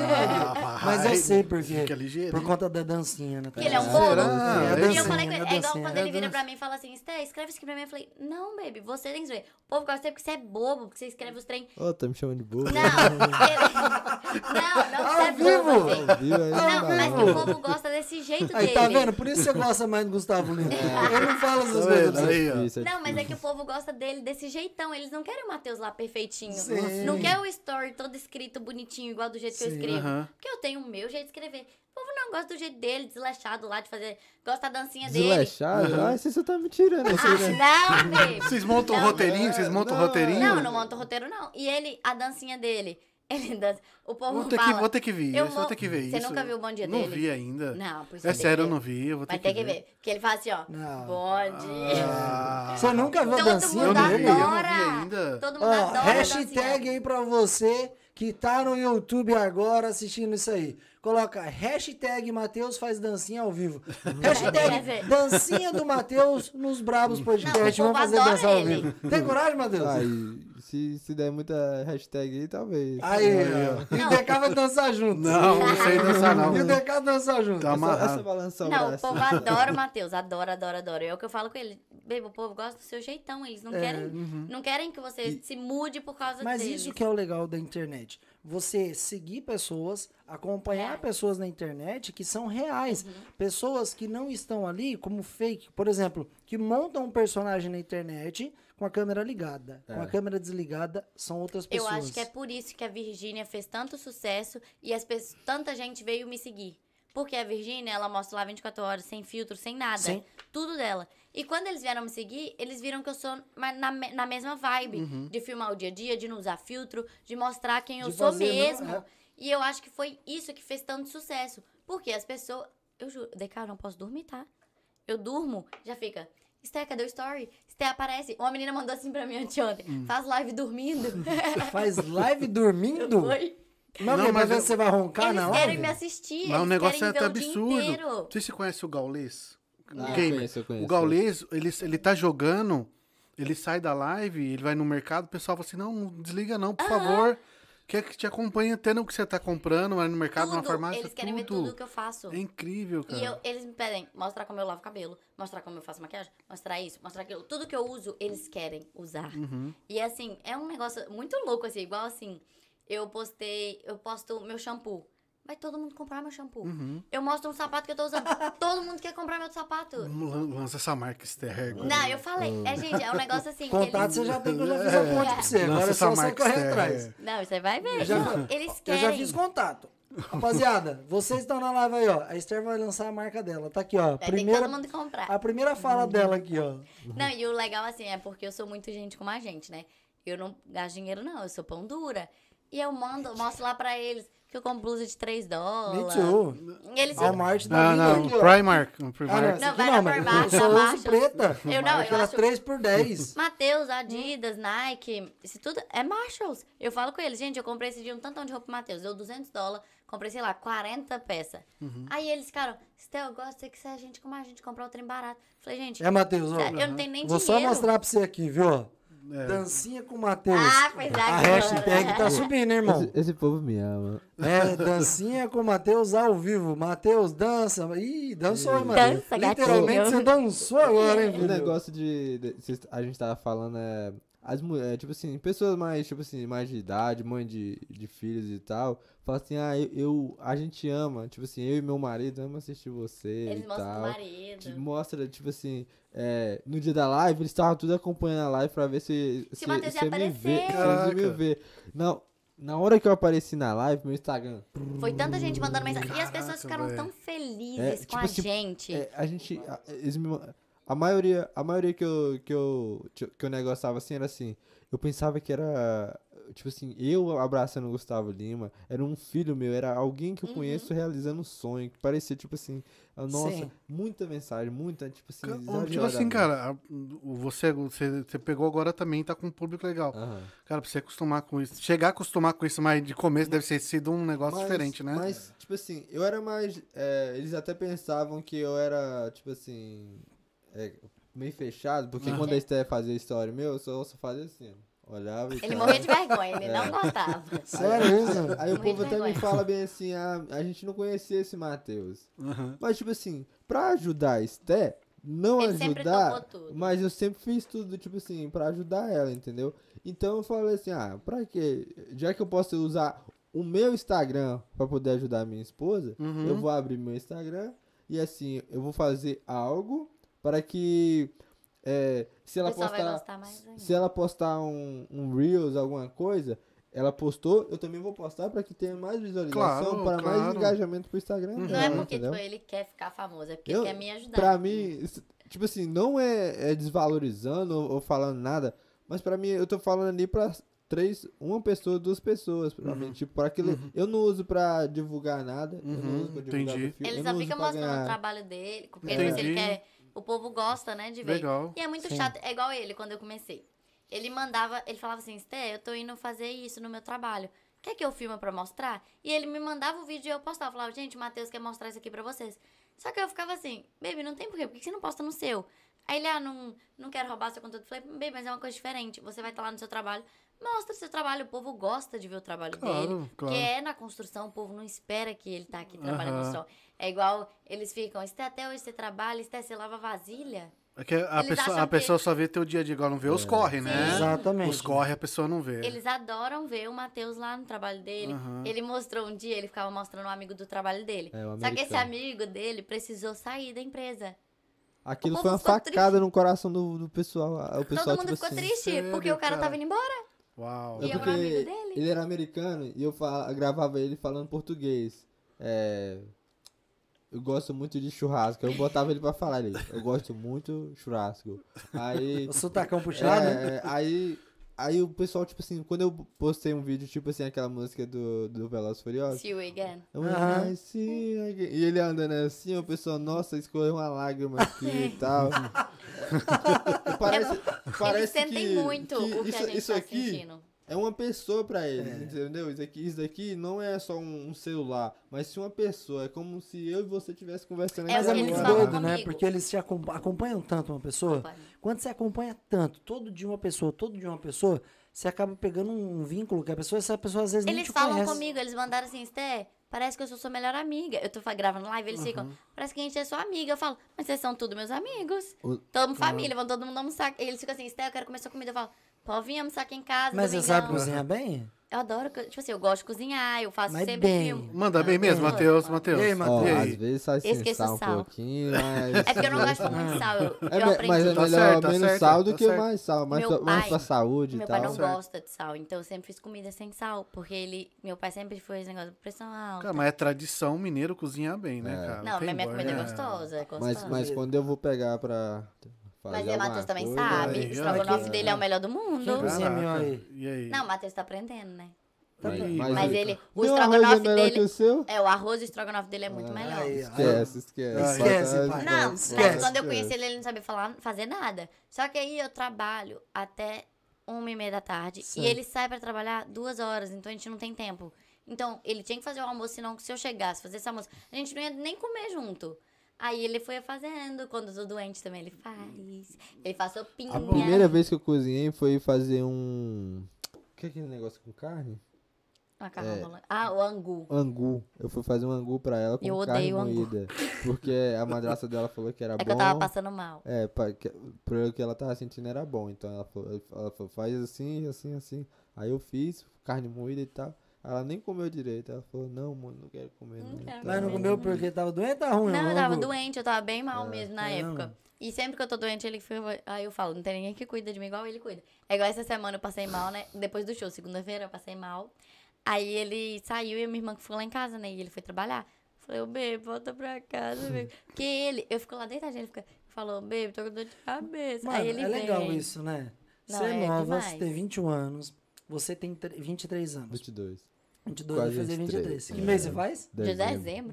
A: Caralho.
B: Mas eu sei por quê.
A: Fica ligeiro.
B: Por conta da dancinha, né?
C: Que ele é um
B: É,
C: bobo.
A: Será?
B: é a
A: E
C: e
B: dancinha,
C: eu falei com
B: é
C: ele,
B: a
C: é igual
B: dancinha.
C: quando ele vira pra mim e fala assim, Sté, escreve isso aqui pra mim. Eu falei, não, baby, você tem que escrever. O povo gosta sempre porque você é bobo, porque você escreve os trem.
E: Ô, tá me chamando de bobo.
C: Não, ele- não, não, você é
B: vivo?
C: bobo, baby.
E: Viu Tá aí?
C: Não,
E: Tá
C: mas que o
E: mano?
C: povo gosta desse jeito
B: Aí,
C: dele.
B: tá vendo? Por isso você gosta mais do Gustavo Lima. Eu não falo
A: Tá
B: essas coisas.
A: vendo?
E: né?
B: pra você.
A: Aí, ó.
E: Difícil,
C: Não, mas é que
E: difícil.
C: o povo gosta dele desse jeitão. Eles não querem o Matheus lá perfeitinho.
B: Sim.
C: Não quer o story todo escrito bonitinho, igual do jeito que eu
B: Sim.
C: escrevo.
A: Aham.
C: Porque eu tenho o meu jeito de escrever. O povo não gosta do jeito dele, desleixado lá, de fazer. Gosta da dancinha dele.
E: Desleixado? Ah, isso você tá me tirando. Você, né?
C: Ah, não, nego.
A: Vocês montam o
C: Não.
A: roteirinho? Vocês montam o
E: Não,
A: roteirinho?
C: Não, não monta o roteiro, não. E ele, a dancinha dele. Ele dança. O povo
A: Vou ter, que,
C: fala.
A: vou ter que ver isso,
C: Eu
A: vou
C: vou-
A: ter que ver
C: Você
A: isso.
C: nunca viu o Bom Dia
A: não
C: Dele?
A: vi ainda.
C: Não, por isso
A: é
C: tem que
A: sério, eu
C: ver.
A: não vi, eu vou ter
C: Vai
A: que
C: ter que ver. Porque ele fala assim, ó.
B: Não.
C: Bom dia.
A: Ah,
B: Você nunca viu a
C: Todo
B: dancinha
A: eu
C: Então, mundo
A: não vi, eu não
B: dele?
A: vi
C: adora.
A: ainda.
C: Todo mundo
B: Ó,
C: adora. a
B: hashtag
C: dancinha.
B: aí pra você que tá no YouTube agora assistindo isso aí. Coloca hashtag Matheus faz dancinha ao vivo. Hashtag dancinha do Matheus nos Brabos Podcast.
C: Não, o
B: Vamos fazer
C: povo adora
B: dança ao
C: ele.
B: vivo. Tem coragem, Matheus?
E: Ah, e se, se der muita hashtag aí, talvez.
B: Aí, ó. E o
C: Não.
B: DK vai dançar junto.
A: Não, não sei dançar, não.
B: E o DK dançar junto.
A: Tá
E: Essa, essa
A: amarrado.
E: balança é o
C: Não, o
E: braço.
C: povo adora o Matheus. Adora, adora, adora. É o que eu falo com ele. Bebo, o povo gosta do seu jeitão. Eles não querem. Não querem que você se mude por causa
B: É, uhum. Mas
C: deles.
B: isso que é o legal da internet. Você seguir pessoas, acompanhar
C: Reais.
B: pessoas na internet que são reais.
C: Uhum.
B: Pessoas que não estão ali como fake, por exemplo, que montam um personagem na internet com a câmera ligada. Com a
E: É.
B: câmera desligada, são outras
C: Eu
B: pessoas.
C: acho que é por isso que a Virgínia fez tanto sucesso e as pessoas, tanta gente veio me seguir. Porque a Virgínia, ela mostra lá 24 horas, sem filtro, sem nada.
B: Sim.
C: Tudo dela. E quando eles vieram me seguir, eles viram que eu sou ma- na, me- na mesma vibe. De filmar o dia a dia, de não usar filtro, de mostrar quem eu
B: Uhum. De
C: sou
B: fazer, né?
C: mesmo.
B: É.
C: E eu acho que foi isso que fez tanto sucesso. Porque as pessoas... Eu juro, Deca, eu não posso dormir, tá? Eu durmo, já fica... Esté, cadê o story? Esté, aparece. Uma menina mandou assim pra mim anteontem.
B: Hum.
C: Faz live dormindo.
B: Faz live dormindo?
C: Oi.
B: Não,
A: Não,
B: não mas
A: mas
B: ver
A: eu-
B: se você vai roncar
C: eles
B: na
C: querem
B: live?
C: me assistir.
A: Mas o
C: eles
A: negócio
C: querem
A: é até
C: ver o dia
A: absurdo.
C: inteiro.
A: Vocês se conhecem o Gaules?
E: Ah, eu conheço, eu
A: O
E: conheço.
A: Gaules, ele, ele tá jogando, ele sai da live, ele vai no mercado, o pessoal fala assim, não, não desliga não, por
C: Ah.
A: favor. Quer que te acompanhe até no que você tá comprando, vai no mercado, na
C: Tudo.
A: farmácia,
C: Eles querem ver tudo que eu faço.
A: É incrível, cara.
C: E eu- eles me pedem mostrar como eu lavo cabelo, mostrar como eu faço maquiagem, mostrar isso, mostrar aquilo. Tudo que eu uso, eles querem usar. E assim, é um negócio muito louco, assim, igual assim, eu postei, eu posto meu shampoo. Vai todo mundo comprar meu shampoo. Eu mostro um sapato que eu tô usando. todo mundo quer comprar meu sapato.
A: Lan- Lança essa marca Easter
C: Não, eu falei. É, gente, é um negócio assim. que
B: Contato
C: eles-
B: você já tem que eu já fiz um monte pra você.
A: Lança
B: Agora é
A: essa
B: só você
A: marca
B: correr
A: externa,
B: atrás.
A: é.
C: Não, você vai ver.
B: já-
C: Não, eles
B: Eu
C: querem.
B: já fiz contato. Rapaziada, vocês estão na live aí, ó. A Esther vai lançar a marca dela. Tá aqui, ó.
C: Vai
B: Primeira,
C: ter É, que todo mundo comprar.
B: a primeira fala dela aqui, ó.
C: Não, e o legal, assim, é porque eu sou muito gente como a gente, né? Eu não gasto dinheiro, não. Eu sou pão dura. E eu mando, mostro lá pra eles que eu compro blusa de 3
B: Me
C: dólares.
B: too.
C: E Eles...
B: Walmart tá
A: Não,
B: vindo
A: não,
B: aqui, ó.
A: Primark. um
B: Ah, não,
A: Primark.
B: essa aqui
C: vai
B: não,
C: na
B: mas
C: Primark,
B: eu só
C: na
B: uso
C: Marshall.
B: preta.
C: Eu não, eu
B: Aquela
C: acho-
B: 3 por 10.
C: Matheus, Adidas, Nike, isso tudo é Marshalls. Eu falo com eles, gente, eu comprei esse dia um tantão de roupa pro Matheus. Deu 200 dólares, comprei, sei lá, 40 peças.
B: Uhum.
C: Aí eles ficaram, Estel, eu gosto que você é gente como a gente, comprar o trem barato. Falei, gente,
B: É, Matheus, ó.
C: eu não tenho nem
B: Vou
C: dinheiro.
B: só mostrar pra você aqui, viu? ó.
A: é,
B: Dancinha com o Matheus.
C: Ah, pois é,
B: a
C: agora.
B: hashtag tá subindo, hein, irmão?
E: Esse, esse povo me ama.
B: É, dancinha com o Matheus ao vivo. Matheus, dança. Ih, dançou, hein, Matheus?
C: Dança, gatinho.
B: Literalmente você dançou agora, hein,
E: O
A: é
B: filho?
E: negócio de, de- cês- A gente tava falando é. As mulheres, tipo assim, pessoas mais, tipo assim, mais de idade, mãe de, de filhos e tal, falam assim, ah, eu, eu- a gente ama, tipo assim, eu e meu marido amo assistir você
C: eles
E: e
C: mostram o
E: tal. Te
C: marido.
E: mostra, tipo assim, é, no dia da live, eles estavam tudo acompanhando a live pra ver se,
C: o Matheus ia
E: me vê.
C: aparecer.
E: se eles iam
A: Caraca.
E: me ver. Não, na hora que eu apareci na live, meu Instagram.
C: Foi tanta gente mandando mensagem. e as
A: Caraca,
C: pessoas ficaram
A: velho.
C: tão
E: É,
C: felizes com
E: tipo
C: a
E: assim,
C: gente.
E: É, a gente. A, eles me ma- a maioria, a maioria que, eu, que, eu, que eu negociava assim era assim. Eu pensava que era. Tipo assim, eu abraçando o Gustavo Lima, era um filho meu, era alguém
C: Uhum.
E: que eu conheço realizando um sonho, que parecia, tipo assim, ah, nossa,
B: Sim.
E: muita mensagem, muita, tipo assim,
A: Tipo assim,
E: exageradamente.
A: cara, a- o- você, você, você pegou agora também, tá com um público legal.
E: Aham.
A: Cara, pra você acostumar com isso. Chegar a acostumar com isso, mas de começo deve ter sido um negócio
E: Mas-
A: diferente, né?
E: Mas, tipo assim, eu era mais. é, eles até pensavam que eu era, tipo assim. é, meio fechado, porque quando a Esté fazia story meu, eu só, só fazia assim. ó, Olhava e
C: Ele
E: tal.
C: morria de vergonha,
E: É.
C: ele não gostava.
B: Sério isso?
E: Aí
C: Morri
E: o
C: de
E: povo até me
C: vergonha.
E: fala bem assim, ah, a gente não conhecia esse Matheus.
A: Aham.
E: Mas, tipo assim, pra ajudar a Esté, não
C: Ele sempre
E: ajudar,
C: tocou tudo.
E: mas eu sempre fiz tudo, tipo assim, pra ajudar ela, entendeu? Então eu falei assim, ah, pra quê? Já que eu posso
A: Uhum.
E: usar o meu Instagram pra poder ajudar a minha esposa, eu vou abrir meu Instagram E assim, eu vou fazer algo para que. é, se ela
C: O pessoal vai
E: postar.
C: gostar mais ainda.
E: Se ela postar um, um Reels, alguma coisa, ela postou, eu também vou postar para que tenha mais visualização,
A: Claro,
E: para mais
A: claro.
E: engajamento pro Instagram.
C: Não é
E: dela,
C: porque,
E: entendeu?
C: tipo, ele quer ficar famoso, é porque
E: Eu-
C: quer me ajudar.
E: Pra mim, isso- tipo assim, não é, é desvalorizando ou, ou falando nada, mas pra mim eu tô falando ali pra três, uma pessoa, duas pessoas, pra
A: Uhum.
E: mim, tipo, para aquilo, eu não uso pra divulgar nada, eu não
A: Uhum,
E: uso pra divulgar
A: entendi.
E: perfil,
C: Ele
E: eu
C: só
E: não
C: fica
E: uso pra
C: mostrando o
E: ganhar-
C: trabalho dele, porque às vezes ele
A: Entendi.
C: quer. O povo gosta, né, de ver.
A: Legal.
C: E é muito
E: Sim.
C: chato. É igual ele, quando eu comecei. Ele mandava, ele falava assim, Sté, eu tô indo fazer isso no meu trabalho. Quer que eu filme pra mostrar? E ele me mandava o vídeo e eu postava. Eu falava, gente, o Matheus quer mostrar isso aqui pra vocês. Só que eu ficava assim, baby, não tem porquê, por que você não posta no seu? Aí ele, ah, não, não quero roubar seu conteúdo. Eu falei, baby, mas é uma coisa diferente. Você vai estar lá no seu trabalho, mostra o seu trabalho. O povo gosta de ver o trabalho dele.
A: Claro, claro.
C: Porque é na construção, o povo não espera que ele tá aqui trabalhando
A: Aham.
C: só. É igual eles ficam, Esté, até hoje você trabalha, Esté, você lava vasilha.
A: É que a
C: Eles
A: pessoa,
C: acham
A: a
C: que-
A: pessoa só vê teu dia a dia, igual não vê os
E: É.
A: corre, né?
B: Exatamente.
A: Os corre a pessoa não vê.
C: Eles adoram ver o Matheus lá no trabalho dele.
A: Aham.
C: Ele mostrou um dia, ele ficava mostrando um amigo do trabalho dele.
E: É, o
C: Só que esse
E: americano.
C: amigo dele precisou sair da empresa.
E: Aquilo
C: O
E: foi uma
C: povo ficou
E: facada no coração do, do pessoal, a- o pessoal
C: Todo mundo
E: tipo
C: ficou
E: assim,
C: triste,
A: sério,
C: porque o cara,
A: cara?
C: tava indo embora.
A: Uau.
C: E
E: É
C: eu
E: porque
C: era amigo dele.
E: ele era americano e eu fala- gravava ele falando português. É, eu gosto muito de churrasco. Eu botava ele pra falar ele. Eu gosto muito de churrasco. Aí
B: O sotacão puxado, né?
E: é, aí, aí o pessoal, tipo assim, quando eu postei um vídeo, tipo assim, aquela música do, do Veloz Furioso,
C: See you again.
E: eu,
B: Aham.
E: "I see you again", e ele andando assim, o pessoal, nossa, escorreu uma lágrima aqui e tal. parece,
C: É. Eles
E: parece
C: sentem
E: que,
C: muito
E: que
C: o que
E: isso,
C: a gente
E: isso
C: tá
E: aqui
C: sentindo.
E: é uma pessoa pra eles,
A: É.
E: entendeu? Isso aqui, isso daqui não é só um, um celular, mas sim uma pessoa. É como se eu e você estivesse conversando
C: É
B: Mas
C: o
B: é
C: que
E: aqui
C: eles
B: muito
E: agora.
C: falam
B: doido, né?
C: comigo.
B: Porque eles te acom- acompanham tanto uma pessoa.
C: Opa.
B: Quando você acompanha tanto, todo dia uma pessoa, todo dia uma pessoa, você acaba pegando um vínculo que a pessoa, essa pessoa às vezes nem
C: Eles
B: te
C: falam
B: conhece.
C: comigo, eles mandaram assim, Sté, parece que eu sou sua melhor amiga. Eu tô fa- gravando live, eles ficam, parece que a gente é sua amiga. Eu falo, mas vocês são tudo meus amigos.
E: O-
C: Todo mundo família, vão todo mundo almoçar. Eles ficam assim, Sté, eu quero comer sua comida. Eu falo, pode vir almoçar aqui em casa,
B: Mas você
C: domingão."
B: sabe cozinhar bem?
C: Eu adoro, co- tipo assim, eu gosto de cozinhar, eu faço
B: Mas
C: sempre
B: bem.
C: filme.
A: Manda bem mesmo,
C: Ah,
A: Matheus,
C: ah.
A: Matheus.
B: E aí,
E: é. Ó,
A: E
E: às
A: aí?
E: vezes sai sem
C: Esqueça o
E: sal um
C: sal.
E: pouquinho, mas...
C: É porque eu não gosto muito de sal, eu,
E: É,
C: eu
E: me-
C: aprendi.
E: mas é
A: Tá
E: melhor
A: certo, tá
E: menos
A: certo,
E: sal do
A: tá
E: que
A: certo.
E: mais sal, mais,
C: Meu
E: só- mais
C: pai-
E: pra saúde e
C: Meu
E: tal.
C: pai não
A: Certo.
C: gosta de sal, então eu sempre fiz comida sem sal, porque ele, meu pai sempre foi esse negócio de pressão alta.
A: Cara, mas é tradição mineiro cozinhar bem, né, cara?
C: não,
A: tem
C: mas minha
A: boy,
C: comida é
A: né?
C: gostosa, é
E: mas,
C: gostosa.
E: mas quando eu vou pegar pra fazer
C: Mas e o
E: alguma
C: Matheus também
E: coisa,
C: sabe.
A: aí,
C: O
A: ó.
C: estrogonofe dele é o melhor do mundo.
B: Quem- Cozinha
A: Caraca,
B: melhor aí.
A: E aí?
C: Não, o Matheus tá aprendendo, né?
E: Mas,
A: Mas-
C: Mas
A: Aí,
C: ele. O
E: Meu arroz é
C: estrogonofe
E: melhor que o
C: dele.
E: seu?
C: É, o arroz e o estrogonofe dele é
B: Ah,
C: muito melhor.
B: aí,
E: Esquece, esquece.
A: Ah,
B: esquece,
E: Bota-
B: pai.
C: Não,
B: Esquece,
C: mas quando eu conheci ele, ele não sabia falar, fazer nada. Só que aí eu trabalho até uma e meia da tarde.
B: Sim.
C: E ele sai pra trabalhar duas horas, então a gente não tem tempo. Então, ele tinha que fazer o almoço, senão se eu chegasse, fazer esse almoço, a gente não ia nem comer junto. Aí ele foi fazendo, quando eu tô doente também, ele faz. Ele faz sopinha.
E: A primeira vez que eu cozinhei foi fazer um. O que é aquele negócio com carne?
C: Macarrão
E: É.
C: bolan- Ah, o angu.
E: Angu. Eu fui fazer um angu pra ela com
C: Eu
E: carne
C: odeio angu.
E: moída. Porque a madraça dela falou que era
C: É
E: Tá bom.
C: que eu tava passando mal.
E: É, pra, que, pra o que ela tava sentindo era bom. Então ela falou, ela falou, faz assim, assim, assim. Aí eu fiz, carne moída e tal. Ela nem comeu direito. Ela falou, não, mano, não quero comer.
C: Não
E: Não,
C: quero
E: Tá
B: Mas não
E: bom."
B: comeu porque tava doente, tá ruim.
C: Não, eu tava
B: Hugo?
C: doente, eu tava bem mal mesmo na
B: É,
C: época. E sempre que eu tô doente, ele fica. Aí eu falo, não tem ninguém que cuida de mim igual ele cuida. É igual essa semana eu passei mal, né? Depois do show, segunda-feira eu passei mal. Aí ele saiu e a minha irmã que ficou lá em casa, né? E ele foi trabalhar. Falei, ô, bebê, volta pra casa, bebê. Porque ele, eu fico lá deitadinha, ele fica, falou, bebê, tô com dor de cabeça.
B: Mano,
C: aí ele
B: é legal
C: vem.
B: isso, né?
C: Não,
B: você é,
C: é
B: nova,
C: demais.
B: você tem 21 anos, você tem tre- 23 anos.
E: 22.
B: 22 vai
E: Quase
B: fazer 23.
E: 23,
B: Que
E: é.
B: mês você faz?
C: De dezembro.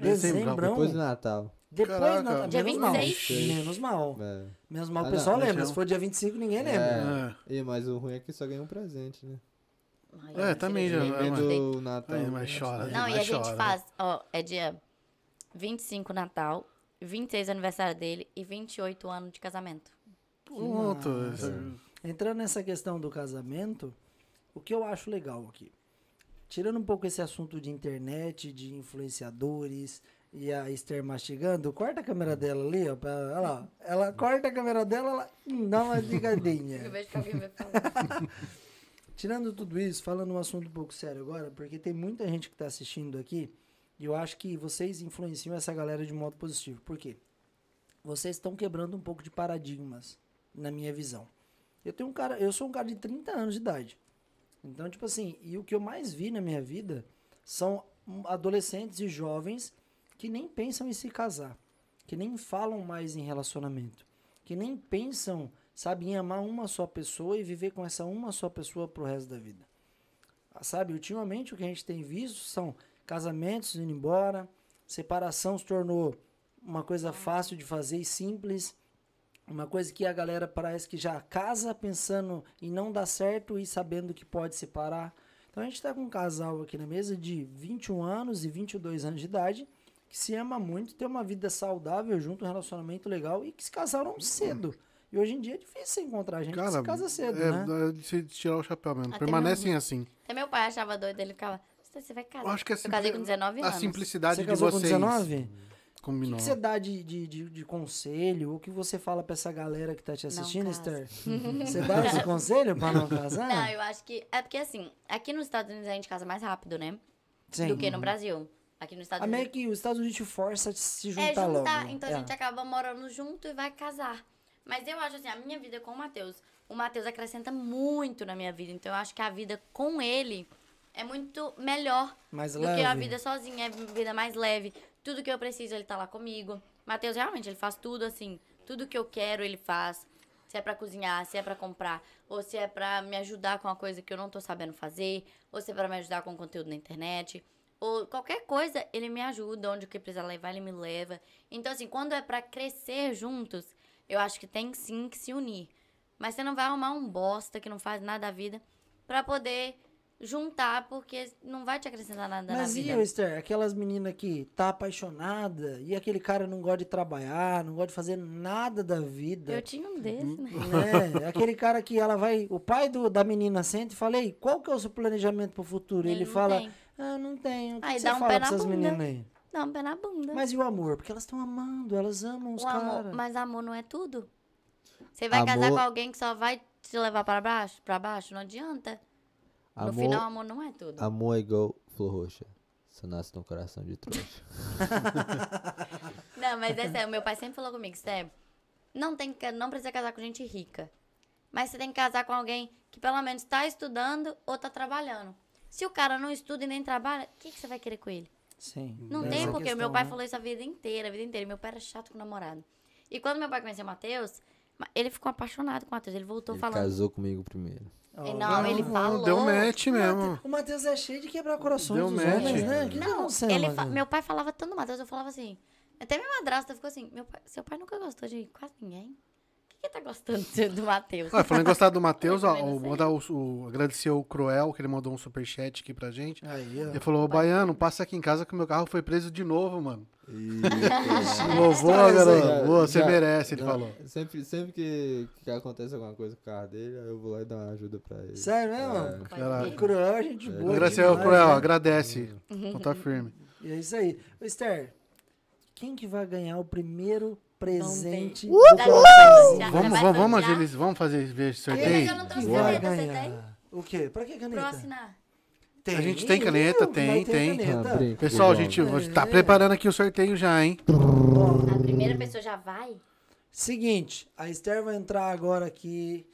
A: Dezembrão.
B: Dezembrão.
E: Depois do Natal.
B: Depois,
A: Caraca.
B: na,
C: Dia
B: menos mal.
C: 26.
B: Menos mal.
E: É.
B: Menos mal, o
E: Ah,
B: pessoal
E: não,
B: lembra.
A: deixa
B: Se
A: eu-
B: for dia 25, ninguém lembra.
A: É.
E: E, mas o ruim é que só ganha um presente, né?
C: Ai,
A: É,
C: eu
A: também já-
C: tirei
A: Ah,
E: Vem
A: mas-
C: bebê, eu
E: do Natal. né?
A: Aí, mas chora.
C: Não,
A: mas
C: e a gente
A: chora. né?
C: faz, ó, é dia 25 Natal, 26 aniversário dele e 28 anos de casamento.
A: Pronto.
E: É.
B: Entrando nessa questão do casamento, o que eu acho legal aqui, tirando um pouco esse assunto de internet, de influenciadores e a Esther mastigando, corta a câmera dela ali, ó, pra, olha lá, ela corta a câmera dela, ela hum, dá uma ligadinha.
C: Eu vejo que alguém vai falar.
B: Tirando tudo isso, falando um assunto um pouco sério agora, porque tem muita gente que está tá assistindo aqui E eu acho que vocês influenciam essa galera de modo positivo. Por quê? Vocês estão quebrando um pouco de paradigmas, na minha visão. Eu tenho um cara, eu sou um cara de 30 anos de idade. Então, tipo assim, e o que eu mais vi na minha vida são hum, adolescentes e jovens que nem pensam em se casar, que nem falam mais em relacionamento, que nem pensam, sabe, em amar uma só pessoa e viver com essa uma só pessoa pro resto da vida. Ah, Sabe, ultimamente o que a gente tem visto são casamentos indo embora, separação se tornou uma coisa fácil de fazer e simples, uma coisa que a galera parece que já casa pensando em não dar certo e sabendo que pode separar. Então a gente tá com um casal aqui na mesa de 21 anos e 22 anos de idade que se ama muito, tem uma vida saudável junto, um relacionamento legal e que se
A: Uhum.
B: casaram cedo. E hoje em dia é difícil encontrar gente que se casa cedo,
A: é,
B: né?
A: é de se tirar o chapéu mesmo.
C: Até
A: Permanecem assim.
C: Até meu pai achava doido, ele ficava, você você vai
A: Eu
C: casar.
A: acho que é
C: eu casei com 19
A: a
C: anos.
A: simplicidade
B: Você
A: de
B: casou
A: vocês.
B: com 19? O que
A: Combinou.
B: que você dá de, de, de, de conselho? Ou o que você fala pra essa galera que tá te assistindo,
C: casa.
B: Esther? Você dá esse conselho pra não casar?
C: Não, eu acho que. É porque assim, aqui nos Estados Unidos a gente casa mais rápido, né?
B: Sim.
C: Do que no Brasil. Aqui nos Estados
B: Ah, meio
C: Unidos.
B: que os Estados Unidos te força a se juntar,
C: é juntar,
B: logo.
C: então
B: É.
C: a gente acaba morando junto e vai casar. Mas eu acho assim, a minha vida com o Matheus, o Matheus acrescenta muito na minha vida. Então eu acho que a vida com ele é muito melhor
B: Mais
C: do
B: leve.
C: que a vida sozinha, é vida mais leve. Tudo que eu preciso, ele tá lá comigo. Matheus, realmente, ele faz tudo assim. Tudo que eu quero, ele faz. Se é pra cozinhar, se é pra comprar, ou se é pra me ajudar com uma coisa que eu não tô sabendo fazer, ou se é pra me ajudar com conteúdo na internet, ou qualquer coisa, ele me ajuda. Onde o que precisa levar, ele me leva. Então, assim, quando é pra crescer juntos, eu acho que tem sim que se unir. Mas você não vai arrumar um bosta que não faz nada da vida pra poder juntar, porque não vai te acrescentar nada na
B: Mas
C: vida.
B: e, ô, Esther, aquelas meninas que tá apaixonada e aquele cara não gosta de trabalhar, não gosta de fazer nada da vida.
C: Eu tinha um desse, né?
B: né? Aquele cara que ela vai. O pai do, da menina senta e fala: Ei, qual que é o seu planejamento pro futuro? Ele,
C: não
B: fala:
C: tem.
B: Ah, não tenho. O que
C: Aí
B: que você
C: dá um
B: fala
C: pé
B: pra
C: na
B: essas
C: bunda.
B: meninas aí?
C: Dá um pé na bunda.
B: Mas e o amor? Porque elas estão amando, elas amam os
C: o amor,
B: caras.
C: mas amor não é tudo. Você vai casar
E: Amor-
C: com alguém que só vai te levar pra baixo, para baixo, não adianta.
E: Amor,
C: No final, amor não é tudo.
E: amor é igual flor roxa. Você nasce no coração de trouxa.
C: Não, mas é sério, meu pai sempre falou comigo, Sté, não tem que, não precisa casar com gente rica. Mas você tem que casar com alguém que pelo menos tá estudando ou tá trabalhando. Se o cara não estuda e nem trabalha, o que, que você vai querer com ele?
B: Sim.
C: Não
B: dá
C: tem
B: essa
C: porque.
B: questão,
C: Meu pai
B: né?
C: falou isso a vida inteira, a vida inteira. Meu pai era chato com o namorado. E quando meu pai conheceu o Matheus, ma- ele ficou apaixonado com o Matheus. Ele voltou
E: Ele
C: falando.
E: casou comigo primeiro.
B: Ó,
C: Ele- assim, Não, ele falou.
A: Ah, Deu match mesmo.
B: O Matheus é cheio de quebrar corações
A: Deu
B: dos
A: match.
B: homens, né? Que
C: Não,
B: que tá
C: ele
B: acontecendo,
C: fa-
B: Matheus?
C: meu pai falava tanto do Matheus, eu falava assim. Até minha madrasta ficou assim: meu pai- seu pai nunca gostou de quase ninguém. Por que, que ele tá gostando de- do Matheus?
A: Ah, falando em gostar do Matheus, ó,
C: Eu também não
A: o-
C: sei.
A: mandar o, o- agradecer o Cruel, que ele mandou um superchat aqui pra gente.
B: Aí, ó.
A: Ele falou, ô Baiano, passa aqui em casa que meu carro foi preso de novo, mano. Louvou,
B: Histórias aí,
A: garoto.
E: já-
A: Boa, Você
E: já-
A: merece, ele
E: Não,
A: falou.
E: Sempre, sempre que, que acontece alguma coisa com o carro dele, aí eu vou lá e dou uma ajuda pra ele.
B: Sério
E: É.
B: mesmo?
A: Caraca.
B: O Cruel é gente boa.
A: Agradecer ao
B: demais,
A: Cruel,
B: né?
A: agradece. Então tá firme.
B: E é isso aí. Ô, Esther, quem que vai ganhar o primeiro presente?
C: Vamos
B: do
C: ver.
B: Conselho?
C: Já-
A: Vamos,
C: vai
A: vamos, vamos,
C: sortear?
A: agilizar, vamos fazer ver
C: Mas
A: sorteio?
C: eu não trouxe
B: Vai
C: caneta, você tem?
B: ganhar. O quê? Pra que caneta?
C: Pra eu assinar.
A: A gente tem caneta,
B: Ih,
A: tem,
B: vai ter
E: Ah,
A: tem.
B: caneta.
E: brinca,
A: Pessoal, a
E: João.
A: gente tá preparando aqui o sorteio já, hein?
B: Ó,
C: A primeira pessoa já vai?
B: seguinte, a Esther vai entrar agora aqui.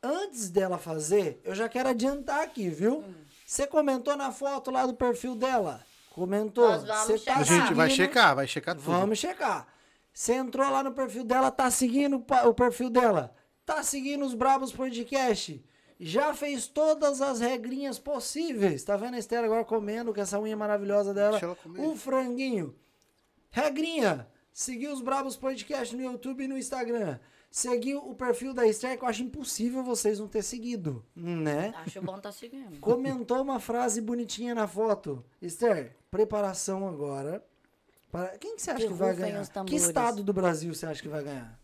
B: Antes dela fazer, eu já quero adiantar aqui, viu?
C: Hum.
B: Você comentou na foto lá do perfil dela. Comentou.
C: Nós vamos
B: Você tá
A: A
C: checar.
A: gente vai
B: seguindo.
A: checar, vai checar tudo.
B: Vamos checar. Você entrou lá no perfil dela, tá seguindo o pa- o perfil dela, tá seguindo os Brabos Podcast, já fez todas as regrinhas possíveis. Tá vendo a Esther agora comendo com essa unha maravilhosa dela?
A: Deixa ela comer.
B: Um franguinho. Regrinha: seguir os Brabos Podcast no YouTube e no Instagram. Seguir o perfil da Esther, que eu acho impossível vocês não ter seguido, né?
C: Acho bom tá seguindo.
B: Comentou uma frase bonitinha na foto. Esther, preparação agora. Para... Quem que você acha que,
C: Que
B: vai
C: rufem
B: ganhar?
C: os
B: Que
C: tambores.
B: estado do Brasil você acha que vai ganhar?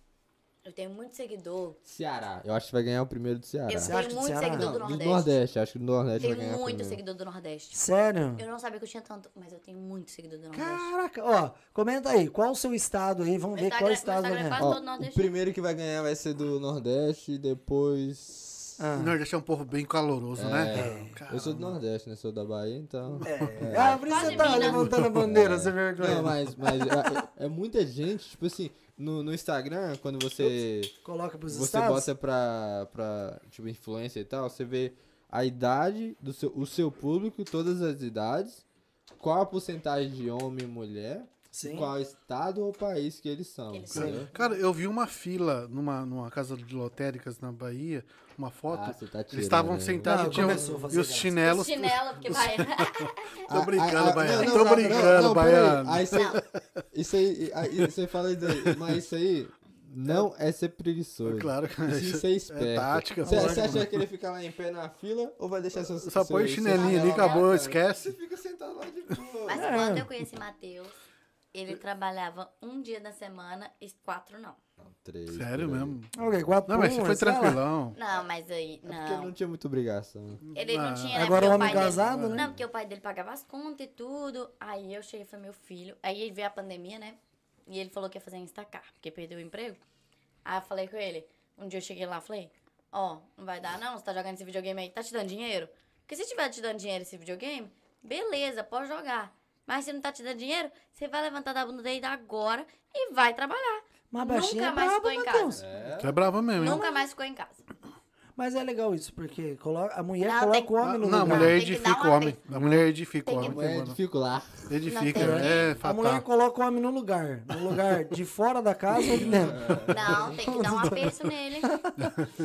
C: Eu tenho muito seguidor.
E: Ceará. Eu acho que vai ganhar o primeiro do Ceará. Ah,
C: Eu
B: Você acha
C: tenho
B: que
C: muito
B: Ceará?
C: seguidor do
E: Não, do
C: Nordeste.
E: Nordeste. Acho que do Nordeste vai
C: Tenho
E: ganhar
C: muito
E: primeiro.
C: seguidor do Nordeste.
B: Sério?
C: Eu não sabia que eu tinha tanto, mas eu tenho muito seguidor do Nordeste.
B: Caraca, ó, comenta aí, qual o seu estado aí? Vamos ver
C: Meu
B: qual
C: Instagram-
B: estado é.
C: meu
B: vai
C: Instagram
B: ganhar.
C: Quase
E: Ó,
C: todo
E: o
C: nordestino.
E: primeiro que vai ganhar vai ser do Nordeste, depois
B: Ah.
A: O Nordeste é um povo bem caloroso, né?
E: É, Eu sou do Nordeste, né? Sou da Bahia, então.
B: É. Ah, por isso
C: Quase
B: você tá
C: Minas.
B: levantando a bandeira, você vergonha.
E: Não, mas, mas é, é muita gente, tipo assim, no, no Instagram, quando você.
B: Coloca pros
E: você
B: estados.
E: bota pra, pra, tipo, influência e tal, você vê a idade do seu, o seu público, todas as idades, qual a porcentagem de homem e mulher,
B: Sim.
E: qual estado ou país que eles são.
C: Eles
E: entendeu?
A: Cara, eu vi uma fila numa, numa casa de lotéricas na Bahia, uma foto.
E: Ah, você tá tirando,
A: eles estavam
E: né?
A: sentados
B: Não,
A: tinham-
B: começou a fazer
A: e os
B: graça.
A: chinelos.
C: Chinelo, porque vai.
A: Tô
E: Ah,
A: brincando,
E: ah, ah,
A: Baiano.
E: não,
A: Tô
E: não, não,
A: brincando,
E: não, peraí.
A: Baiano.
E: Aí você, isso aí, aí você fala isso aí, mas isso aí não é ser preguiçoso.
A: Claro que
E: Isso, isso é né? esperto.
A: tática,
E: Você,
A: lógico.
E: você acha que ele fica lá em pé na fila ou vai deixar seu
A: Só põe o
E: seu-
A: chinelinho
E: seu-
A: ali,
C: Ah,
A: acabou,
D: Cara, Você
A: esquece.
D: fica sentado lá de boa.
C: Mas quando eu conheci Matheus, ele trabalhava um dia na semana e quatro não.
E: Três,
A: Sério
E: por aí.
A: mesmo.
B: Ok, quatro
A: Não, mas você
B: um,
A: foi
B: sei lá.
A: tranquilão.
C: Não, mas aí.
E: É porque não
C: Não.
E: tinha muita obrigação.
C: Ele não
A: Ah.
C: tinha. né,
B: Agora
C: porque
B: o
C: o
B: homem
C: pai dele-
B: casado, né?
C: Não, porque o pai dele pagava as contas e tudo. Aí eu cheguei e falei, meu filho. Aí veio a pandemia, né? E ele falou que ia fazer Instacar, porque perdeu o emprego. Aí eu falei com ele. Um dia eu cheguei lá falei: Ó, não vai dar não, você tá jogando esse videogame aí, tá te dando dinheiro? Porque se tiver te dando dinheiro esse videogame, beleza, pode jogar. Mas se não tá te dando dinheiro, você vai levantar da bunda dele agora e vai trabalhar.
B: Mas
C: Nunca
B: baixinho é
C: mais
B: brabo,
C: ficou em
B: Matheus.
A: Você é brava mesmo, hein?
C: Nunca mais ficou em casa.
B: Mas é legal isso, porque coloca, a mulher
C: Não,
B: coloca
C: tem-
B: o
A: Não,
B: homem no
A: a mulher
B: lugar.
C: Tem que dar
A: edifica o
C: uma
A: homem. A mulher edifica o
C: Tem que-
A: homem.
E: É,
A: mano.
E: dificular.
A: Edifica,
C: Não tem-
A: é
B: A mulher
A: fatal.
B: coloca o homem no lugar. No lugar de fora da casa ou de dentro.
C: Não, tem que dar um aperto nele.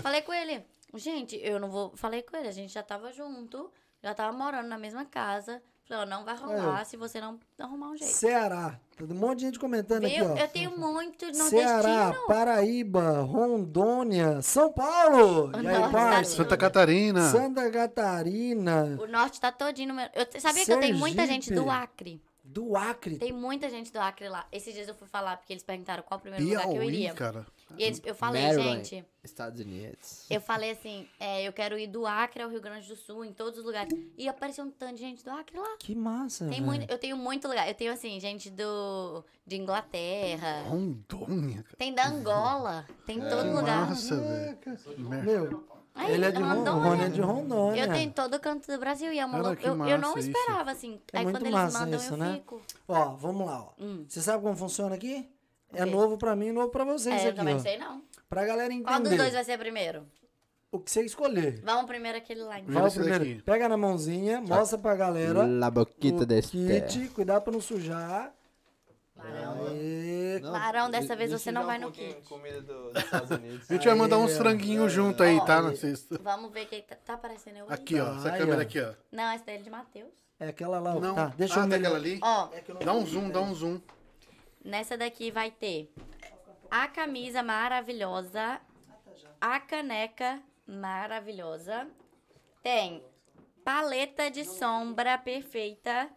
C: Falei com ele, gente, eu não vou. Falei com ele, a gente já tava junto, já tava morando na mesma casa. Falei, ó, não
B: É,
C: vai rolar se você não não arrumar um jeito.
B: Ceará. Tem Um monte de gente comentando aqui,
C: Viu?
B: ó.
C: Eu tenho muito nordestino.
B: Ceará, Paraíba, Rondônia, São Paulo. E aí,
C: Nossa,
B: parça?
A: Santa Catarina.
B: Santa Catarina,
C: O norte tá todinho. no meu- Eu te- sabia que eu tenho muita gente do
B: Sergipe.
C: Acre.
B: do Acre.
C: Tem muita gente do Acre lá. Esses dias eu fui falar, porque eles perguntaram qual o primeiro lugar que eu
A: Piauí,
C: iria.
A: cara.
C: E eles- eu falei,
E: Maryland,
C: gente.
E: Estados Unidos.
C: Eu falei assim, é, eu quero ir do Acre ao Rio Grande do Sul, em todos os lugares. E apareceu um tanto de gente do Acre lá.
B: Que massa, né?
C: Tem
B: velho.
C: muito, eu tenho muito lugar. Eu tenho, assim, gente do, de Inglaterra.
A: Rondônia, cara.
C: Tem da Angola. Tem
A: É.
C: em todo lugar.
A: Nossa, velho. Merda.
B: Meu,
C: Aí,
B: ele é de Rondônia,
C: Rondônia.
B: é de Rondônia.
C: Eu tenho todo o canto do Brasil. E é uma
A: Cara,
C: louca-
A: que
C: eu, eu não
A: massa isso.
C: esperava, assim.
B: É
C: Aí
B: muito
C: quando eles
B: massa
C: mandam,
B: isso,
C: eu
B: né?
C: fico.
B: Ó, vamos lá, ó.
C: Hum.
B: Você sabe como funciona aqui? É
C: O quê?
B: novo pra mim e novo pra vocês
C: É, eu
B: aqui,
C: também não
B: ó.
C: sei, não.
B: Pra galera
C: Qual dos dois
B: entender
C: vai ser primeiro?
B: o que você escolher.
C: Vamos primeiro aquele lá, então.
A: Primeiro
B: Vai o
A: esse
B: primeiro.
A: daqui. Tá.
B: Pega na mãozinha, mostra pra galera
E: La boquita
B: o
E: deste.
B: kit, cuidado pra não sujar.
C: Barão.
B: E...
C: Barão, dessa
E: de-
C: vez
E: deixa
C: você
E: eu
C: não
E: dar
C: vai
E: um
C: no
E: pouquinho
C: kit.
E: de Comida do- dos Estados Unidos.
A: A gente vai mandar uns
B: Aí, ó.
A: franguinhos junto aí, tá? Na
C: Ó,
A: sexta.
C: Vamos ver quem tá, tá aparecendo eu aí.
A: Aqui, ó. Essa
B: Ai,
A: câmera
B: ó.
A: aqui, ó.
C: Não, esse daí é de Matheus.
B: É aquela lá, ó.
A: Não.
B: tá. Deixa
A: ah,
B: eu
A: tem
B: ver.
A: aquela ali.
C: Ó,
A: Dá um zoom, dá um zoom.
C: Nessa daqui vai ter a camisa maravilhosa, a caneca maravilhosa, tem paleta de sombra perfeita,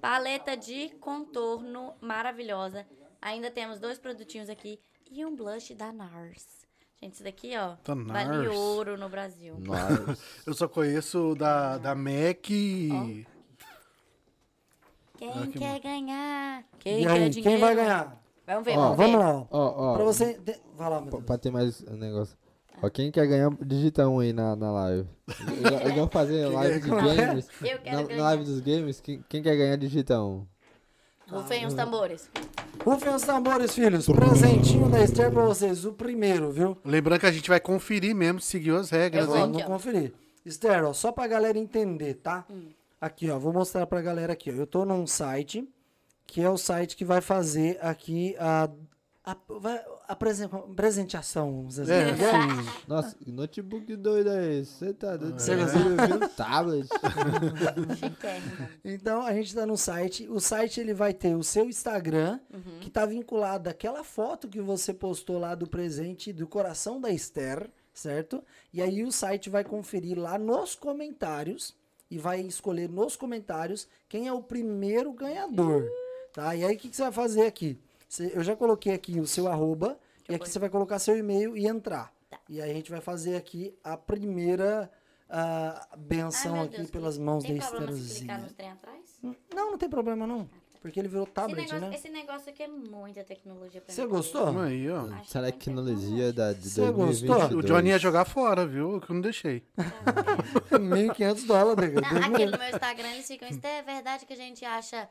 C: paleta de contorno maravilhosa. Ainda temos dois produtinhos aqui e um blush da NARS. Gente, isso daqui, ó,
A: Da
C: vale
A: NARS. Hum.
C: ouro no Brasil.
E: Nossa.
A: Eu só conheço o da, da Mac e. Ah,
C: Quem
A: que
C: quer ganhar? Quem
B: E
C: quer
B: aí,
C: dinheiro?
B: quem vai ganhar?
C: Vamos ver,
E: Ó,
B: Ó,
C: vamos ver.
B: vamos lá, ó.
E: Ó, ó.
B: Pra você... ente- Vai lá, meu
E: Pra,
B: Deus.
E: pra ter mais um negócio. Ó, quem quer ganhar, digita um aí na, na live. Eu, eu vou fazer live de games.
C: Eu quero
E: Na, na
C: ganhar.
E: live dos games, quem, quem quer ganhar, digita um.
C: Rufem os tambores.
B: Rufem os tambores, filhos. Presentinho da Esther pra vocês. O primeiro, viu?
A: Lembrando que a gente vai conferir mesmo, seguiu as
C: Eu
A: regras,
C: vou
A: hein?
B: Ó,
C: aqui,
B: não
C: ó.
B: conferir. Esther, ó, só pra galera entender, tá?
C: Hum.
B: Aqui, ó, vou mostrar pra galera aqui. ó. Eu tô num site, que é o site que vai fazer aqui a, a, vai- a presen- presenteação, vamos dizer
A: É,
B: assim.
A: sim.
E: Nossa,
C: Ah.
E: que notebook doido é esse? Você tá
A: Ah,
E: doido?
B: Você
E: Você
B: gostou?
E: viu um tablet?
C: Chiquérrimo.
B: Então, a gente tá no site. O site, ele vai ter o seu Instagram,
C: Uhum.
B: que tá vinculado àquela foto que você postou lá do presente do coração da Esther, certo? E aí o site vai conferir lá nos comentários e vai escolher nos comentários quem é o primeiro ganhador, tá? E aí o que, que você vai fazer aqui? Você- eu já coloquei aqui o seu arroba e aqui você vai colocar seu e-mail e entrar.
C: Tá.
B: E aí a gente vai fazer aqui a primeira ah,
C: Ai,
B: benção
C: meu
B: aqui
C: Deus,
B: pelas mãos da
C: Tem problema se clicar
B: Estherzinha.
C: nos trem atrás?
B: Não, não tem problema não. Porque ele virou
C: Esse
B: tablet,
C: negócio,
B: né?
C: esse negócio aqui é muita tecnologia pra
B: Você
C: mim.
B: gostou?
A: Calma aí, ó.
C: Acho que é muito
E: Tecnologia da, de
B: Você gostou?
E: 2022.
A: O Johnny ia jogar fora, viu? Que eu não deixei.
B: 1.500 dólares.
C: Não, aqui no meu Instagram eles ficam, isso é verdade que a gente acha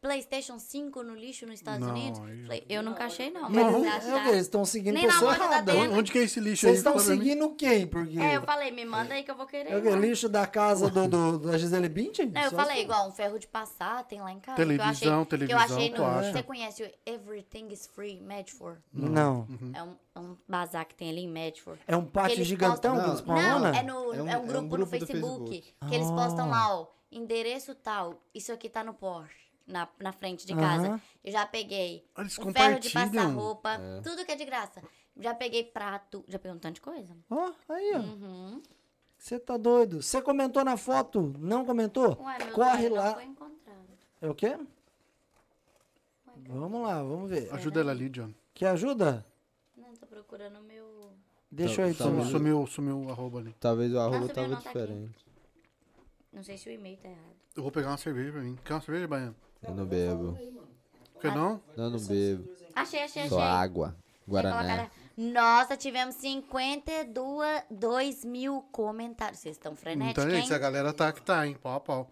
C: PlayStation 5 no lixo nos Estados
A: Não,
C: Unidos?
A: eu-
C: Falei, eu nunca achei, não. Mas
B: Não,
C: eles
B: é o
C: acharam.
B: quê? eles estão seguindo
C: Nem na
B: pessoa
C: moda da
B: errada.
C: Dena.
A: Onde, onde que é esse lixo aí?
B: Vocês estão
A: Fala pra mim.
B: seguindo quem? Porque
C: É, eu falei, me manda aí que eu vou querer.
B: é o quê?
C: né?
B: lixo da casa do, do- da Gisele Bündchen?
C: Não, eu
B: Só assim.
C: falei,
B: isso.
C: igual um ferro de passar, tem lá em casa.
A: Televisão,
C: que eu achei,
A: televisão,
C: Que eu achei no,
A: tu acha?
C: Você conhece o Everything is Free, Medford?
B: Não.
C: É, um, é um bazar que tem ali em Medford.
B: É um
C: Que
B: pátio
C: eles
B: gigantão
E: postam-
B: que eles
E: Não,
C: Não,
B: pamona?
C: é, no, é, um, grupo no
E: do
C: Facebook,
E: Facebook.
C: que eles postam
B: Ah.
C: lá, ó, endereço tal, isso aqui tá no Porsche, na, na frente de casa.
B: Aham.
C: Eu já peguei
A: Eles
C: um ferro de
A: compartilham.
C: passar roupa, tudo que é de graça. Já peguei prato, já peguei um tanto de coisa.
B: Ó, aí, ó.
C: Uhum.
B: Você tá doido. Você comentou na foto? Não comentou?
C: Ué, meu
B: Corre
C: dinheiro não
B: lá.
C: foi encontrado.
B: É o quê? Vamos lá, vamos ver.
C: né?
A: Ajuda ela ali, John.
B: Quer ajuda?
C: Não, tô procurando o meu...
B: Deixa eu aí,
E: Tá,
B: tomar.
A: Sumiu,
E: mas-
A: sumiu, sumiu o arroba ali.
E: Talvez o arroba
C: subiu,
E: tava
C: não, tá aqui.
E: diferente.
C: Não sei se o e-mail tá errado.
A: Eu vou pegar uma cerveja pra mim. Quer uma cerveja, Baiano?
E: Eu não bebo.
C: Ah,
A: Quer não?
E: Eu não bebo.
C: Achei, achei, achei.
E: Só água. Guaraná.
C: Colocaram- Nossa, tivemos 52 dois mil comentários. Vocês estão frenéticos,
A: Então é isso, a
C: hein?
A: galera tá que tá, hein? Pau a pau.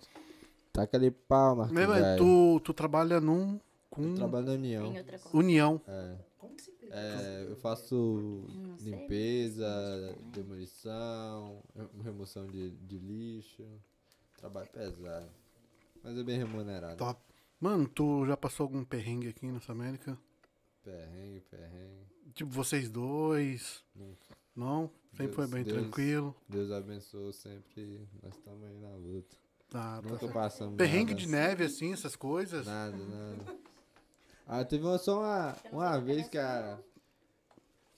E: Taca ali pau, Marcos.
A: Meu, é
E: velho.
A: tu, tu trabalha num. com
E: Trabalho na
C: Em
E: União.
C: outra coisa.
A: União.
E: É, eu faço
C: Não sei,
E: limpeza, demolição, re- remoção de, de lixo. Trabalho pesado. Mas é bem remunerado.
A: Top. Mano, tu já passou algum perrengue aqui nessa América?
E: Perrengue, perrengue.
A: Tipo, vocês dois?
E: Nunca.
A: Não? Sempre foi
E: Deus-
A: bem
E: Deus-
A: tranquilo.
E: Deus abençoe sempre. Nós estamos aí na luta.
A: Tá, tá
E: Nunca
A: certo.
E: passamos.
A: Perrengue
E: nada.
A: de neve, assim, essas coisas?
E: Nada, nada. Ah, teve uma, só uma, uma vez que a,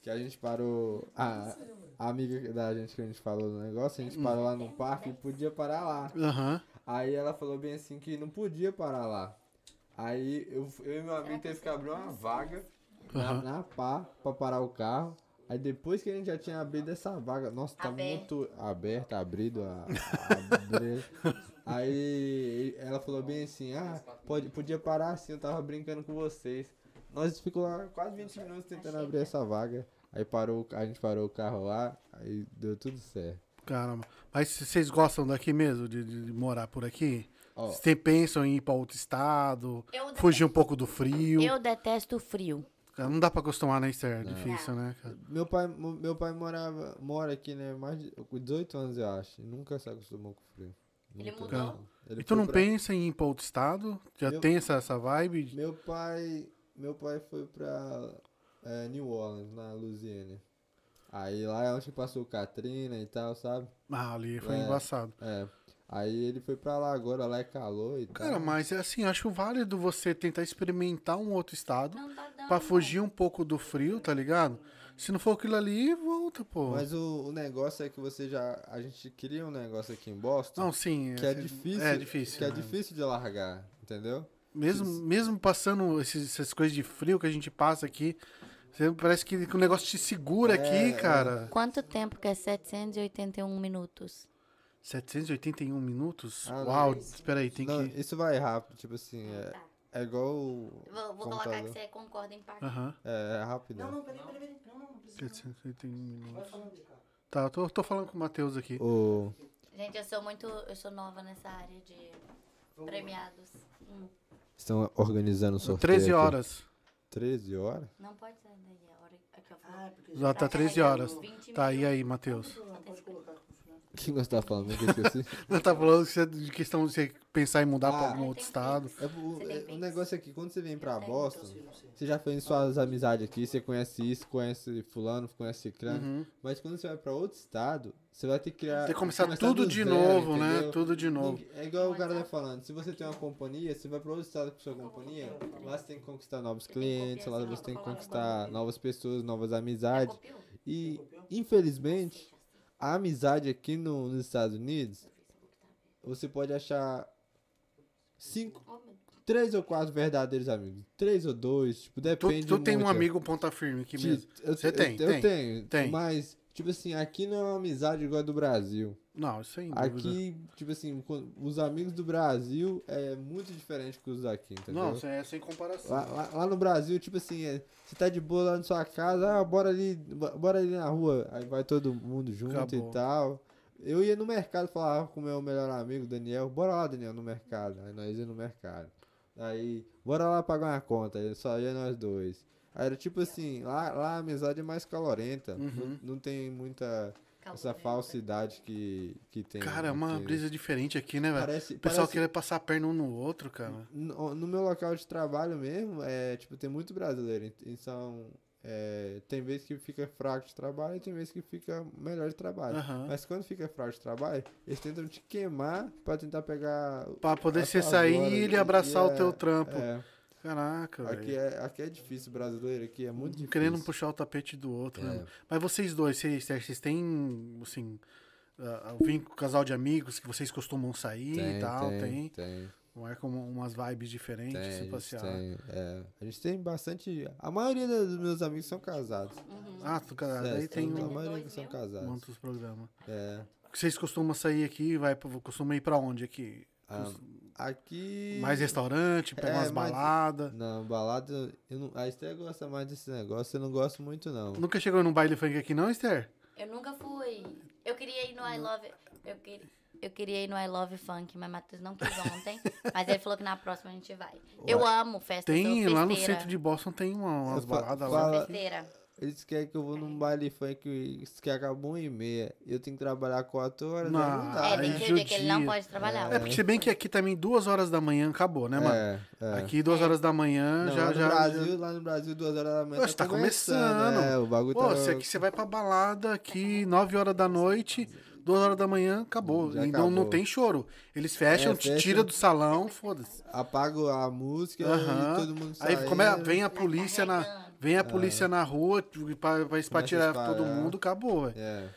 E: que a gente parou. A, a amiga da gente que a gente falou do negócio, a gente parou lá no parque e podia parar lá.
A: Aham.
E: Aí ela falou bem assim que não podia parar lá. Aí eu, eu e meu amigo teve que abrir uma vaga na,
A: Aham.
E: na pá pra parar o carro. Aí depois que a gente já tinha abrido essa vaga, nossa, tava
C: Aberto.
E: muito aberta, abrido, a, a- abrido. Aí ela falou bem assim, ah, pode, podia parar assim, eu tava brincando com vocês. Nós ficou lá quase 20 minutos tentando abrir essa vaga. Aí parou, o- a gente parou o carro lá, aí deu tudo certo.
A: Caramba. Mas c- vocês gostam daqui mesmo, de, de- de morar por aqui?
E: Ó.
A: Vocês pensam em ir pra outro estado?
C: Eu
A: Fugir um pouco do frio?
C: Eu detesto o frio.
A: Cara, Não dá pra acostumar, né, Esther? É difícil, né, cara?
E: Meu pai, mo- meu pai morava, mora aqui, né? Mais de com 18 anos, eu acho. e Nunca se acostumou com frio.
C: Ele
E: Nunca.
C: mudou?
E: Ele
A: e tu
E: foi
A: não
E: pra-
A: pensa em ir pra outro estado? Já
E: Eu-
A: tem essa, essa vibe? de-
E: Meu pai, meu pai foi pra eh, New Orleans, na Louisiana. Aí lá é onde passou Katrina e tal, sabe?
A: Ah, ali foi
E: É.
A: embaçado.
E: É. Aí ele foi pra lá agora, lá é calor e tal.
A: Cara, mas é assim, acho válido você tentar experimentar um outro estado
C: Não tá dando.
A: pra fugir um pouco do frio, tá ligado? Se não for aquilo ali, volta, pô.
E: Mas o, o negócio é que você já. A gente cria um negócio aqui em Boston
A: não, sim.
E: que é difícil.
A: É difícil.
E: Que é
A: né?
E: difícil de largar, entendeu?
A: Mesmo, mesmo passando esses- essas coisas de frio que a gente passa aqui, você- parece que, que o negócio te segura
E: É,
A: aqui, cara.
C: Quanto tempo que é 781 minutos?
A: 781 minutos?
E: Ah, não,
A: Uau, espera aí, tem
E: Não,
A: que...
E: isso vai rápido, tipo assim, é,
C: Tá.
E: é igual o
C: Vou, vou colocar que
E: computador.
C: você concorda em pagar.
A: né? Aham,
E: É, é rápido.
B: Não, não, peraí, peraí, peraí. Não, não, não precisa.
A: 781
B: Vai
A: minutos.
B: falando aí, cara.
A: Tá, eu tô, tô falando com o Matheus aqui.
E: O,
C: Gente, eu sou muito. Eu sou nova nessa área de premiados. Hum,
E: estão organizando o sorteio.
A: 13
E: aqui.
A: horas.
E: 13 horas?
C: não pode sair daí. A hora que eu falo.
B: Ah, é porque
A: Já tá 13 horas. Tá, e aí, Matheus?
B: pode colocar aqui no final.
E: O que você tá falando? Que eu esqueci.
A: Não tá falando que você- de questão de você pensar em mudar pra
E: Ah.
A: algum outro estado.
E: É, o,
C: tem
E: é-
C: Pix?
E: o negócio é que quando você vem pra
C: tenho,
E: Boston,
B: Sim, não sei.
E: você já fez suas amizades aqui, você conhece isso, conhece fulano, conhece ciclano.
A: Uhum.
E: Mas quando você vai pra outro estado, você vai ter que criar...
A: Tem que começar
E: do
A: tudo de
E: zero,
A: novo, né?
E: entendeu?
A: Tudo de novo.
E: É igual o cara tá falando, se você tem uma companhia, você vai para outro estado com sua companhia, lá você tem que conquistar novos clientes, lá você tem que conquistar novas pessoas, novas amizades. E, infelizmente, a amizade aqui no- nos Estados Unidos, você pode achar cinco, três ou quatro verdadeiros amigos. Três ou dois, tipo,
A: Tu,
E: depende
A: tu tem um
E: muito.
A: amigo ponta firme aqui
E: Que-
A: mesmo.
E: eu,
A: Você
E: eu-
A: tem,
E: eu,
A: tem,
E: tenho.
A: tem.
E: Mas, Tipo assim, aqui não é uma amizade igual a do Brasil.
A: Não, isso aí.
E: Aqui, tipo assim, quando- os amigos do Brasil é muito diferente que os daqui, entendeu?
A: Não, sem, é sem comparação.
E: Lá, lá- lá no Brasil, tipo assim, é, você tá de boa lá na sua casa, ah, bora ali, bo- bora ali na rua, aí vai todo mundo junto
A: Acabou.
E: e tal. Eu ia no mercado falava com o meu melhor amigo, Daniel, bora lá, Daniel, no mercado. Aí nós ia no mercado. Aí, bora lá pagar uma conta, aí só ia nós dois. Aí era tipo assim, lá, lá a amizade é mais calorenta,
A: Uhum.
E: não, não tem muita
C: Calma,
E: essa
C: né?
E: falsidade que, que tem.
A: Cara, é uma
E: aqui.
A: brisa diferente aqui, né, velho?
E: Parece,
A: O pessoal
E: parece-
A: queria passar a perna um no outro, cara.
E: no, no meu local de trabalho mesmo, é, tipo, tem muito brasileiro. ent- Então, é, tem vezes que fica fraco de trabalho e tem vezes que fica melhor de trabalho.
A: Aham.
E: Mas quando fica fraco de trabalho, eles tentam te queimar pra tentar pegar. o-
A: Pra poder
E: a
A: você
E: tua
A: sair
E: glória,
A: e ele
E: que-
A: abraçar
E: que
A: o teu
E: é-
A: trampo.
E: É,
A: Caraca,
E: aqui,
A: velho.
E: é, aqui é difícil, brasileiro, aqui é muito difícil.
A: Querendo puxar o tapete do outro, né?
E: É.
A: mano? Mas vocês dois, vocês, vocês têm, assim, ah, o vínculo, casal de amigos que vocês costumam sair e tal, tem.
E: tem, tem.
A: Marcam um, umas vibes diferentes,
E: Tem, a
A: se
E: gente
A: passear.
E: tem, é. A gente tem bastante. A maioria dos meus amigos são casados.
A: Ah, tu, cara,
E: É,
A: daí tem
E: a
A: um,
E: maioria que são casados.
A: muitos programas.
E: É.
A: Vocês costumam sair aqui, vai, pra- costumam ir pra onde aqui?
E: Ah, aqui.
A: Mais restaurante, pega
E: É,
A: umas
E: mais-
A: baladas.
E: Não, balada. Eu não, a Esther gosta mais desse negócio, eu não gosto muito, não.
A: Nunca chegou num baile funk aqui não, Esther?
C: Eu nunca fui. Eu queria ir no I Love. Eu queria. Eu queria ir no I Love Funk, mas Matheus não quis ontem. mas ele falou que na próxima a gente vai. Eu amo festa. eu
A: Tem,
C: sou
A: lá no
C: festeira.
A: centro de Boston tem uma- umas
E: fa-
A: baladas
E: fala-
A: lá.
C: Festeira.
E: Eles querem que eu vou num baile funk que acabou em meia. Eu tenho que trabalhar 4 horas,
A: Não,
E: aí não dá. né?
C: É,
A: aí
C: tem que ver que ele não
A: judia.
C: pode trabalhar.
A: É porque se bem que aqui também duas horas da manhã acabou, né, mano?
E: É, é.
A: Aqui duas horas da manhã
E: Não, lá
A: já
E: no
A: já.
E: Brasil, lá no Brasil, 2 horas da manhã.
A: Poxa, tá começando.
E: É, o bagulho
A: Pô,
E: tá.
A: você aqui você vai pra balada aqui, 9 horas da noite, 2 horas da manhã, acabou.
E: Já
A: então não
E: acabou.
A: tem choro. Eles fecham,
E: É,
A: te
E: fecha.
A: tira do salão, foda-se.
E: Apago a música
A: Aham.
E: e todo mundo sai. É.
A: Aí como é- vem a polícia na vem a polícia na rua tipo, pra, pra espatirar
E: espalhar.
A: todo mundo, acabou, velho.
E: É.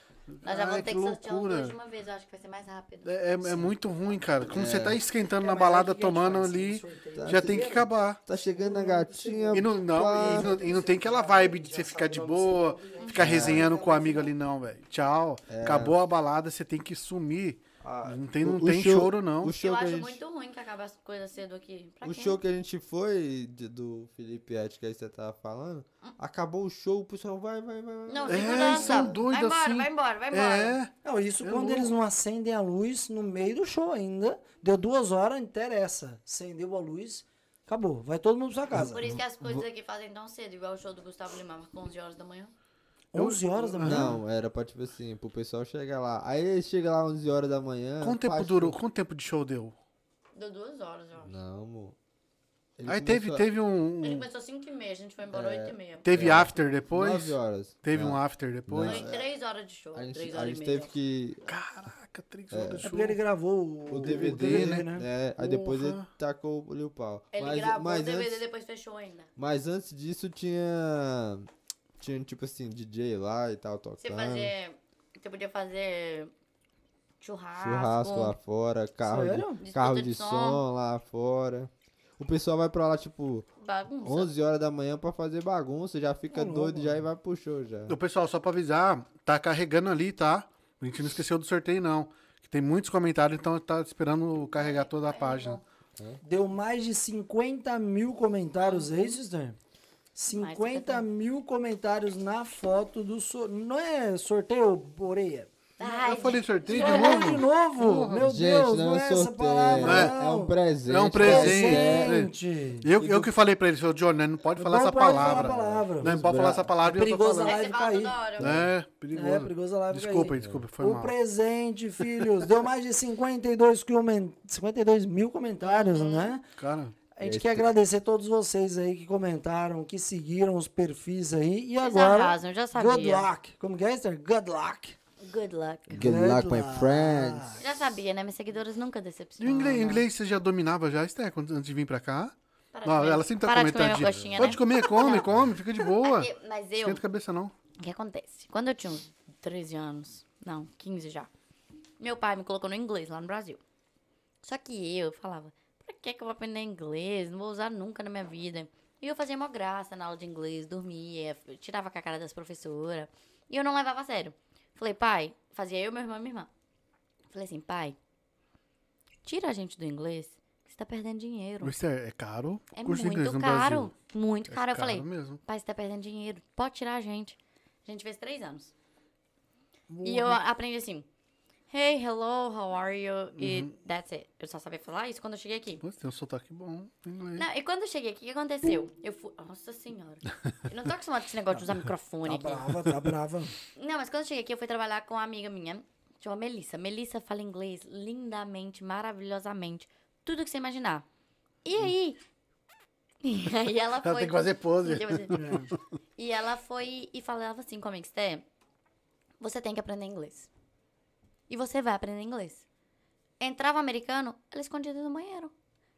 C: Nós já
A: Ai,
C: vamos ter
A: que
C: que sortear um os
A: loucura.
C: dois de uma vez. Eu acho que vai ser mais rápido.
A: É, é- é muito ruim, cara. Como
B: É.
A: você tá esquentando
E: É,
A: na
F: mas
A: balada,
F: aí o que a gente
A: tomando
F: faz?
A: ali,
F: Sorteio.
E: Tá,
A: já tem que acabar.
E: Tá chegando a gatinha.
A: E não, não, e não, e não tem aquela vibe de você ficar de boa,
E: É.
A: ficar resenhando com o amigo ali, não, velho. Tchau. Acabou a balada, você tem que sumir.
D: Ah,
A: Não tem, não
E: O- o
A: tem
E: show-
A: choro, não.
E: O
C: Eu
E: show que a
C: acho
E: gente-
C: muito ruim que acaba as coisas cedo aqui. Pra
E: O
C: quê?
E: show que a gente foi, de- do Felipe Ed, que aí você tava falando, acabou o show, o pessoal vai, vai, vai. vai.
C: Hum. Não,
A: É,
C: segurança.
A: são doidos
C: vai embora,
A: assim.
C: vai embora, vai embora.
A: É,
B: Não, isso
A: É
B: quando eles não acendem a luz no meio do show ainda. Deu duas horas, não interessa. Acendeu a luz, acabou. Vai todo mundo pra sua
E: É.
B: casa.
C: Por isso que as coisas aqui fazem tão cedo, igual o show do Gustavo Lima, marcou 11 horas da manhã.
B: 11 horas da manhã.
E: Não, era pra, tipo assim, pro pessoal chegar lá. Aí ele chega lá 11 horas da manhã.
A: quanto tempo
E: É, faz
A: durou?
E: show.
A: Quanto tempo de show deu?
C: Deu duas horas, ó.
E: Não, amor. Ele
A: Aí teve,
E: começou
A: teve um.
E: Hum.
C: Ele
A: um-
C: começou 5 e meia, a gente foi embora
E: É.
C: 8 e meia.
A: Teve after depois?
E: 9 horas. É.
A: Teve
E: Não,
A: um after depois?
C: Foi 3 horas de show,
E: A gente,
C: 3
E: a
C: horas e
E: gente
C: meia.
E: teve que.
A: Caraca, três horas de
B: É
A: show.
B: porque ele gravou o,
E: Ah, O DVD, né? É, aí depois ele
A: Porra.
E: tacou o Lil Pau.
C: Ele
E: mas,
C: gravou
E: mas
C: o DVD
E: antes,
C: depois fechou ainda.
E: mas antes disso tinha. Tinha, tipo assim, DJ lá e tal, tocando.
C: Você fazia. Você podia fazer churrasco.
E: Churrasco lá fora, carro
B: Sério?
E: de,
C: Disputa
E: carro
C: de
E: de
C: som.
E: som lá fora. O pessoal vai pra lá, tipo,
C: Bagunça.
E: 11 horas da manhã pra fazer bagunça, já fica doido já e vai pro show já.
A: Ô, pessoal, só pra avisar, tá carregando ali, tá? A gente não esqueceu do sorteio, não. Que tem muitos comentários, então tá esperando carregar toda a página.
E: É.
B: Deu mais de 50 mil comentários, é isso, Stan? 50 mil comentários na foto do sorteio. Não é sorteio, Oreia?
C: Ai,
A: Eu falei sorteio de
B: Sorteio
A: É novo?
B: de novo? Meu Deus, não,
E: é
B: é essa
E: sorteio,
B: palavra,
A: Não é-
B: não.
E: É um presente.
A: É um presente.
B: Presente.
A: Eu, eu que falei pra ele, seu Johnny, né, não pode falar
B: Não
A: essa
B: pode falar
A: palavra.
B: a palavra.
A: Não pode falar essa palavra e eu tô
B: Perigoso
A: falando.
B: a
C: Aí Né? você
B: live
C: fala
B: caiu.
C: toda hora.
A: né? É, perigoso.
B: É, perigoso a live
A: Desculpa,
B: cair.
A: aí, desculpa, foi
B: o
A: mal.
B: presente, filhos. Deu mais de 52, comen- 52 mil comentários, né?
A: Cara,
B: A gente quer agradecer todos vocês aí que comentaram, que seguiram os perfis aí. E
C: Vocês
B: agora,
C: arrasam, eu já
B: good
C: sabia.
B: luck. Como que é, Esther? Good luck.
C: Good luck.
E: Good luck, my
B: luck.
E: friends.
C: Já sabia, né? Meus seguidores nunca
A: e o
C: decepcionam. né?
A: inglês, inglês você já dominava já, Esther, quando- antes de vir pra cá?
C: Para
A: Não,
C: de comer-
A: ela sempre tá
C: para de comer
A: comentando.
C: minha coxinha,
A: Pode
C: né?
A: comer, come, come, fica de boa.
C: Aqui, Mas eu,
A: Esquenta a cabeça, não.
C: O que acontece? Quando eu tinha uns 13 anos, não, 15 já, meu pai me colocou no inglês lá no Brasil. Só que eu falava, pra que que eu vou aprender inglês? Não vou usar nunca na minha vida. E eu fazia mó graça na aula de inglês, dormia, f- tirava com a cara das professoras. E eu não levava a sério. Falei, pai, fazia eu, meu irmão e minha irmã. Falei assim, pai, tira a gente do inglês, que você tá perdendo dinheiro.
A: Mas é, é caro o
C: É
A: curso de inglês
C: muito
A: no
C: caro,
A: Brasil.
C: muito
A: É
C: caro. Eu falei,
A: mesmo.
C: pai, você tá perdendo dinheiro, pode tirar a gente. A gente fez três anos. E eu
A: Porra.
C: aprendi assim, hey, hello, how are you, e
A: Uhum.
C: that's it. Eu só sabia falar isso quando eu cheguei aqui.
A: Pô, tem um sotaque bom em inglês.
C: Não, e quando eu cheguei aqui, o que aconteceu? Eu fui. Nossa senhora. Eu não tô acostumada com esse negócio de usar microfone
B: Tá
C: aqui.
B: brava, tá brava.
C: Não, mas quando eu cheguei aqui, eu fui trabalhar com uma amiga minha, chama Melissa. Melissa fala inglês lindamente, maravilhosamente. Tudo que você imaginar. E aí? E aí ela foi.
A: Ela tem que fazer pose.
C: Tem que fazer-
B: É.
C: E ela foi e falava assim comigo, Sté, você tem que aprender inglês. E você vai aprender inglês. Entrava americano, ela escondia dentro do banheiro.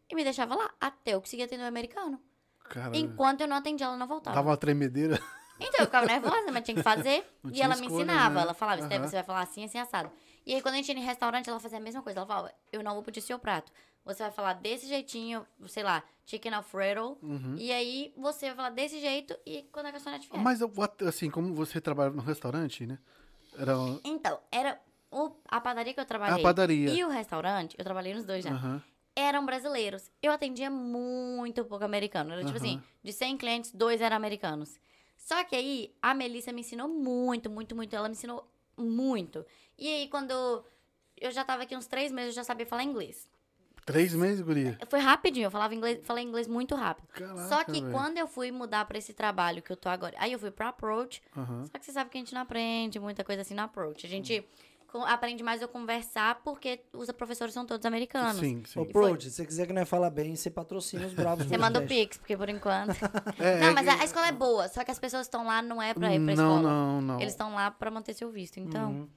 C: E me deixava lá até eu conseguir atender o americano.
A: Caralho.
C: Enquanto eu não atendia, ela não voltava.
A: Dava uma tremedeira.
C: Então eu ficava nervosa, mas tinha que fazer.
A: Não
C: e
A: tinha
C: ela me
A: escolha,
C: ensinava.
A: né?
C: Ela falava, Steph,
A: Aham.
C: você vai falar assim, assim, assado. E aí quando a gente ia em restaurante, ela fazia a mesma coisa. Ela falava, eu não vou pedir seu prato. Você vai falar desse jeitinho, sei lá, chicken alfredo.
A: Uhum.
C: E aí você vai falar desse jeito e quando a garçonete vier.
A: Mas, eu vou at- assim, como você trabalhava no restaurante, né? Era... um-
C: Então, era o- a padaria que eu trabalhei.
A: A padaria.
C: E o restaurante, eu trabalhei nos dois já.
A: Aham.
C: Eram brasileiros. Eu atendia muito pouco americano. Era tipo
A: Aham.
C: assim, de 100 clientes, dois eram americanos. Só que aí, a Melissa me ensinou muito, muito, muito. Ela me ensinou muito. E aí, quando eu já tava aqui uns três meses, eu já sabia falar inglês.
A: Três meses, guria.
C: Foi rapidinho, eu falava inglês, falei inglês muito rápido.
A: Caraca,
C: É, Só que
A: velho.
C: quando eu fui mudar pra esse trabalho que eu tô agora, aí eu fui pra Approach,
A: Aham.
C: só que você sabe que a gente não aprende muita coisa assim na approach. A gente co- aprende mais eu conversar porque os professores são todos americanos.
A: Sim, sim.
B: Ô, Prod, se você quiser que nós fala bem, você patrocina os bravos.
C: Você manda o
B: podcast.
C: Pix, porque por enquanto.
A: É, é
C: não, mas
A: que-
C: a, a escola é boa, só que as pessoas estão lá não é pra ir pra
A: Não,
C: escola.
A: não, não.
C: Eles estão lá pra manter seu visto, então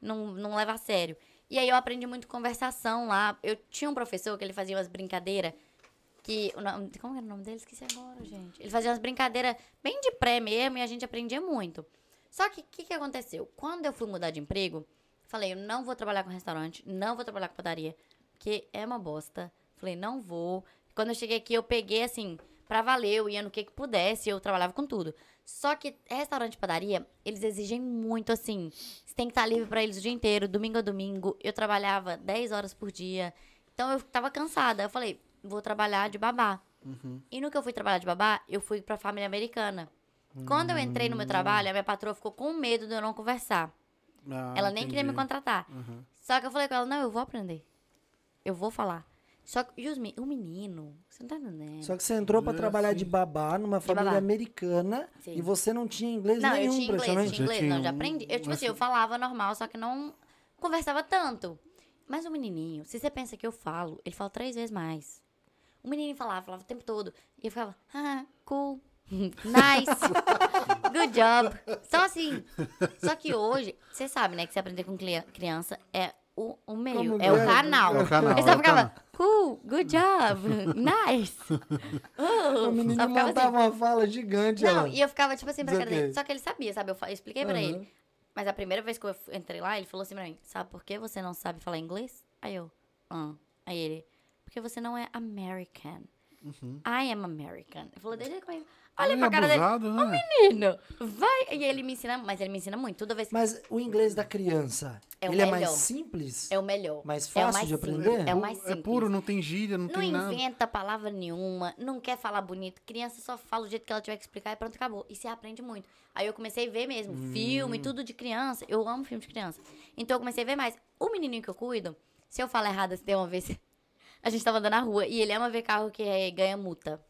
C: não, não leva a sério. E aí eu aprendi muito conversação lá. Eu tinha um professor que ele fazia umas brincadeiras que... o nome- como era o nome dele? Esqueci agora, gente. Ele fazia umas brincadeiras bem de pré mesmo e a gente aprendia muito. Só que o que, que aconteceu? Quando eu fui mudar de emprego, falei, eu não vou trabalhar com restaurante, não vou trabalhar com padaria, porque é uma bosta. Falei, não vou. Quando eu cheguei aqui, eu peguei assim, pra valer, eu ia no que que pudesse, eu trabalhava com tudo. Só que restaurante e padaria, eles exigem muito assim. Você tem que estar livre pra eles o dia inteiro, domingo a domingo. Eu trabalhava 10 horas por dia. Então eu tava cansada. Eu falei, vou trabalhar de babá. E no que eu fui trabalhar de babá, eu fui pra família americana. Quando eu entrei no meu trabalho, a minha patroa ficou com medo de eu não conversar.
A: Ah,
C: ela nem queria me
A: entendi. Uhum.
C: contratar.
A: Aham.
C: Só que eu falei com ela, não, eu vou aprender. Eu vou falar. Só que, e os me- o menino, você não tá entendendo.
B: Só que você entrou
A: É,
B: pra trabalhar de babá numa família
C: babá.
B: americana
C: Sim.
B: e você não tinha inglês
C: Não, eu
B: nenhum,
C: tinha inglês, eu
B: praticamente.
C: tinha inglês,
A: Já
C: não,
A: tinha
C: já
A: um-
C: aprendi. Eu, tipo assim, eu
A: assim.
C: falava normal, só que não conversava tanto. Mas o menininho, se você pensa que eu falo, ele fala três vezes mais. O menino falava, falava o tempo todo. E eu ficava, ah, cool, nice, good job. Só assim. Só que hoje, você sabe, né, que se aprender com clia- criança é o, o meio,
B: Como
C: é o
B: ver-
C: canal.
A: é o canal,
C: Eu só
A: é o
C: ficava,
A: canal.
C: cool, good job, nice. Oh,
B: O menino
C: só ficava assim.
B: montava uma fala gigante.
C: Não,
B: ó.
C: e eu ficava, tipo assim, pra
B: Diz
C: cara
B: o quê?
C: dele. Só que ele sabia, sabe? Eu, fa- eu expliquei pra
B: Aham.
C: ele. Mas a primeira vez que eu fu- entrei lá, ele falou assim pra mim, sabe por que você não sabe falar inglês? Aí eu, ah. Aí ele, porque você não é American. I am American. Ele falou, deixa ele comigo. Olha
A: Ai,
C: pra cara dele,
A: Ah, é abusado, né?
C: menino, vai. E ele me ensina, mas ele me ensina muito. Toda vez que
B: Mas o inglês da criança,
C: É o
B: ele é mais
C: melhor.
B: simples?
C: é o melhor.
B: Mais
C: é
B: fácil
C: o mais
B: de
C: simples,
B: aprender?
C: É o mais
A: É
C: simples.
A: puro, não tem gíria, não,
C: Não
A: tem nada.
C: inventa palavra nenhuma, não quer falar bonito. Criança só fala o jeito que ela tiver que explicar e pronto, acabou. E você aprende muito. Aí eu comecei a ver mesmo,
B: Hum.
C: filme, tudo de criança. Eu amo filme de criança. Então eu comecei a ver mais. O menininho que eu cuido, se eu falar errado, se tem uma vez. A gente tava andando na rua e ele ama ver carro que é- ganha multa.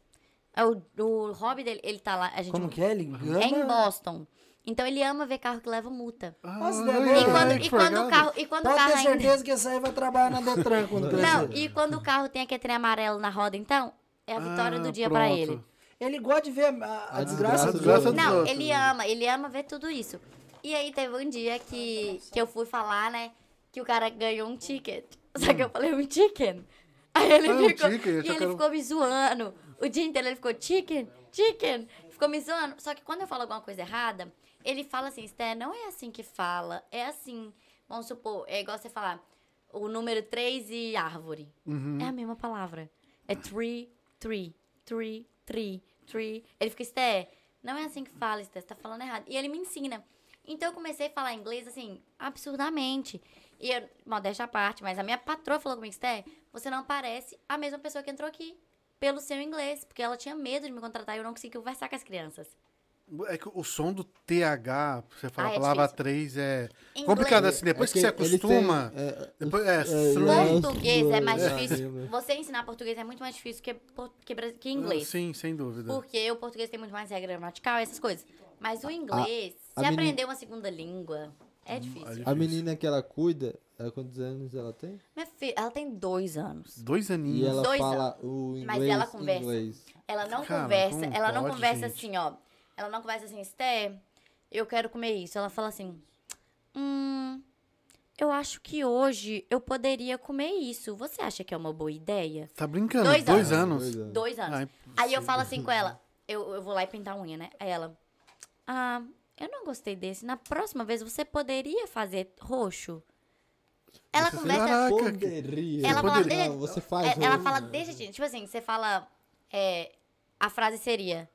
C: É O, o hobby dele, ele tá lá. A gente
B: Como que é? Ele
C: é em
B: engana?
C: Boston. Então ele ama ver carro que leva multa.
B: Nossa,
A: Ah,
B: Dedé,
C: E
A: ai,
C: quando,
A: que
C: e quando o
A: folgado.
C: carro, e quando o
B: é. Pode
C: carro
B: ter
C: ainda.
B: certeza que esse aí vai trabalhar na Detran quando
C: Não,
B: crescer.
C: e quando o carro tem aquele trem amarelo na roda, então, é a vitória
A: Ah,
C: do dia pra
A: pronto.
C: ele.
B: Ele gosta de ver a, a
E: A
B: desgraça,
E: desgraça
B: dos
E: dos outros.
B: outros.
C: Não,
A: outros,
C: ele
A: né?
C: ama, ele ama ver tudo isso. E aí teve um dia que, que eu fui falar, né, que o cara ganhou um ticket. Só
A: Hum.
C: que eu falei um chicken. Aí ele
A: Ah, um
C: ficou.
A: ticket,
C: e
A: eu
C: ele
A: achava que era um-
C: ficou me zoando. O dia inteiro ele ficou chicken, chicken. Ficou me zoando. Só que quando eu falo alguma coisa errada, ele fala assim, Sté, não é assim que fala. É assim. Vamos supor, é igual você falar o número 3 e árvore.
A: Uhum.
C: É a mesma palavra. É tree, tree, tree, tree, tree. Ele fica, Sté, não é assim que fala, Sté, você tá falando errado. E ele me ensina. Então eu comecei a falar inglês, assim, absurdamente. E eu, modéstia à parte, mas a minha patroa falou comigo, Sté, você não parece a mesma pessoa que entrou aqui, pelo seu inglês, porque ela tinha medo de me contratar e eu não conseguia conversar com as crianças.
A: É que o som do TH, você fala
C: Ah,
A: a
C: é
A: palavra
C: difícil.
A: três, é
C: Inglês,
A: complicado assim. Depois
E: É
A: que você
E: eles têm-
A: acostuma.
E: é,
A: Depois, é,
E: é,
A: three.
C: Português é mais
E: é,
C: difícil.
E: é.
C: Você ensinar português é muito mais difícil que, por- que, bra- que inglês.
A: Sim, sem dúvida.
C: Porque o português tem muito mais regra gramatical, essas coisas. Mas o inglês, se
E: a meni-
C: aprender uma segunda língua, é difícil.
E: a menina que ela cuida, ela, quantos anos ela tem?
C: Minha filha, ela tem dois anos.
A: Dois
E: E
A: aninhos.
E: ela
C: Dois
E: fala o inglês.
C: Mas ela conversa.
E: Inglês.
C: Ela não
A: Cara,
C: conversa,
A: como
C: ela não
A: pode,
C: conversa
A: gente?
C: assim, ó. Ela não conversa assim, Esté, eu quero comer isso. Ela fala assim, hum, eu acho que hoje eu poderia comer isso. Você acha que é uma boa ideia?
A: Tá brincando?
C: Dois
A: Dois, anos.
E: anos. Dois anos.
C: Dois anos.
A: Ah,
C: Aí eu
A: impossível.
C: falo assim com ela, eu, eu vou lá e pintar a unha, né? Aí ela, ah, eu não gostei desse. Na próxima vez você poderia fazer roxo? Ela
A: Você
C: conversa.
A: fala, Caraca, que-
E: Poderia.
C: Ela fala,
A: Poderia.
C: deixa,
E: Não, você faz.
C: é, ela
E: hoje,
C: fala,
E: né?
C: deixa, de- tipo assim, você fala, é, a frase seria,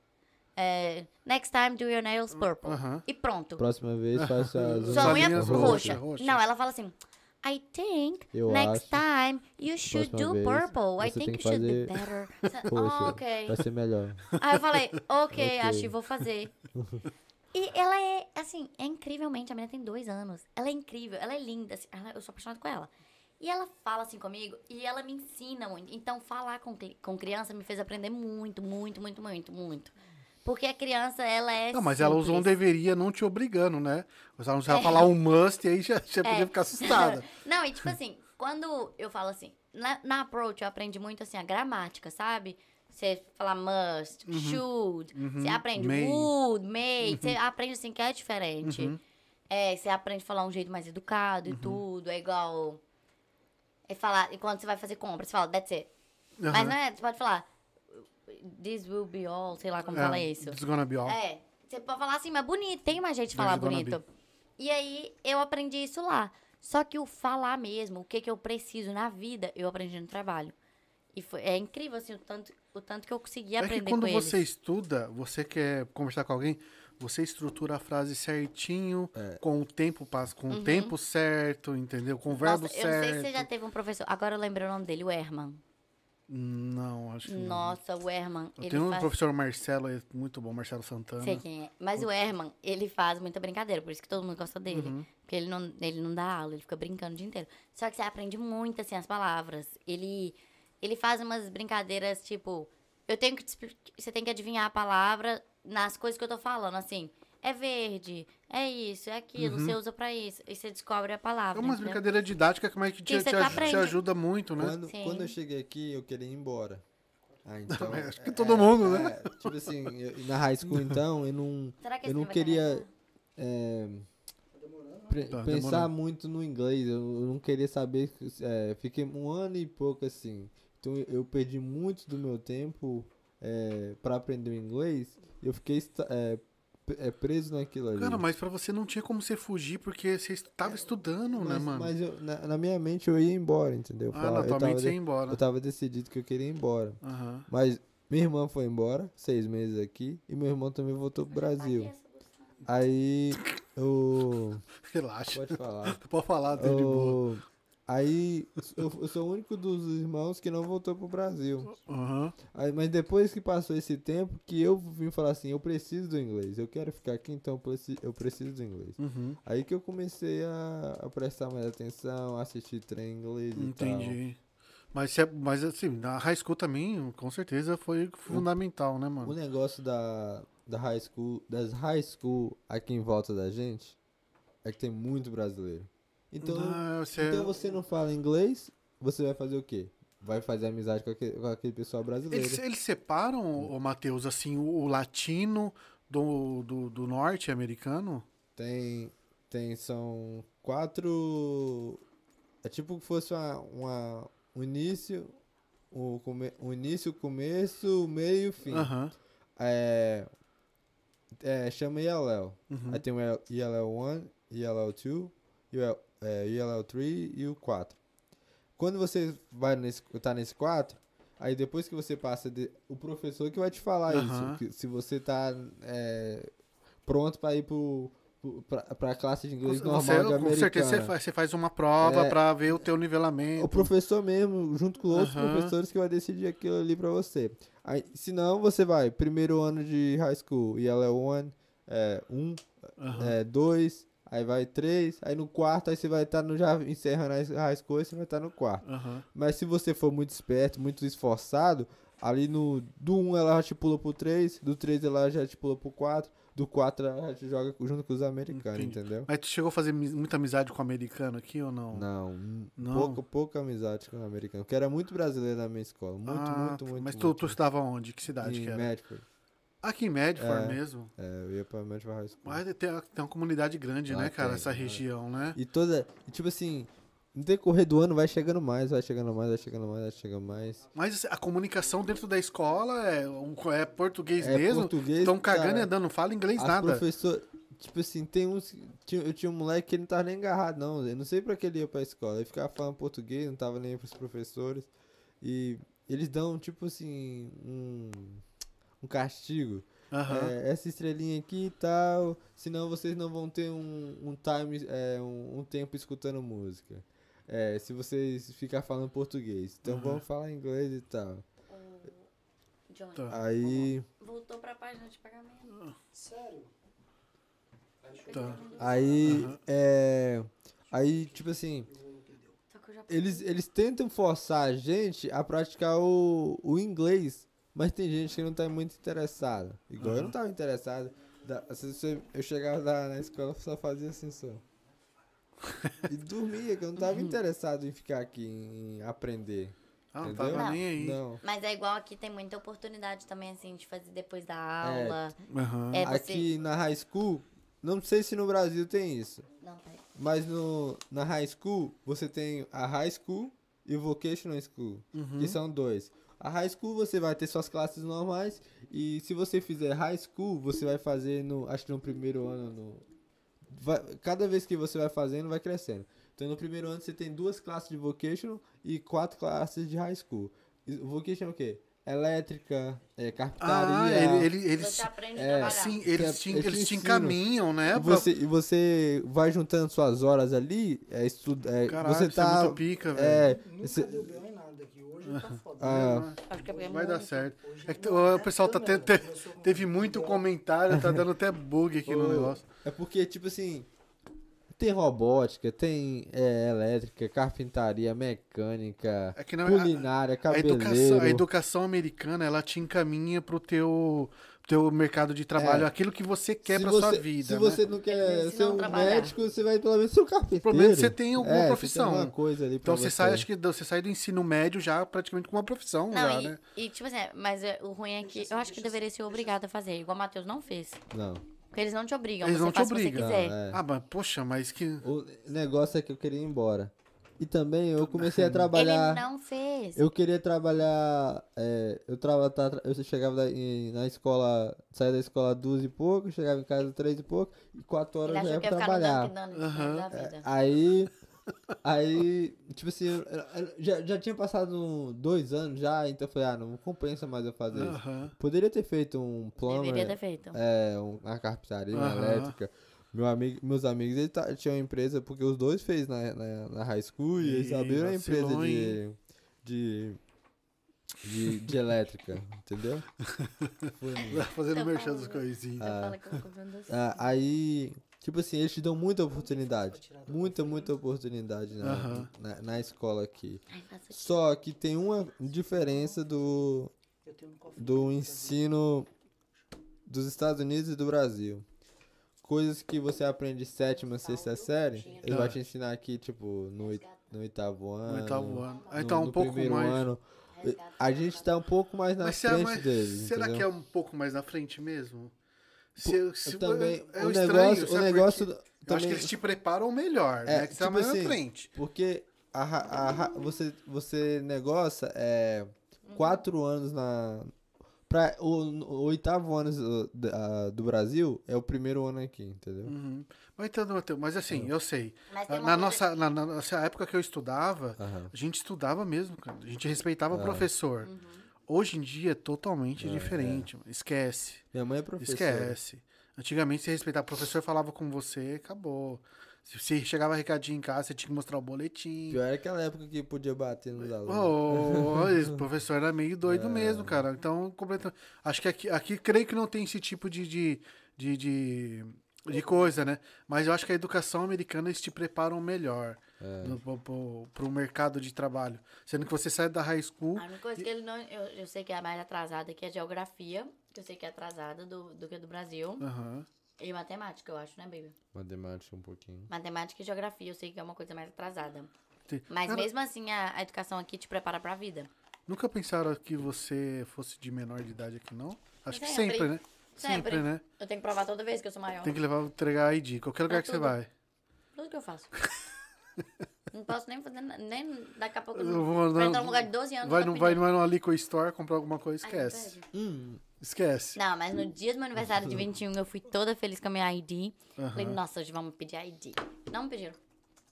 C: é, next time do your nails purple.
A: Aham.
C: E pronto.
E: Próxima vez faz suas
C: Sua unha
A: Bolinhas
C: roxa.
A: roxas, roxas.
C: Não, ela fala assim, I think
E: Eu
C: next tá-
E: acho.
C: time you should do
E: Próxima vez
C: purple. I
E: você
C: think
E: tem
C: you
E: que
C: should be
E: fazer
C: better.
E: Roxa.
C: oh, ok.
E: Vai ser melhor.
C: Aí eu falei, ok,
E: Ok.
C: acho que vou fazer. E ela é, assim, é incrivelmente, a menina tem dois anos. Ela é incrível, ela é linda, assim, ela- eu sou apaixonada com ela. E ela fala assim comigo e ela me ensina muito. Então, falar com, cri- com criança me fez aprender muito, muito, muito, muito, muito. Porque a criança, ela é.
A: Não, mas ela usou um
C: simples.
A: deveria não te obrigando, né? Ela não
C: É.
A: precisava falar um must e aí já, já podia ficar assustada.
C: Não, e tipo assim, quando eu falo assim, na, na approach eu aprendi muito assim a gramática, sabe? Você fala must, should, você aprende
A: Uhum. may. Uhum.
C: would, may, você aprende assim que é diferente. É, você aprende a falar um jeito mais educado e
A: Uhum.
C: tudo, é igual. É falar, e quando você vai fazer compra, você fala, that's it.
A: Aham.
C: Mas não é, você pode falar, this will be all, sei lá como
A: É,
C: fala isso.
A: It's gonna be all.
C: É. Você pode falar assim, mas bonito, tem mais gente de falar
A: There's gonna
C: bonito. E aí eu aprendi isso lá. Só que o falar mesmo, o que, que eu preciso na vida, eu aprendi no trabalho. E foi, é incrível, assim, o tanto, o tanto que eu consegui
A: É
C: aprender
A: que quando
C: com
A: você
C: eles.
A: estuda, você quer conversar com alguém, você estrutura a frase certinho, com o tempo pas- com o tempo certo, entendeu? Com o verbo
C: Uhum. Nossa, eu não
A: certo.
C: sei se você já teve um professor. Agora eu lembrei o nome dele, o Herman.
A: Não, acho que não.
C: Nossa, o Herman.
A: Uhum. Eu
C: ele
A: tenho um
C: faz-
A: professor Marcelo, é muito bom, Marcelo Santana.
C: Sei quem é. Mas o Herman, ele faz muita brincadeira, por isso que todo mundo gosta dele.
E: Uhum.
C: Porque ele não, ele não dá aula, ele fica brincando o dia inteiro. Só que você aprende muito, assim, as palavras. Ele, ele faz umas brincadeiras, tipo... Eu tenho que... te expli- Você tem que adivinhar a palavra nas coisas que eu tô falando, assim. É verde, é isso, é aquilo,
E: Uhum.
C: você usa pra isso. E você descobre a
A: É
C: palavra,
A: umas
C: entendeu?
A: brincadeiras didáticas que, mas que te,
C: né? você
A: te
C: tá
A: aj-
C: aprendendo.
A: te ajuda muito, né?
E: Quando,
C: Sim.
E: quando eu cheguei aqui, eu queria ir embora. Ah, então.
A: acho que todo mundo, né?
E: é, tipo assim, eu- na high school, então, eu não,
C: Será que
E: eu
C: esse
E: não
C: vai ganhar?
E: queria é, pre-
A: Tá
E: pensar
A: demorando.
E: muito no inglês. Eu eu não queria saber. é, fiquei um ano e pouco assim. Então eu- eu perdi muito do meu tempo é, para aprender o inglês. Eu fiquei esta- é, p- é, preso naquilo ali.
A: Cara, mas pra você não tinha como você fugir, porque você estava estudando, né,
E: Mas-
A: mano?
E: mas eu- na, na minha mente eu ia embora, entendeu? Eu
A: ah,
E: falava- eu tava
A: naturalmente você
E: de-
A: ia embora.
E: Eu tava decidido que eu queria ir embora.
A: Aham.
E: Mas minha irmã foi embora, seis meses aqui, e meu irmão também voltou pro
C: é
E: Brasil. Aí o.
A: Relaxa.
E: Pode falar.
A: Pode falar, tá de boa.
E: O- Aí eu, eu sou o único dos irmãos que não voltou pro Brasil.
A: Aham.
E: Aí, mas depois que passou esse tempo, que eu vim falar assim, eu preciso do inglês, eu quero ficar aqui, então eu preci- eu preciso do inglês.
A: Uhum.
E: Aí que eu comecei a, a prestar mais atenção, a assistir trem em inglês e
A: Entendi. Mas, se é- mas assim, na high school também, com certeza, foi fundamental, né,
E: tal. O
A: mano?
E: negócio da, da high school, das high school aqui em volta da gente, é que tem muito brasileiro. Então,
A: Ah, você-
E: então você não fala inglês, você vai fazer o quê? Vai fazer amizade com aquele, com aquele pessoal brasileiro.
A: é- eles, eles separam, o Matheus, assim, o, o latino do, do, do norte americano?
E: Tem. Tem. São quatro. É tipo que fosse uma. uma- um início. O come, um início, começo, o meio e o fim.
A: Aham.
E: É. É, chama ILL.
A: Uhum.
E: Aí tem o ILL1, ILL2, ILL3 é, e o 4. Quando você vai nesse, tá nesse 4, aí depois que você passa, de- o professor que vai te falar
A: Aham.
E: isso, que se você tá é, pronto pra ir pro, pro- pra, pra classe de inglês normal
A: Você,
E: de
A: com certeza você
E: americana.
A: faz, você faz uma prova
E: É.
A: pra ver o teu
E: O
A: nivelamento.
E: professor mesmo, junto com outros
A: Aham.
E: professores, que vai decidir aquilo ali pra você. Aí, se não, você vai, primeiro ano de high school, e ela é one, é, um,
A: Aham.
E: é, dois, aí vai três, aí no quarto, aí você vai estar no já encerrando a high school, aí você vai estar no quarto.
A: Aham.
E: Mas se você for muito esperto, muito esforçado, ali no do 1 ela já te pula pro 3, do 3 ela já te pula pro 4, do 4 ela já te joga junto com os americanos,
A: Entendi.
E: entendeu?
A: Mas tu chegou a fazer mi- muita amizade com o americano aqui ou não?
E: Não, um, n-
A: Não?
E: Pouca, pouca amizade com o americano, porque era muito brasileiro na minha escola, muito,
A: Ah,
E: muito, muito.
A: Mas tu,
E: muito,
A: tu estudava onde? Que cidade
E: em
A: que era?
E: Medford.
A: Aqui em Medford
E: É.
A: mesmo.
E: É, eu ia pra Medford High School.
A: Mas tem, tem uma comunidade grande,
E: Lá
A: né, cara?
E: Ah, tem, é.
A: essa
E: lá.
A: região, né?
E: E toda, e tipo assim, no decorrer do ano vai chegando mais, vai chegando mais, vai chegando mais, vai chegando mais.
A: Mas assim, a comunicação dentro da escola é, um- é português
E: É
A: mesmo?
E: português,
A: Estão cagando
E: cara.
A: e andando, não fala inglês
E: As
A: nada.
E: professor- tipo assim, tem uns. tinha- eu tinha um moleque que ele não tava nem agarrado, não. Eu não sei pra que ele ia pra escola. Ele ficava falando português, não tava nem pros professores. E eles dão, tipo assim, um. Um castigo.
A: Aham.
E: É, essa estrelinha aqui e tal. Senão vocês não vão ter um, um time. é, um, um tempo escutando música. É, se vocês ficar falando português.
A: Uhum.
E: Então vamos falar inglês e tal.
C: O Johnny
A: Tá.
E: Aí.
C: voltou pra página de pagamento.
B: Sério?
E: É.
A: Tá.
E: Aí.
A: Aham.
E: É. Aí, tipo assim.
C: Só que eu já
E: eles, eles tentam forçar a gente a praticar o, o inglês, mas tem gente que não tá muito interessada. Igual
A: Uhum.
E: eu não tava interessado. Da- se- se- eu chegava da- na escola só fazia assim só. E dormia, que eu não tava interessado em ficar aqui, em aprender.
A: Uhum. Ah, não
E: entendeu?
A: tava nem aí.
E: Não.
C: Mas é igual aqui, tem muita oportunidade também, assim, de fazer depois da aula.
A: Aham.
C: É, você...
E: Aqui na high school, não sei se no Brasil tem isso,
C: Não, tá peraí.
E: mas no, na high school você tem a high school e o vocational school.
A: Uhum.
E: que são dois. A high school você vai ter suas classes normais e se você fizer high school, você vai fazer no, acho que no primeiro ano no vai- cada vez que você vai fazendo vai crescendo. Então no primeiro ano você tem duas classes de vocational e quatro classes de high school. E o vocational é o quê? Elétrica, é,
A: Ah,
E: carpintaria.
A: ele, ele, eles,
C: Você aprende
E: é,
C: a trabalhar.
A: assim,
E: Quer-
A: eles, te,
E: eu te
A: eles te
E: ensino.
A: encaminham, né? pra-
E: E você, e você vai juntando suas horas ali, é, estudo, é,
A: Caralho,
E: você
A: isso é
E: tá
A: muito pica, velho.
E: é,
B: Nunca
E: você-
B: deu bem em nada aqui. Hoje tá foda.
E: Ah.
C: Acho que é porque
A: Vai
C: muito-
A: dar certo.
B: Hoje
A: É que
B: não,
A: o
B: né?
A: pessoal tá
B: Eu
A: te-
B: não,
A: te-
B: eu sou um
A: teve muito
B: idiota.
A: comentário, tá dando até bug aqui no
E: Ô,
A: negócio.
E: É porque, tipo assim, tem robótica, tem é, elétrica, carpintaria, mecânica,
A: É que não-
E: culinária,
A: A
E: cabeleiro.
A: educação, a educação americana, ela te encaminha pro teu, teu mercado de trabalho, aquilo que você quer
E: É. Se
A: pra
E: você,
A: sua vida.
E: Se
A: né?
E: você não
C: Eles
E: quer
C: ensinam
E: ser
C: a
E: um
C: trabalhar.
E: médico, você vai pelo menos ser um carpinteiro.
A: Pelo menos você tem alguma
E: É, você
A: profissão.
E: alguma coisa ali pra
A: Então você sai,
E: você.
A: acho que você sai do ensino médio já praticamente com uma profissão
C: Não,
A: já,
C: e,
A: né?
C: e, tipo assim, é, mas é, o ruim é que eu acho que deveria ser obrigado a fazer, igual o Matheus não fez.
E: Não.
C: Porque eles não te obrigam,
A: Eles
C: você
A: não te
C: faz
A: obrigam,
C: o que você quiser.
E: É.
A: Ah, mas poxa, mas que.
E: O negócio é que eu queria ir embora. E também eu comecei a trabalhar.
C: Ele não fez.
E: Eu queria trabalhar. é, eu, trava, tá- eu chegava da- em- na escola. Saía da escola duas e pouco, chegava em casa três e pouco, e quatro horas
C: Ele
E: eu já
C: achou
E: ia
C: que ia ficar
E: trabalhar.
C: no Dunkin' Donuts
A: né, Aham. É,
C: da vida.
E: Aí. Aí, tipo assim, eu- eu- eu já, já tinha passado dois anos já, então eu falei, ah, não compensa mais eu fazer isso.
A: Aham.
E: Poderia ter feito um plano.
C: Deveria ter feito.
E: É, um- uma carpintaria, uma
A: Aham.
E: elétrica. Meu amigo, meus amigos, eles ta- tinham uma empresa, porque os dois fez na, na, na high school e eles
A: Ih,
E: abriram a
A: vacilou,
E: empresa de,
A: hein?
E: de, de, de elétrica, entendeu? Foi mesmo.
A: Fazendo
C: Eu
A: merchan
C: falo,
A: das
C: né?
A: coisinhas.
C: Você fala que eu tô assim. comprando doce.
E: Ah, aí, tipo assim, eles te dão muita oportunidade. Muita, muita oportunidade na,
A: Aham.
E: na, na escola aqui.
C: Ai, faço isso.
E: Só que tem uma diferença do,
B: Eu tenho um cofre.
E: do ensino dos Estados Unidos e do Brasil. Coisas que você aprende
B: Tá,
E: sétima, sexta série, ele vai te ensinar aqui, tipo, no, oit- no oitavo ano.
A: Tá. No oitavo ano. Ah,
E: no-
A: então
E: no
A: um pouco
E: primeiro
A: mais.
E: ano. A gente tá um pouco mais na
A: Mas, será,
E: frente
A: mas
E: deles,
A: será que é
E: entendeu?
A: um pouco mais na frente mesmo? Se, se-
E: também,
A: é
E: o
A: estranho,
E: negócio,
A: sabe por
E: o
A: quê?
E: negócio
A: Eu acho que
E: também,
A: eles te preparam melhor,
E: É,
A: né? Que você tá
E: tipo
A: mais
E: assim,
A: na frente.
E: Porque a, ra- a ra- você, você negocia é, quatro anos na. Pra, o, o oitavo ano do, da- do Brasil é o primeiro ano aqui, entendeu?
A: Uhum. Mas, então, Matheus, mas assim,
E: é.
A: eu sei.
C: Mas tem
A: Na
C: uma coisa-
A: nossa, na, na nossa época que eu estudava,
E: Aham.
A: a gente estudava mesmo, cara. A gente respeitava o professor.
E: É,
A: Hoje em dia é totalmente é diferente. mano. Esquece.
E: Minha mãe é professora.
A: Esquece. Antigamente você respeitava, o professor falava com você, acabou. Se você chegava recadinho em casa, você tinha que mostrar o boletim.
E: Pior é aquela época que podia bater nos alunos.
A: Oh, esse professor era meio doido mesmo, cara. Então, completa- acho que aqui, aqui creio que não tem esse tipo de, de, de, de, de coisa, né? Mas eu acho que a educação americana eles te preparam melhor no- pro- pro- pro mercado de trabalho. Sendo que você sai da high school.
C: A única coisa que ele não. Eu, eu sei que é a mais atrasada aqui é geografia, que eu sei que é atrasada do, do que do Brasil.
A: Aham.
C: E matemática, eu acho, né, baby?
E: Matemática um pouquinho.
C: Matemática e geografia, eu sei que é uma coisa mais atrasada.
A: Tem-
C: Mas
A: Cara,
C: mesmo assim, a, a educação aqui te prepara pra vida.
A: Nunca pensaram que você fosse de menor de idade aqui, não? Acho que
C: Sempre.
A: sempre, né?
C: Sempre.
A: Sempre, né?
C: Eu tenho que provar toda vez que eu sou maior.
A: Tem que levar, entregar a ID, qualquer lugar
C: Pra
A: que você
C: tudo.
A: vai.
C: Tudo que eu faço. não posso nem fazer. na- Nem daqui a pouco.
A: Eu vou
C: pra
A: andar-
C: entrar num lugar de 12 anos.
A: Vai,
C: eu Ah, tô
A: no, vai
C: pedindo.
A: numa Liquor Store comprar alguma coisa,
C: Ai, não
A: esquece.
C: perde.
A: Esquece.
C: Não, mas no dia do meu aniversário de 21, eu fui toda feliz com a minha ID. Falei,
A: Aham.
C: nossa, hoje vamos pedir ID. Não me pediram.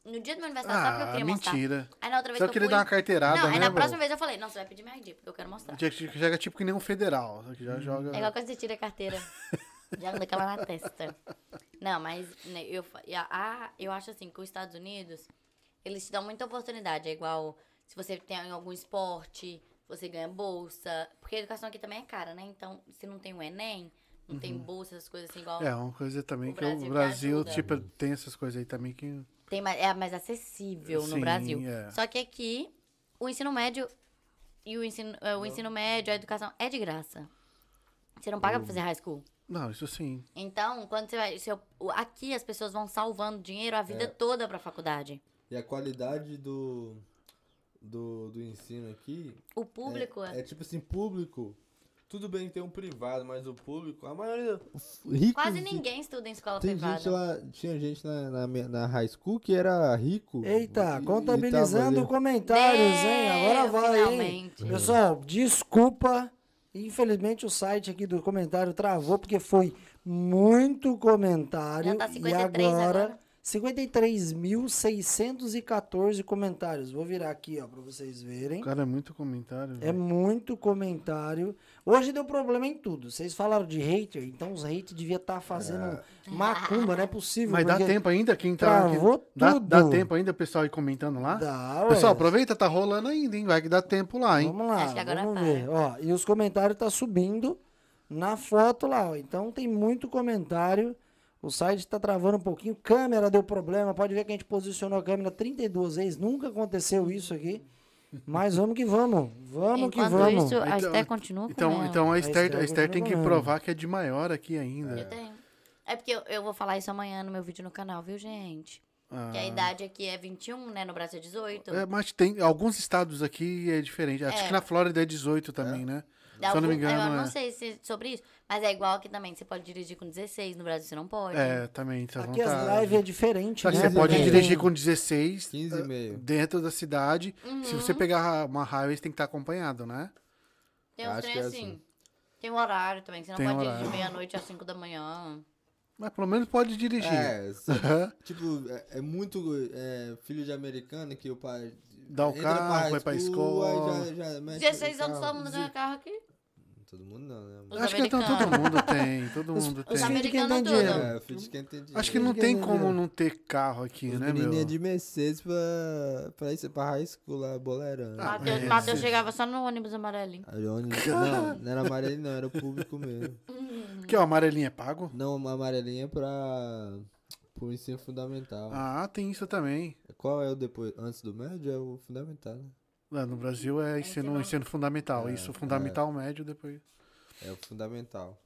C: No dia do meu aniversário, só porque eu
A: Ah,
C: queria mostrar.
A: mentira.
C: Aí na outra vez
A: Só
C: que eu
A: queria
C: fui-
A: dar uma carteirada,
C: Não,
A: né,
C: aí na
A: velho?
C: próxima vez eu falei, nossa, vai pedir minha ID, porque eu quero mostrar.
A: Já que- Chega tipo que nem um federal, só que já joga...
C: É igual quando você tira a carteira. Joga daquela na testa. Não, mas né, eu, fa- e a- a- eu acho assim que os Estados Unidos, eles te dão muita oportunidade. É igual se você tem algum esporte, você ganha bolsa. Porque a educação aqui também é cara, né? Então, se não tem o Enem, não tem bolsa, essas coisas assim, igual.
A: Uhum. É, uma coisa também
C: O
A: que
C: Brasil
A: o
C: que
A: Brasil,
C: ajuda.
A: tipo, tem essas coisas aí também que...
C: Tem mais, é mais acessível
A: Sim,
C: no Brasil.
A: é.
C: Só que aqui, o ensino médio e o ensino, eh, o ensino médio, a educação é de graça. Você não paga pra fazer high school.
A: Não, isso sim.
C: Então, quando você vai. se eu- o- aqui as pessoas vão salvando dinheiro a vida
E: É.
C: toda pra faculdade.
E: E a qualidade do, do, do ensino aqui
C: O público é,
E: é, é tipo assim, público. Tudo bem ter um privado, mas o público, a maioria.
B: é
E: Ricos,
C: Quase ninguém estuda em escola
E: Tem
C: privada.
E: gente lá, tinha gente na, na, me- na high school que era rico.
B: Eita,
E: e- e
B: contabilizando
E: tava
B: comentários, hein? Agora
C: Deu,
B: vai, hein?
C: finalmente. tá
B: Pessoal, desculpa. Infelizmente o site aqui do comentário travou porque foi muito comentário.
C: Já tá
B: e
C: 53
B: agora,
C: agora.
B: 53.614 comentários. Vou virar aqui, ó, para vocês verem.
A: O cara é muito comentário.
B: É
A: velho.
B: muito comentário. Hoje deu problema em tudo. Vocês falaram de hater, então os haters deviam estar fazendo macumba, não é possível.
A: Mas dá
B: porque-
A: tempo ainda? Quem tá...
B: Travou
A: quem- Dá,
B: tudo.
A: dá tempo ainda o pessoal ir comentando lá?
B: Dá, ué.
A: Pessoal, aproveita, tá rolando ainda, hein? Vai que dá tempo lá, hein?
B: Vamos lá,
C: Acho que agora
B: vamos
C: para.
B: ver. Ó, e os comentários tá subindo na foto lá, ó. Então tem muito comentário. O site tá travando um pouquinho. Câmera deu problema. Pode ver que a gente posicionou a câmera 32 vezes. Nunca aconteceu isso aqui. Mas vamos que vamos. Vamos que
C: Enquanto
B: vamos.
C: isso, a
A: Então-
C: Esther continua com
A: Então,
C: ela.
A: então a Esther,
B: Esther
A: a Esther tem que
B: continua.
A: provar que é de maior aqui ainda.
C: Eu tenho. É porque eu, eu vou falar isso amanhã no meu vídeo no canal, viu, gente?
A: Ah.
C: Que a idade aqui é 21, né? No Brasil é 18.
A: É, mas tem alguns estados aqui é diferente. Acho
C: É.
A: que na Flórida é 18 também, né?
C: Dá
A: Se eu não me
C: algum-
A: engano,
C: Eu não
A: é.
C: sei se, sobre isso, mas é igual aqui também. Você pode dirigir com 16, no Brasil você não pode.
A: É, também, tá
B: Aqui as
A: vontade.
B: lives é diferente,
A: Só que
B: né?
A: você pode
B: Porque
A: dirigir com 16
E: 15 e
A: eh,
E: meio.
A: dentro da cidade.
C: Uhum.
A: Se você
B: Uhum.
A: pegar uma highway, você tem que estar acompanhado, né?
C: Tem uns
E: Acho que
C: trem
E: é
C: assim.
E: assim.
C: Tem um horário também, que você não
A: Tem
C: pode
A: horário.
C: dirigir meia-noite às 5 da manhã.
A: Mas pelo menos pode dirigir.
E: É, só-
A: Aham.
E: tipo, é, é muito é, filho de americano que o pai.
A: Dá o
E: entra
A: carro,
E: pra high
A: vai pra
E: school, aí
A: escola.
E: Já, já mexe
C: 16
E: no
C: anos
E: carro.
C: todo mundo ganha carro aqui.
E: Todo mundo não, né? mano?
C: Os
A: Acho que então todo
C: americanos.
A: mundo tem, todo mundo
B: Os
A: tem.
B: filhos de quem
C: americanos
B: tem
C: tudo.
B: dinheiro.
A: né?
E: É, filho de quem tem dinheiro.
A: Acho que não
B: Os
A: tem
B: meninos-
A: como não ter carro aqui,
E: Os
A: né,
E: menininha
A: meu?
E: de Mercedes pra, pra isso, pra high school lá, boleirão.
A: Ah,
C: Mateus,
A: é,
C: Mateus
A: sim.
C: chegava só no ônibus amarelinho.
E: Aí ônibus- Não, não era amarelinho, não, era o público mesmo.
A: Que ó, amarelinho é pago?
E: Não, uma amarelinha pra. pro ensino fundamental.
A: Ah, tem isso também.
E: Qual é o depois? Antes do médio é o fundamental, né?
A: Lá no Brasil é ensino,
C: ensino-
A: ensino fundamental. isso, fundamental, médio, depois.
E: É o fundamental.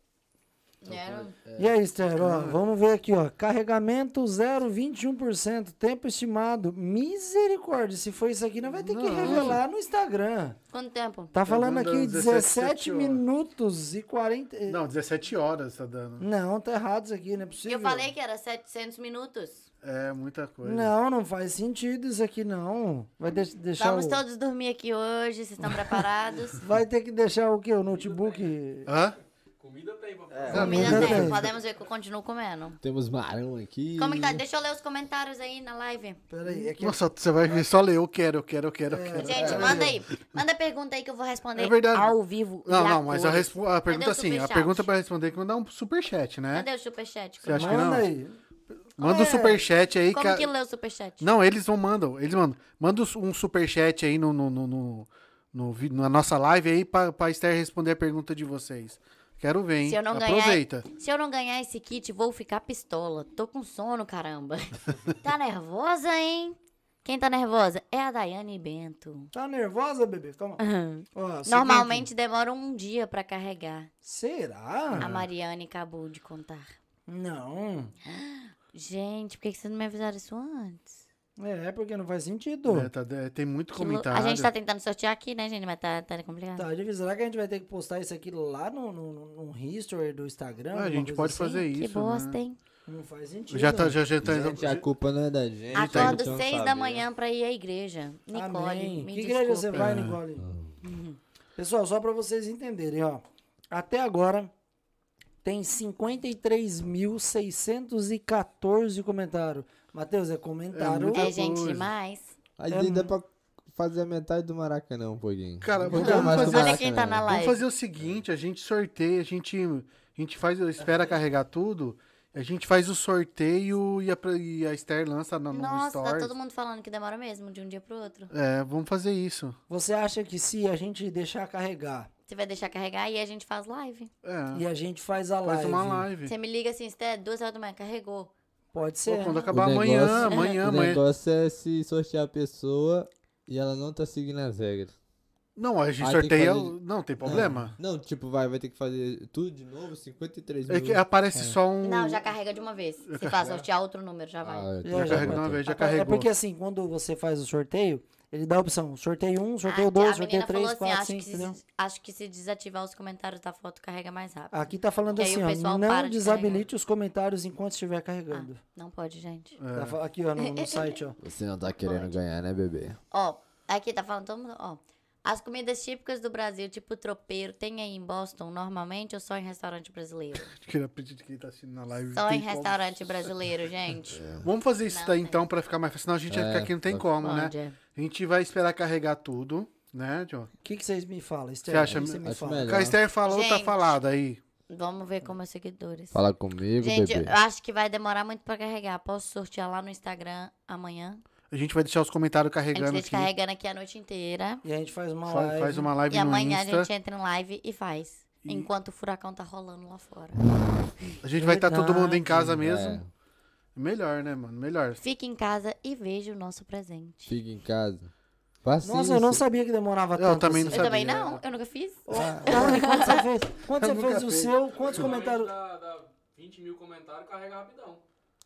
C: Era- um
B: E aí, Esther, ó, vamos ver aqui, ó. Carregamento 0,21%, tempo estimado. Misericórdia, se for isso aqui, não vai ter que
A: Não.
B: revelar no Instagram.
C: Quanto tempo?
B: Tá falando
A: dando
B: aqui
A: 17
B: 17
A: horas.
B: minutos e 40. e-
A: Não, 17 horas tá dando.
B: Não, tá errado isso aqui, não é possível.
C: Eu falei que era 700 minutos.
A: É muita coisa.
B: Não, não faz sentido isso aqui, não. Vai deix- deixar.
C: Vamos
B: o-
C: todos dormir aqui hoje, vocês estão preparados?
B: Vai ter que deixar o quê? O notebook.
A: Hã?
F: Comida tem pra
D: É.
F: fazer.
C: Comida
B: Comida
C: tem.
B: tem.
C: Podemos ver que eu continuo comendo.
E: Temos marão aqui.
C: Como que tá? Deixa eu ler os comentários aí na live.
B: Peraí, é que
A: Nossa, você vai ver só ler. Eu quero, eu quero, eu quero, eu quero.
C: Gente, manda aí. Manda pergunta aí que eu vou responder
A: É verdade.
C: ao vivo.
A: Não,
C: e a
A: não, mas a,
C: cores.
A: respo- a pergunta
C: o
A: assim, a
C: superchat?
A: pergunta pra responder que mandar um superchat, né?
C: Cadê o superchat?
A: Você acha que não?
B: manda aí.
A: Manda um
B: É.
A: superchat aí.
C: Como
A: ca-
C: que lê o superchat?
A: Não, eles não mandam. Eles mandam. Manda os- um superchat aí no, no, no, no- no vi- na nossa live aí pra, pra Esther responder a pergunta de vocês. Quero ver, hein?
C: Se eu não ganhar-
A: Aproveita.
C: Se eu não ganhar esse kit, vou ficar pistola. Tô com sono, caramba. tá nervosa, hein? Quem tá nervosa? É a Daiane Bento.
B: Tá nervosa, bebê? Calma. Ó, seguinte,
C: Normalmente demora um dia pra carregar.
B: Será?
C: A Mariane acabou de contar.
B: Não.
C: Gente, por que que vocês não me avisaram isso antes?
B: É, porque não faz sentido.
A: É, tá- é, tem muito
C: Que lou-
A: comentário.
C: A gente tá tentando sortear aqui, né, gente? Mas tá, tá complicado.
B: Tá, Divi, será que a gente vai ter que postar isso aqui lá no, no, no- no history do Instagram?
A: Ah, a
B: alguma
A: gente pode
B: coisa assim?
A: fazer
C: que
A: isso.
C: bosta,
A: né?
C: hein?
B: Não faz sentido.
A: Já tá, já, já tá.
E: Gente, a culpa não é da gente.
C: Acordo
E: então
C: seis
E: sabe,
C: da
E: né?
C: manhã pra ir à igreja. Nicole,
B: Amém.
C: me Uhum.
B: Que
C: desculpa.
B: igreja você vai, Nicole?
A: Ah.
B: Pessoal, só para vocês entenderem, ó. Até agora tem 53.614 comentários. Matheus, é comentário.
A: muita
C: É gente
A: coisa.
C: demais.
E: Aí
B: É
E: dá pra fazer a metade do Maracanã um pouquinho.
A: né? Cara,
E: Não tem
A: vamos
E: mais
A: fazer-
E: do
C: Olha quem tá
E: Maracanã.
C: na
A: Vamos
C: live.
A: fazer o seguinte, a gente sorteia, a gente, a gente faz, espera carregar tudo, a gente faz o sorteio e a, e a Esther lança no, no
C: Nossa, tá
A: Stories.
C: todo mundo falando que demora mesmo, de um dia pro outro.
A: É, vamos fazer isso.
B: Você acha que se a gente deixar carregar
C: Você vai deixar carregar e a gente faz live.
A: É,
B: e a gente faz a
A: faz
B: live,
A: uma live.
C: Você me liga assim, Sté, duas horas da manhã, carregou.
B: pode
A: Pô,
B: ser?
A: quando acabar
E: O
A: amanhã,
E: negócio-
A: amanhã,
E: O
A: amanhã.
E: negócio é se sortear a pessoa e ela não tá seguindo as regras.
A: Não, a gente
E: Ah, tem que
A: sorteia.
E: fazer-
A: o- Não, tem problema.
E: Não, tipo, vai, vai ter que fazer tudo de novo, 53 mil.
A: É que aparece só um.
C: Não, já carrega de uma vez. Se faz sortear outro número, já vai.
E: Ah,
B: Já
E: então
A: carregou
E: vai
A: uma
E: ter.
A: vez, já
B: É
A: carregou.
B: porque assim, quando você faz o sorteio, ele dá a opção, sorteio 1,
C: a,
B: sorteio 2,
C: Ah, a
B: sorteio
C: menina
B: 3,
C: falou
B: 4,
C: assim,
B: 5,
C: acho, que
B: entendeu?
C: se, acho que se desativar os comentários da foto, carrega mais rápido.
B: Aqui tá falando
C: Que aí o
B: assim, ó,
C: pessoal
B: não
C: para de Ah.
B: desabilite os comentários enquanto estiver carregando.
C: Não pode, gente.
A: Ah. É.
B: Tá fa- aqui, ó,
C: É,
B: no, no site, ó.
E: Você não tá querendo ganhar, né, bebê?
C: Ó, aqui tá falando todo mundo, ó. As comidas típicas do Brasil, tipo tropeiro, tem aí em Boston normalmente ou só em restaurante brasileiro?
A: Queria pedir de quem tá assistindo na live.
C: Só
A: tem
C: em
A: como. É, né?
C: restaurante brasileiro, gente.
A: Vamos fazer isso
C: Não,
A: daí
C: tem.
A: então pra ficar mais fácil. Senão a gente vai
E: É,
A: ficar aqui, não tem
E: pode-
A: como, né?
C: Onde é?
A: A gente vai esperar carregar tudo, né, John?
B: O que, que vocês me falam, Esther?
A: Você acha
B: O que você
A: me-
B: me
E: acho
B: fala?
E: melhor.
A: A Esther falou, tá
C: Gente.
A: falado aí.
C: Vamos ver com meus seguidores.
E: Fala comigo,
C: Gente,
E: bebê.
C: eu acho que vai demorar muito pra carregar. Posso sortear lá no Instagram amanhã?
A: A gente vai deixar os comentários
C: A gente
A: carregando
C: deixa
A: aqui.
C: carregando aqui a noite inteira.
B: E a gente faz uma
A: Faz,
B: live.
A: faz uma live
C: E
A: no
C: amanhã a
A: Insta.
C: gente entra em live e faz. Enquanto o furacão tá rolando lá fora. é
A: vai estar todo mundo em
B: Verdade,
A: casa mesmo.
E: É,
A: Melhor, né, mano? Melhor.
C: Fique em casa e veja o nosso presente.
E: fica em casa. Faça
B: Nossa, eu não
E: isso.
B: sabia que demorava
A: Eu
B: tanto.
A: também
C: Eu
A: não
B: assim. É. Tá,
C: também
A: sabia.
C: não, eu nunca fiz.
B: Olha, quanto você fez? Quanto
A: Eu
B: você fez
A: nunca
B: o
A: fiz.
B: seu? Quantos comentários?
F: Dá, dá 20 mil comentários, carrega rapidão.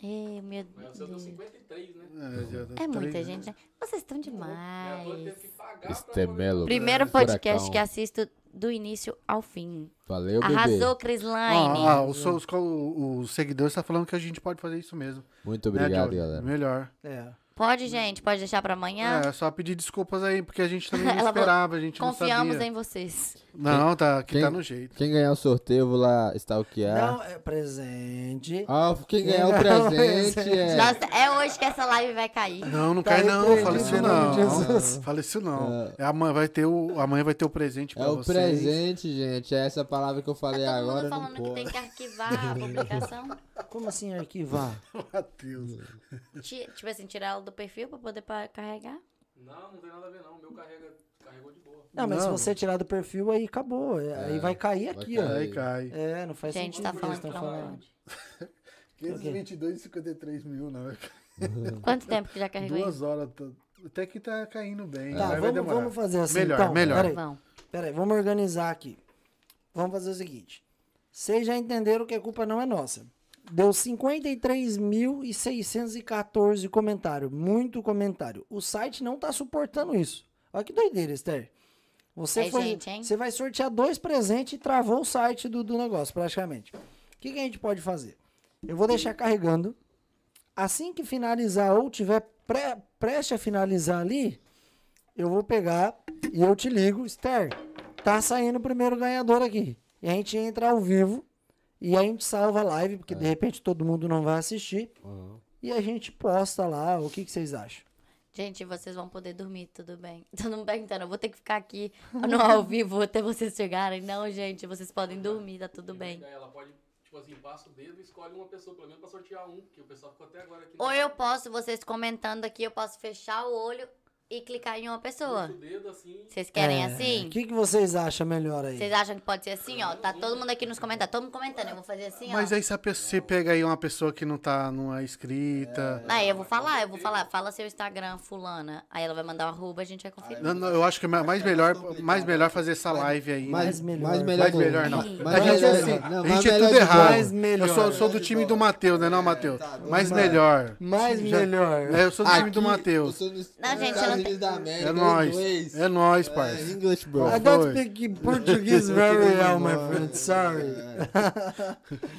C: Ei, meu
F: Mas o seu deu
C: Deus.
F: 53, né?
A: É, já tá
C: É muita
A: três,
C: gente, né? Vocês estão
F: Minha
C: demais.
F: teve que pagar
E: Este é
F: pra poder-
E: Melo.
C: Primeiro podcast
E: Furacão.
C: que assisto do início ao fim.
E: Valeu, bebê.
C: Arrasou,
A: Ah,
C: Crislaine.
A: ah, os, os, os seguidores estão tá falando que a gente pode fazer isso mesmo.
E: Muito
A: né,
E: obrigado,
A: Diogo?
E: galera.
A: Melhor.
B: É.
C: Pode, gente, pode deixar pra amanhã.
A: É, só pedir desculpas aí, porque a gente também não
C: Ela falou,
A: esperava, a gente
C: Confiamos
A: não sabia.
C: em vocês.
A: Não, tá, aqui
E: Quem-
A: tá no jeito.
E: Quem ganhar o sorteio, eu vou lá stalkear.
B: Não, é presente.
E: Ah, quem ganhar
B: Quem
E: o
B: ganhar o
E: presente é.
C: Nossa, é hoje que essa live vai cair.
A: Não, não
B: Tá
A: cai
B: aí
A: não,
B: proibido,
A: fala isso
B: em nome
A: não.
B: de Jesus.
A: Fala isso não. É, amanhã, vai ter o, amanhã vai ter o presente pra
E: É o
A: vocês.
E: presente, gente. É essa palavra que eu
C: Tá
E: falei
C: todo mundo
E: agora. eu
C: falando
E: Não
C: que
E: posso.
C: tem que arquivar a publicação.
B: Como assim arquivar?
A: Matheus.
C: Ti- Tipo assim, tirar ela do perfil pra poder pa- carregar.
F: Não, não tem nada a ver não. O meu carrega, carregou de boa.
B: Não, mas se
A: Não.
B: você tirar do perfil, aí acabou. É, Aí vai cair
E: vai
B: aqui, ó.
E: cair.
A: Aí cai.
B: É, não faz
C: gente
B: sentido.
C: tá
B: o que
C: falando
B: eles
C: que
B: tão
C: não
B: falando.
C: pode.
A: 522,53 mil, não.
C: Quanto tempo que já carregou isso?
A: Duas horas. tô- Até que tá caindo bem.
B: Tá,
A: mas vai
B: vamos,
A: demorar.
B: vamos fazer assim.
A: Melhor,
B: então.
A: melhor.
B: Peraí,
C: Vão.
B: peraí, vamos organizar aqui. Vamos fazer o seguinte. Vocês já entenderam que a culpa não é nossa. Deu 53.614 comentários. Muito comentário. O site não tá suportando isso. Olha que doideira, Esther. Você,
C: É
B: foi,
C: gente, hein?
B: você vai sortear dois presentes e travou o site do, do negócio, praticamente. O que, que a gente pode fazer? Eu vou deixar carregando. Assim que finalizar ou tiver pré, preste a finalizar ali, eu vou pegar e eu te ligo, Esther. Tá saindo o primeiro ganhador aqui. E a gente entra ao vivo e a gente salva a live, porque
A: É.
B: de repente todo mundo não vai assistir.
E: Aham.
B: E a gente posta lá. O que, que vocês acham?
C: Gente, vocês vão poder dormir, tudo bem. Todo mundo perguntando, eu vou ter que ficar aqui no ao vivo até vocês chegarem. Não, gente, vocês podem dormir, tá tudo bem.
F: Aí ela pode, tipo assim, passa o dedo e escolhe uma pessoa, pelo menos pra sortear um, que o pessoal ficou até agora aqui. na
C: Ou eu
F: live.
C: posso, vocês comentando aqui, eu posso fechar o olho e clicar em uma pessoa.
F: Puxa o dedo assim.
C: Vocês querem
B: É, O
C: assim?
B: que, que vocês acham melhor aí?
C: Vocês acham que pode ser assim, ó? Tá todo mundo aqui nos comentários, todo mundo comentando, eu vou fazer assim, ó.
A: Mas aí se a pessoa, você pega aí uma pessoa que não tá, não é inscrita.
C: Aí eu vou falar, eu vou falar, fala seu Instagram, fulana. Aí ela vai mandar o arroba, a gente vai conferir.
A: Não, não, eu acho que é mais melhor, mais melhor fazer essa live aí. né?
B: Mais
E: Mais, melhor.
B: melhor.
E: mais melhor,
A: Mais melhor não.
C: Ih,
A: a
E: Mais
A: gente é
E: melhor
A: assim,
E: não. Não,
A: a
E: mais
A: gente é
E: melhor
A: tudo
E: de boa.
A: errado.
B: Mais melhor.
A: Eu sou, sou do time do Matheus, né, não, Matheus?
D: tá, do
A: mais
D: Matheus.
A: melhor.
B: Mais
A: Já-
B: melhor.
A: É, eu sou do time do
E: Aqui,
A: Matheus.
E: eu sou nos-
C: Não,
E: nos
C: gente,
E: Estados
C: eu não
E: Unidos da América,
A: É nóis.
E: inglês.
A: É nóis,
E: É,
A: parceiro.
E: English, bro.
B: I
A: Qual
B: don't
A: foi?
B: speak Portuguese very well, my friend. Sorry.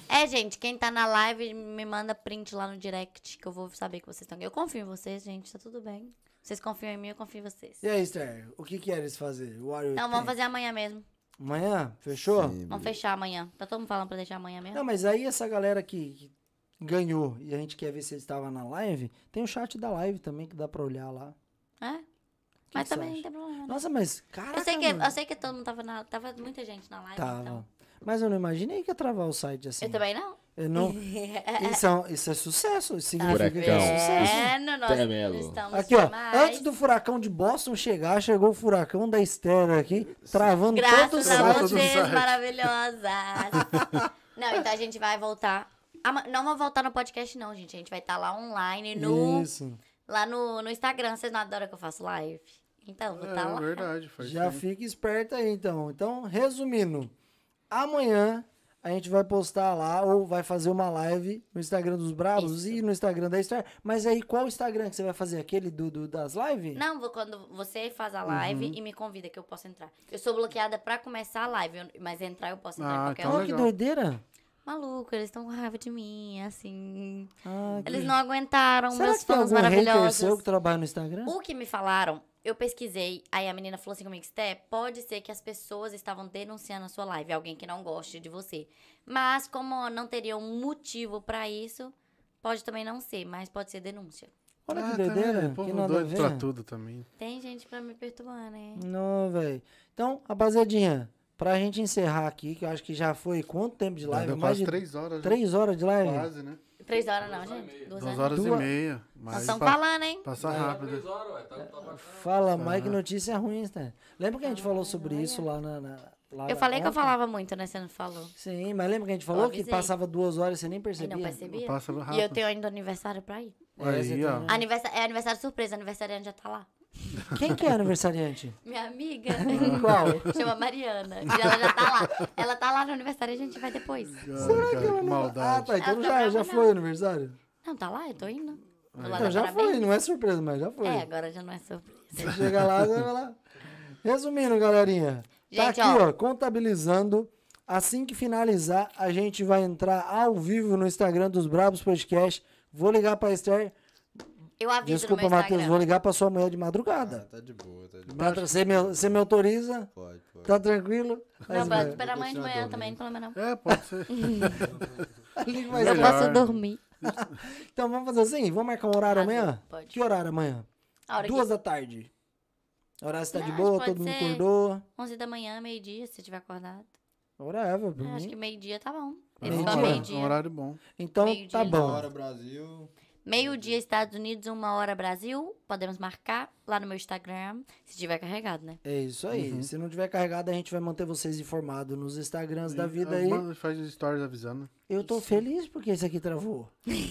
C: É, gente, quem tá na live, me manda print lá no direct, que eu vou saber que vocês estão aqui. Eu confio em vocês, gente, tá tudo bem. Vocês confiam em mim, eu confio em vocês.
B: E aí, Esther, o que queres fazer? What do you
C: Então vamos
B: think?
C: fazer amanhã mesmo.
B: Amanhã? Fechou?
C: Vamos fechar amanhã. Tá todo mundo falando pra deixar amanhã mesmo?
B: Não, mas aí essa galera que que ganhou e a gente quer ver se eles estavam na live, tem o chat da live também que dá pra olhar lá.
C: É?
B: que
C: Mas
B: você
C: também
B: acha?
C: não tem problema. não.
B: Nossa, mas caraca,
C: Eu sei, que, eu
B: mano.
C: sei que todo mundo tava na. Tava muita gente na live.
B: Tava.
C: Então.
B: Mas eu não imaginei que ia travar o site assim.
C: Eu também não.
B: Eu não... Isso, é, isso é sucesso. Isso significa que
E: Furacão.
B: é sucesso.
C: É, no nosso.
E: Tremelo.
C: Estamos
B: Aqui, ó.
C: demais.
B: Antes do furacão de Boston chegar, chegou o furacão da Estéreo aqui, travando todo o
C: Graças a
B: site.
A: todo
C: vocês,
A: site.
C: maravilhosas. não, então a gente vai voltar. Ama- Não vamos voltar no podcast, não, gente. A gente vai estar lá online, no,
B: Isso.
C: lá no, no Instagram. Vocês não adoram que eu faço live? Então, vou estar
A: É
C: lá.
A: verdade, foi
B: Já
A: isso aí.
B: fica esperto aí, então. Então, resumindo, amanhã a gente vai postar lá ou vai fazer uma live no Instagram dos Bravos e no Instagram da Star. Mas aí, qual Instagram que você vai fazer? Aquele do, do- das lives?
C: Não, vou- quando você faz a live
B: Uhum.
C: e me convida que eu posso entrar. Eu sou bloqueada pra começar a live, eu- mas entrar eu posso entrar em
A: Ah,
C: qualquer
A: então
C: hora.
B: Olha que
A: legal.
B: doideira.
C: Maluco, eles estão com raiva de mim, assim.
B: Ah, que-
C: Eles não aguentaram,
B: Ah, Será
C: meus
B: que tem
C: fãs
B: algum hater
C: maravilhosos.
B: seu que trabalha no Instagram?
C: O que me falaram, eu pesquisei, aí a menina falou assim comigo, Sté, pode ser que as pessoas estavam denunciando a sua live, alguém que não goste de você. Mas como não teriam motivo pra isso, pode também não ser, mas pode ser denúncia.
B: Olha
A: Ah, tá
B: que doideira.
A: vendo? O
B: que
A: povo
B: nada a
A: doido pra
B: ver.
A: tudo também.
C: Tem gente pra me perturbar, né?
B: Não, velho. Então, rapaziadinha, pra gente encerrar aqui, que eu acho que já foi quanto tempo de
A: Já
B: live?
A: deu
B: Mais
A: quase
B: de
A: três horas. já.
B: três horas de live?
A: Quase, né?
C: Três horas não,
F: Duas horas e
C: gente.
F: meia.
C: Duas
A: Duas
C: horas.
A: horas
B: Duas-
A: e meia.
C: Nós
A: Mas
C: estamos
A: pa-
C: falando, hein?
A: passa
F: Vai
B: Ah,
F: dar
A: rápido.
F: três horas, ué. Tá, tá
C: É.
F: bacana.
B: Fala, mais que notícia ruim, né? Lembra que a gente falou sobre isso lá na. na- lá
C: Eu
B: na
C: falei que eu
B: outra?
C: falava muito, né? Você não falou.
B: Sim, mas lembra que a gente falou que
C: avisei.
B: passava duas horas e você nem
C: Aí
B: percebia?
C: não percebia.
A: Passa
C: E eu
A: rápido.
C: tenho ainda aniversário pra ir.
B: É, você
A: Aí,
B: tá,
A: ó.
B: né?
C: Aniversário, é aniversário surpresa, aniversariante já tá lá.
B: Quem que é aniversariante?
C: Minha amiga.
B: Qual? Ah,
C: Chama Mariana. E ela já tá lá. Ela tá lá no aniversário, a gente vai depois.
A: Será que
B: Ah,
A: maldade?
B: tá, então
C: Ah,
B: já, já
C: não.
B: foi o aniversário?
C: Não, tá lá, eu tô indo. Do lado
B: Então
C: da
B: já
C: Parabéns.
B: foi, não é surpresa, mas já foi.
C: É, agora já não é surpresa.
B: Você chega lá, você vai lá. Resumindo, galerinha. tá
C: Gente,
B: aqui, ó. contabilizando. Assim que finalizar, a gente vai entrar ao vivo no Instagram dos Brabos Podcast. Vou ligar pra Esther.
C: Eu aviso
B: Desculpa,
C: no meu Instagram.
B: Matheus, vou ligar pra sua mulher de madrugada.
E: Tá de boa, tá de boa.
B: Tá tra- Você me, você me autoriza?
E: Pode, pode.
B: Tá tranquilo? Mas,
C: Não, pra,
B: velho,
C: espera amanhã de
E: Vou
C: manhã
E: continuar
C: também, não problema não.
A: É, pode ser.
B: liga mais
C: Eu
A: Melhor.
B: tarde.
C: posso é dormir.
B: Então vamos fazer assim? Vamos marcar um horário
C: Ah,
B: amanhã?
C: pode.
B: Que horário amanhã?
C: A hora
B: Duas
C: que...
B: da tarde. O horário está de
C: Ah,
B: boa,
C: pode
B: todo mundo
C: ser.
B: acordou.
C: 11 da manhã, meio-dia, se tiver acordado.
B: Horável, pra
C: Ah, acho
B: mim.
C: que meio-dia tá bom.
A: É
C: Eles
A: um
B: Meio-dia.
C: ficam
A: horário- um
C: meio-dia.
A: horário bom.
B: Então
C: meio-dia
B: tá
C: e
B: bom.
E: Bora, Brasil.
C: Meio-dia, Estados Unidos, uma hora, Brasil. Podemos marcar lá no meu Instagram, se tiver carregado, né?
B: É isso aí. Se não tiver carregado, a gente vai manter vocês informados nos Instagrams da vida aí.
A: ah, Mano, é Faz stories avisando.
B: Eu tô feliz porque esse aqui travou.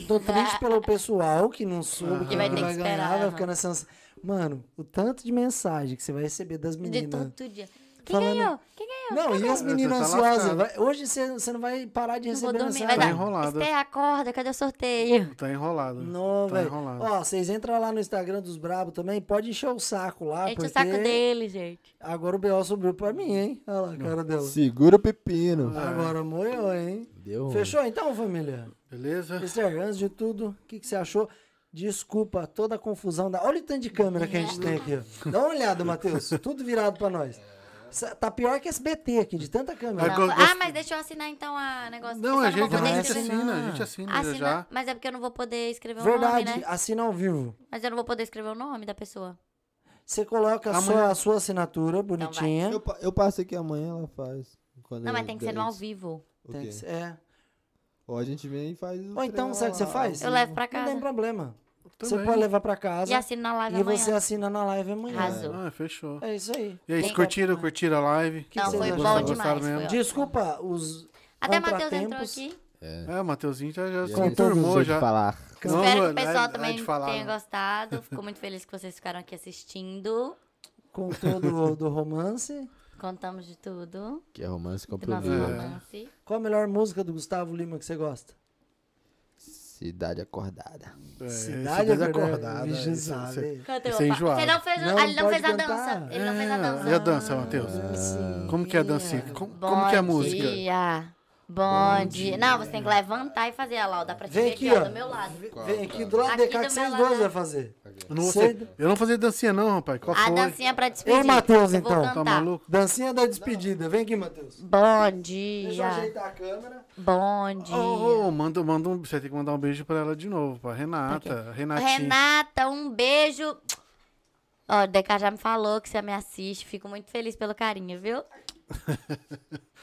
B: Tô triste pelo pessoal que não soube
A: Aham.
B: que
A: Que vai
B: vai,
A: ter que
B: vai
C: esperar,
B: ganhar, vai
C: aham.
B: ficar nessa. ansi- Mano, o tanto de mensagem que você vai receber das
C: De é,
B: meninas.
C: todo dia. Quem
B: Falando-
C: ganhou? Quem ganhou?
B: Não, e as
A: Você
B: meninas
A: tá
B: ansiosas.
A: lascado.
B: vai- hoje você, você não vai parar de
C: Não vou
B: receber
C: dormir, vai
B: mensagem.
A: Tá
C: dar.
A: enrolada.
C: Esté, acorda, cadê o sorteio?
A: Tá enrolado.
B: Não,
A: tá
B: velho.
A: enrolado.
B: Ó, vocês entram lá no Instagram dos Brabos também, pode encher o saco
A: Ah,
B: lá,
C: Enche
B: porque
C: o saco dele, gente.
B: agora o B.O. subiu pra mim, hein? Olha lá a cara dela.
E: Segura o pepino.
B: Agora moeu, hein?
E: Deu um. ruim.
B: Fechou então, família?
A: Beleza?
B: Mister, antes de tudo, o que, que você achou? Desculpa toda a confusão. Da... Olha o tanto de câmera que a gente tem aqui. ó. Dá uma olhada, Matheus. Tudo virado pra nós. Sa- Tá pior que SBT aqui, de tanta câmera.
A: Vai
C: Não,
A: go-
C: Ah,
A: gosto-
C: mas deixa eu assinar então a negócio.
A: Não, a
C: porque eu só
A: gente,
C: não vou
A: a
C: poder
A: gente
C: escrever.
A: assina, a gente assina,
C: assim. Assina,
A: já.
C: mas é porque eu não vou poder escrever o
B: Verdade,
C: nome, né?
B: assina ao vivo.
C: Mas eu não vou poder escrever o nome da pessoa.
B: Você coloca a
A: Amanhã-
B: sua, a sua assinatura
C: Então
B: bonitinha.
E: Eu, pa- eu passo aqui amanhã, ela faz. quando
C: Não,
E: eu
C: mas tem que ser no
E: der
C: ao
E: isso.
C: vivo.
E: O
B: Tem
E: quê?
B: que ser- é.
E: Ou a gente vem e faz o
B: Ou então,
E: trem
B: sabe o que você
E: lá,
B: faz?
E: ao
C: Eu levo pra
B: Não tem
C: casa.
B: problema. Você
A: Também.
B: pode levar pra casa
C: E assino na live
B: e
C: amanhã.
B: você assina na live amanhã.
C: Arrasou.
A: Ah, fechou.
B: É isso aí.
A: E aí,
C: Tem-
A: curtiram, curtiram a live?
B: que
C: Não,
B: vocês
C: foi
B: acharam?
C: bom demais.
A: Gostaram
C: Foi
A: mesmo?
C: ótimo.
B: Desculpa os
C: Até Matheus entrou
B: contratempos.
C: aqui.
A: É, o Mateuzinho já, já
E: vivo.
A: se
E: E aí,
A: conformou
E: todos
A: já.
E: de falar.
A: Não,
C: Espero que
A: mano,
C: o pessoal
A: é- é
C: também
A: de falar,
C: tenha
A: né?
C: gostado. Fico muito feliz que vocês ficaram aqui assistindo.
B: com todo do romance.
C: Contamos de tudo.
E: Que é romance
C: Do nosso
E: comprometido.
C: romance.
B: Qual a melhor música do Gustavo Lima que você gosta?
E: Cidade acordada.
A: É,
B: Cidade
A: esse desacordado,
B: acordada. Vixe,
A: esse-
B: sabe?
A: esse-
C: Canta,
A: Isso
C: opa.
A: é enjoado.
C: Ele não fez,
B: Não,
C: ele não
B: pode
C: fez a
B: cantar.
C: dança. Ele não fez a dança.
A: É, E a dança, Matheus? Como que é a dancinha? Como, como que é a música?
C: Bom dia. Bom dia. Não, você tem que levantar e fazer a lá. Dá pra te
B: Vem
C: ver
B: aqui,
C: aqui, ó,
B: ó.
C: do meu lado.
B: Vem aqui do lado
C: Aqui
B: de cá
C: do
B: que
C: meu
B: vocês
C: lado. é-
B: dois vão fazer.
A: Eu não, vou
B: Sei-
A: ser- eu não vou fazer dancinha, não, rapaz. Qual
C: A
A: foi?
C: dancinha pra despedir.
B: Ei, Matheus,
C: Eu vou
B: então. Tá
A: Tá
C: cantar.
A: maluco?
B: Dancinha da despedida. Vem aqui, Matheus.
C: Bom
B: Deixa eu
C: dia.
B: ajeitar a câmera.
C: Bom dia.
A: Oh, oh, manda, manda um, você tem que mandar um beijo pra ela de novo, pra Renata. Renatinha.
C: Renata, um beijo. Ó, o Deca já me falou que você me assiste. Fico muito feliz pelo carinho, viu?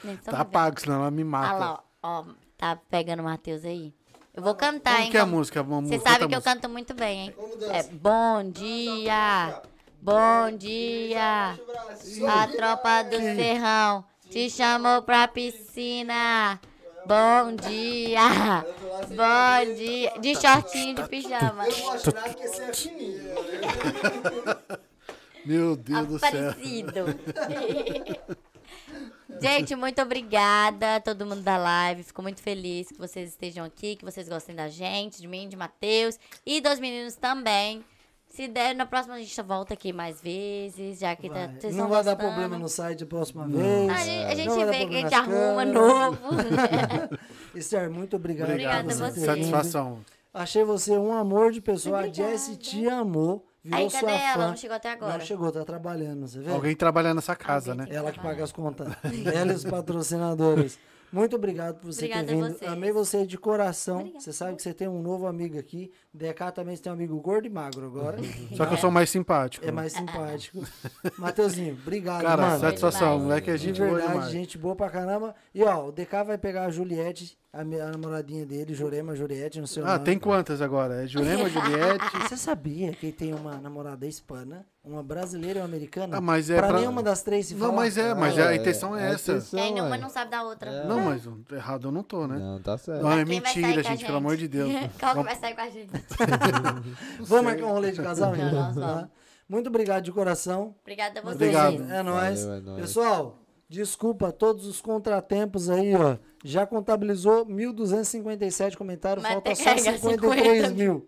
C: Nem só
A: Tá
C: me vendo.
A: pago, senão ela me
C: Olha
A: mata.
C: lá, ó. ó, Tá pegando o Matheus aí. Eu vou cantar,
A: Como
C: hein?
A: que é a
C: como-
A: música? Uma
C: Tá, então, Você
A: música,
C: sabe
A: outra
C: que eu
A: música.
C: canto muito bem, hein?
D: Como
C: É
D: dança?
C: bom dia, bom dia.
D: Baixa o braço.
C: A tropa do serrão te chamou pra piscina. Bom dia, bom dia. De shortinho de pijama.
B: Eu vou ajudar porque você é fininho.
A: Meu Deus do céu.
C: Aparecido. Gente, muito obrigada a todo mundo da live. Fico muito feliz que vocês estejam aqui, que vocês gostem da gente, de mim, de Matheus e dos meninos também. Se der, na próxima a gente volta aqui mais vezes, já que tá, vocês
B: Não
C: tão
B: vai dar
C: gostando.
B: problema no site a próxima vez.
C: A gente, a gente
B: Não vai dar
C: vê que a
B: problema
C: gente
B: nas
C: arruma um
B: câmeras.
C: novo.
B: Esther, muito obrigado.
C: Obrigada
B: por
C: a
B: você ter
C: você.
B: vindo.
A: Satisfação.
B: Achei você um amor de pessoa. A
C: Obrigada.
B: Jessie te amou. Virou
C: Aí,
B: sua
C: cadê ela?
B: fã.
C: Não chegou até agora.
B: Não chegou, tá trabalhando, você vê?
A: Alguém trabalha nessa casa, né?
C: Alguém
B: Ela que
C: trabalha.
B: paga as contas. Ela e os patrocinadores. Muito obrigado por você
C: Obrigada
B: ter
C: a
B: vindo.
C: vocês.
B: Amei você de coração.
C: Obrigada.
B: Você sabe que você tem um novo amigo aqui. DK também você tem um amigo gordo e magro agora.
A: Só que eu sou mais simpático.
B: É
C: Ah,
B: mais simpático. Mateuzinho, obrigado,
A: Cara,
B: mano.
A: satisfação.
C: demais.
A: O moleque é
B: De
A: gente boa
B: verdade,
A: demais.
B: gente boa pra caramba. E ó, o DK vai pegar a Juliette, a, minha- a namoradinha dele, Jurema Juliette, não sei o
A: Ah,
B: nome.
A: tem quantas agora? É Jurema, Juliette.
B: Você sabia que tem uma namorada hispana, uma brasileira e uma americana?
A: Ah, mas é
B: pra,
A: pra-
B: nenhuma das três se
A: Não,
B: fala?
A: mas é, mas
E: Ah,
A: a intenção é
E: a
A: essa.
E: intenção,
C: Quem
E: ué.
C: uma não sabe da outra.
E: É.
A: Não, mas errado eu não tô, né?
E: Não, tá certo.
A: Não, é
C: Mas quem vai sair
A: mentira,
C: com a
A: gente, pelo amor de Deus.
C: Qual que vai sair com a gente?
B: Vamos marcar um rolê de casal,
C: Não,
B: então?
C: nós vamos.
B: Tá? Muito obrigado de coração.
C: Obrigada a vocês.
A: Obrigado.
B: É nóis.
E: Valeu, é nóis.
B: Pessoal, desculpa todos os contratempos aí, ó. Já contabilizou 1.257 comentários,
C: Mas
B: falta
C: tem é, que
B: só
C: carregar
B: 53
C: 50
B: mil.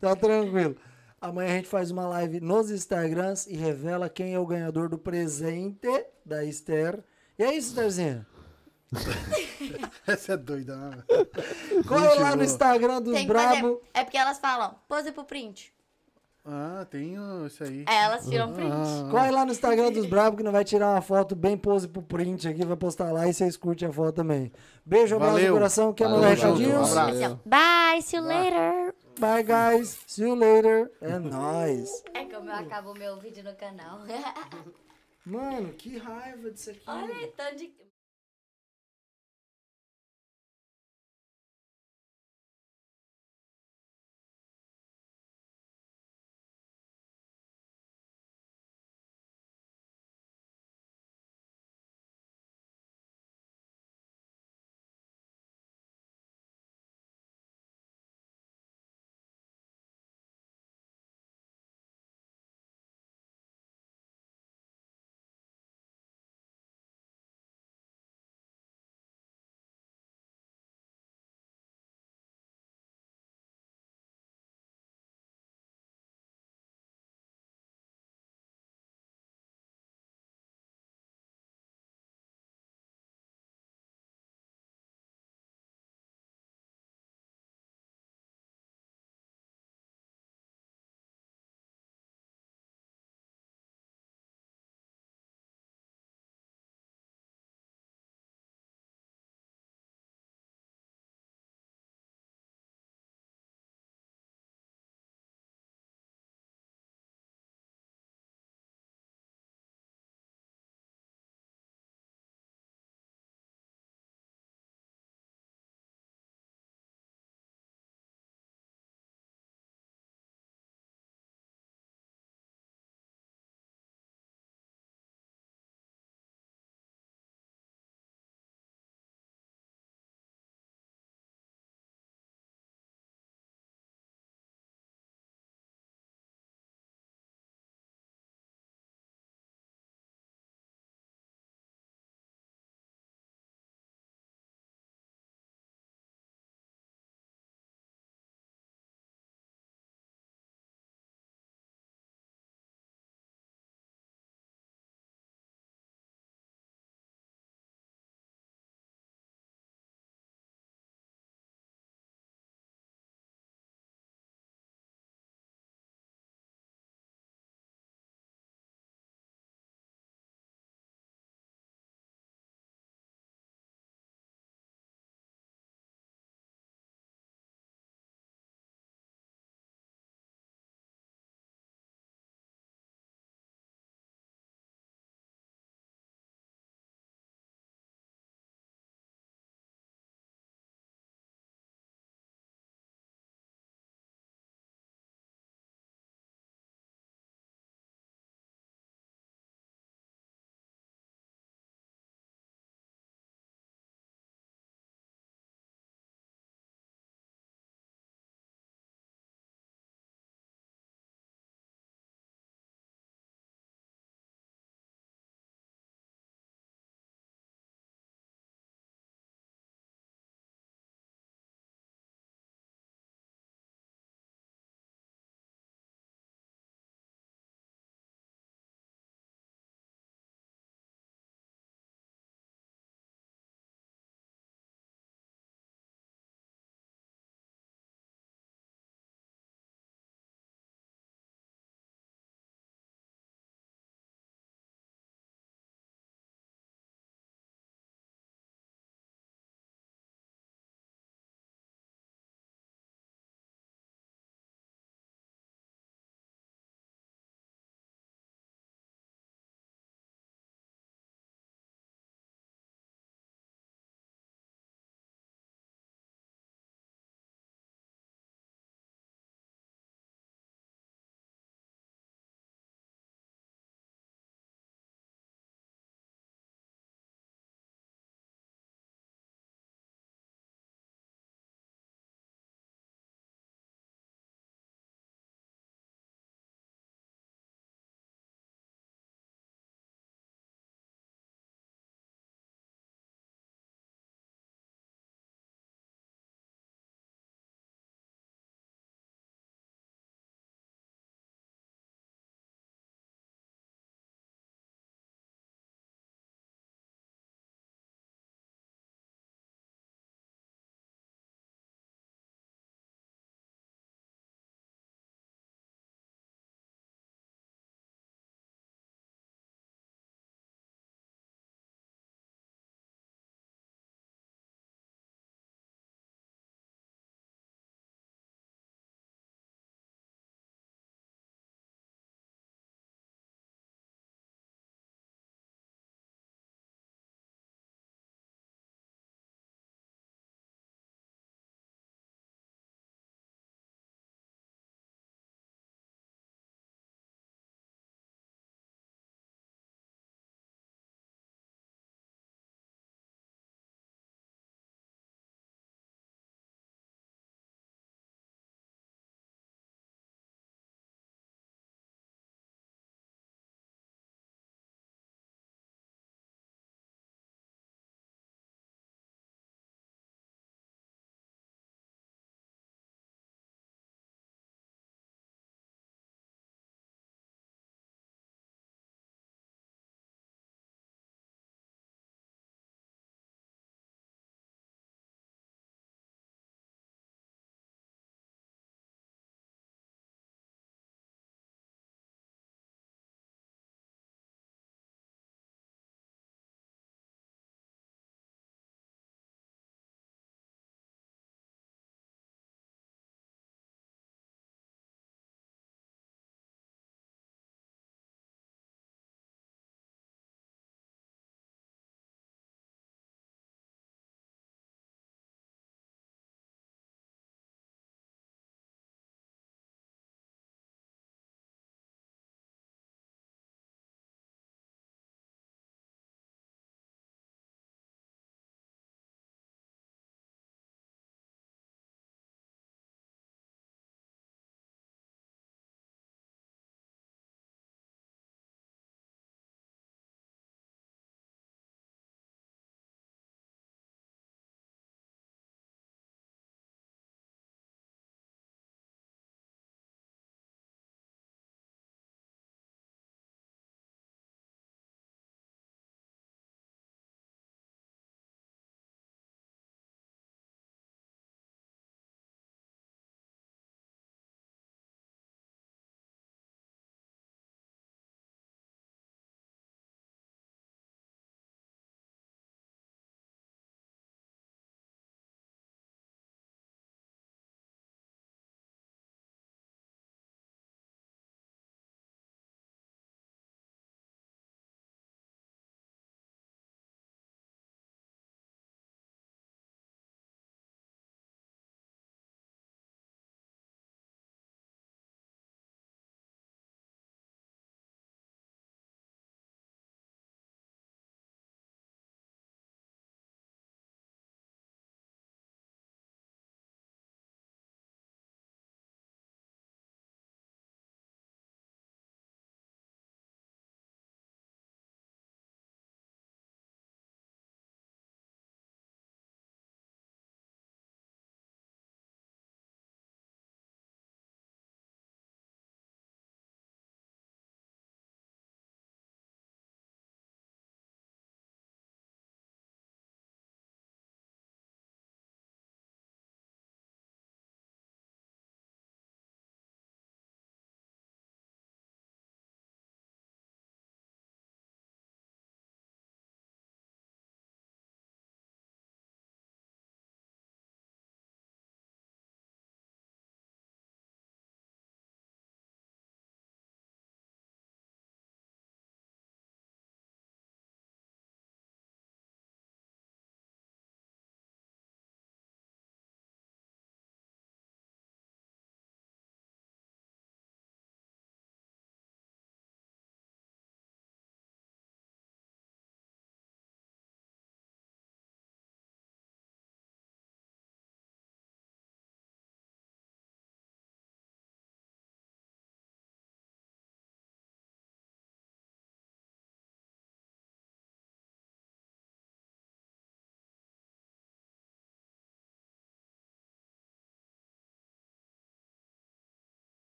B: Tá tranquilo. Amanhã a gente faz uma live nos Instagrams e revela quem é o ganhador do presente da Esther. E é isso, Estherzinha.
A: Essa é doida, né?
B: Corre
A: Gente
B: lá no
A: boa.
B: Instagram dos
C: Tem que fazer-
B: Brabo.
C: É porque elas falam, pose pro print.
A: Ah, tem ah, isso aí. Ah.
C: Aí elas tiram print.
B: Corre lá no Instagram dos Brabo que não vai tirar uma foto bem pose pro print aqui, vai postar lá e vocês curtem a foto também. Beijo, um abraço no
A: Valeu.
B: coração, é quer mandar
E: Valeu, valeu.
B: recadinhos?
E: Um abraço.
C: Assim, ó, Bye, see you later.
B: Bye, guys. See you later. É nóis.
C: É como eu acabo o meu vídeo no canal.
B: Mano, que raiva disso aqui.
C: Olha, tanto de...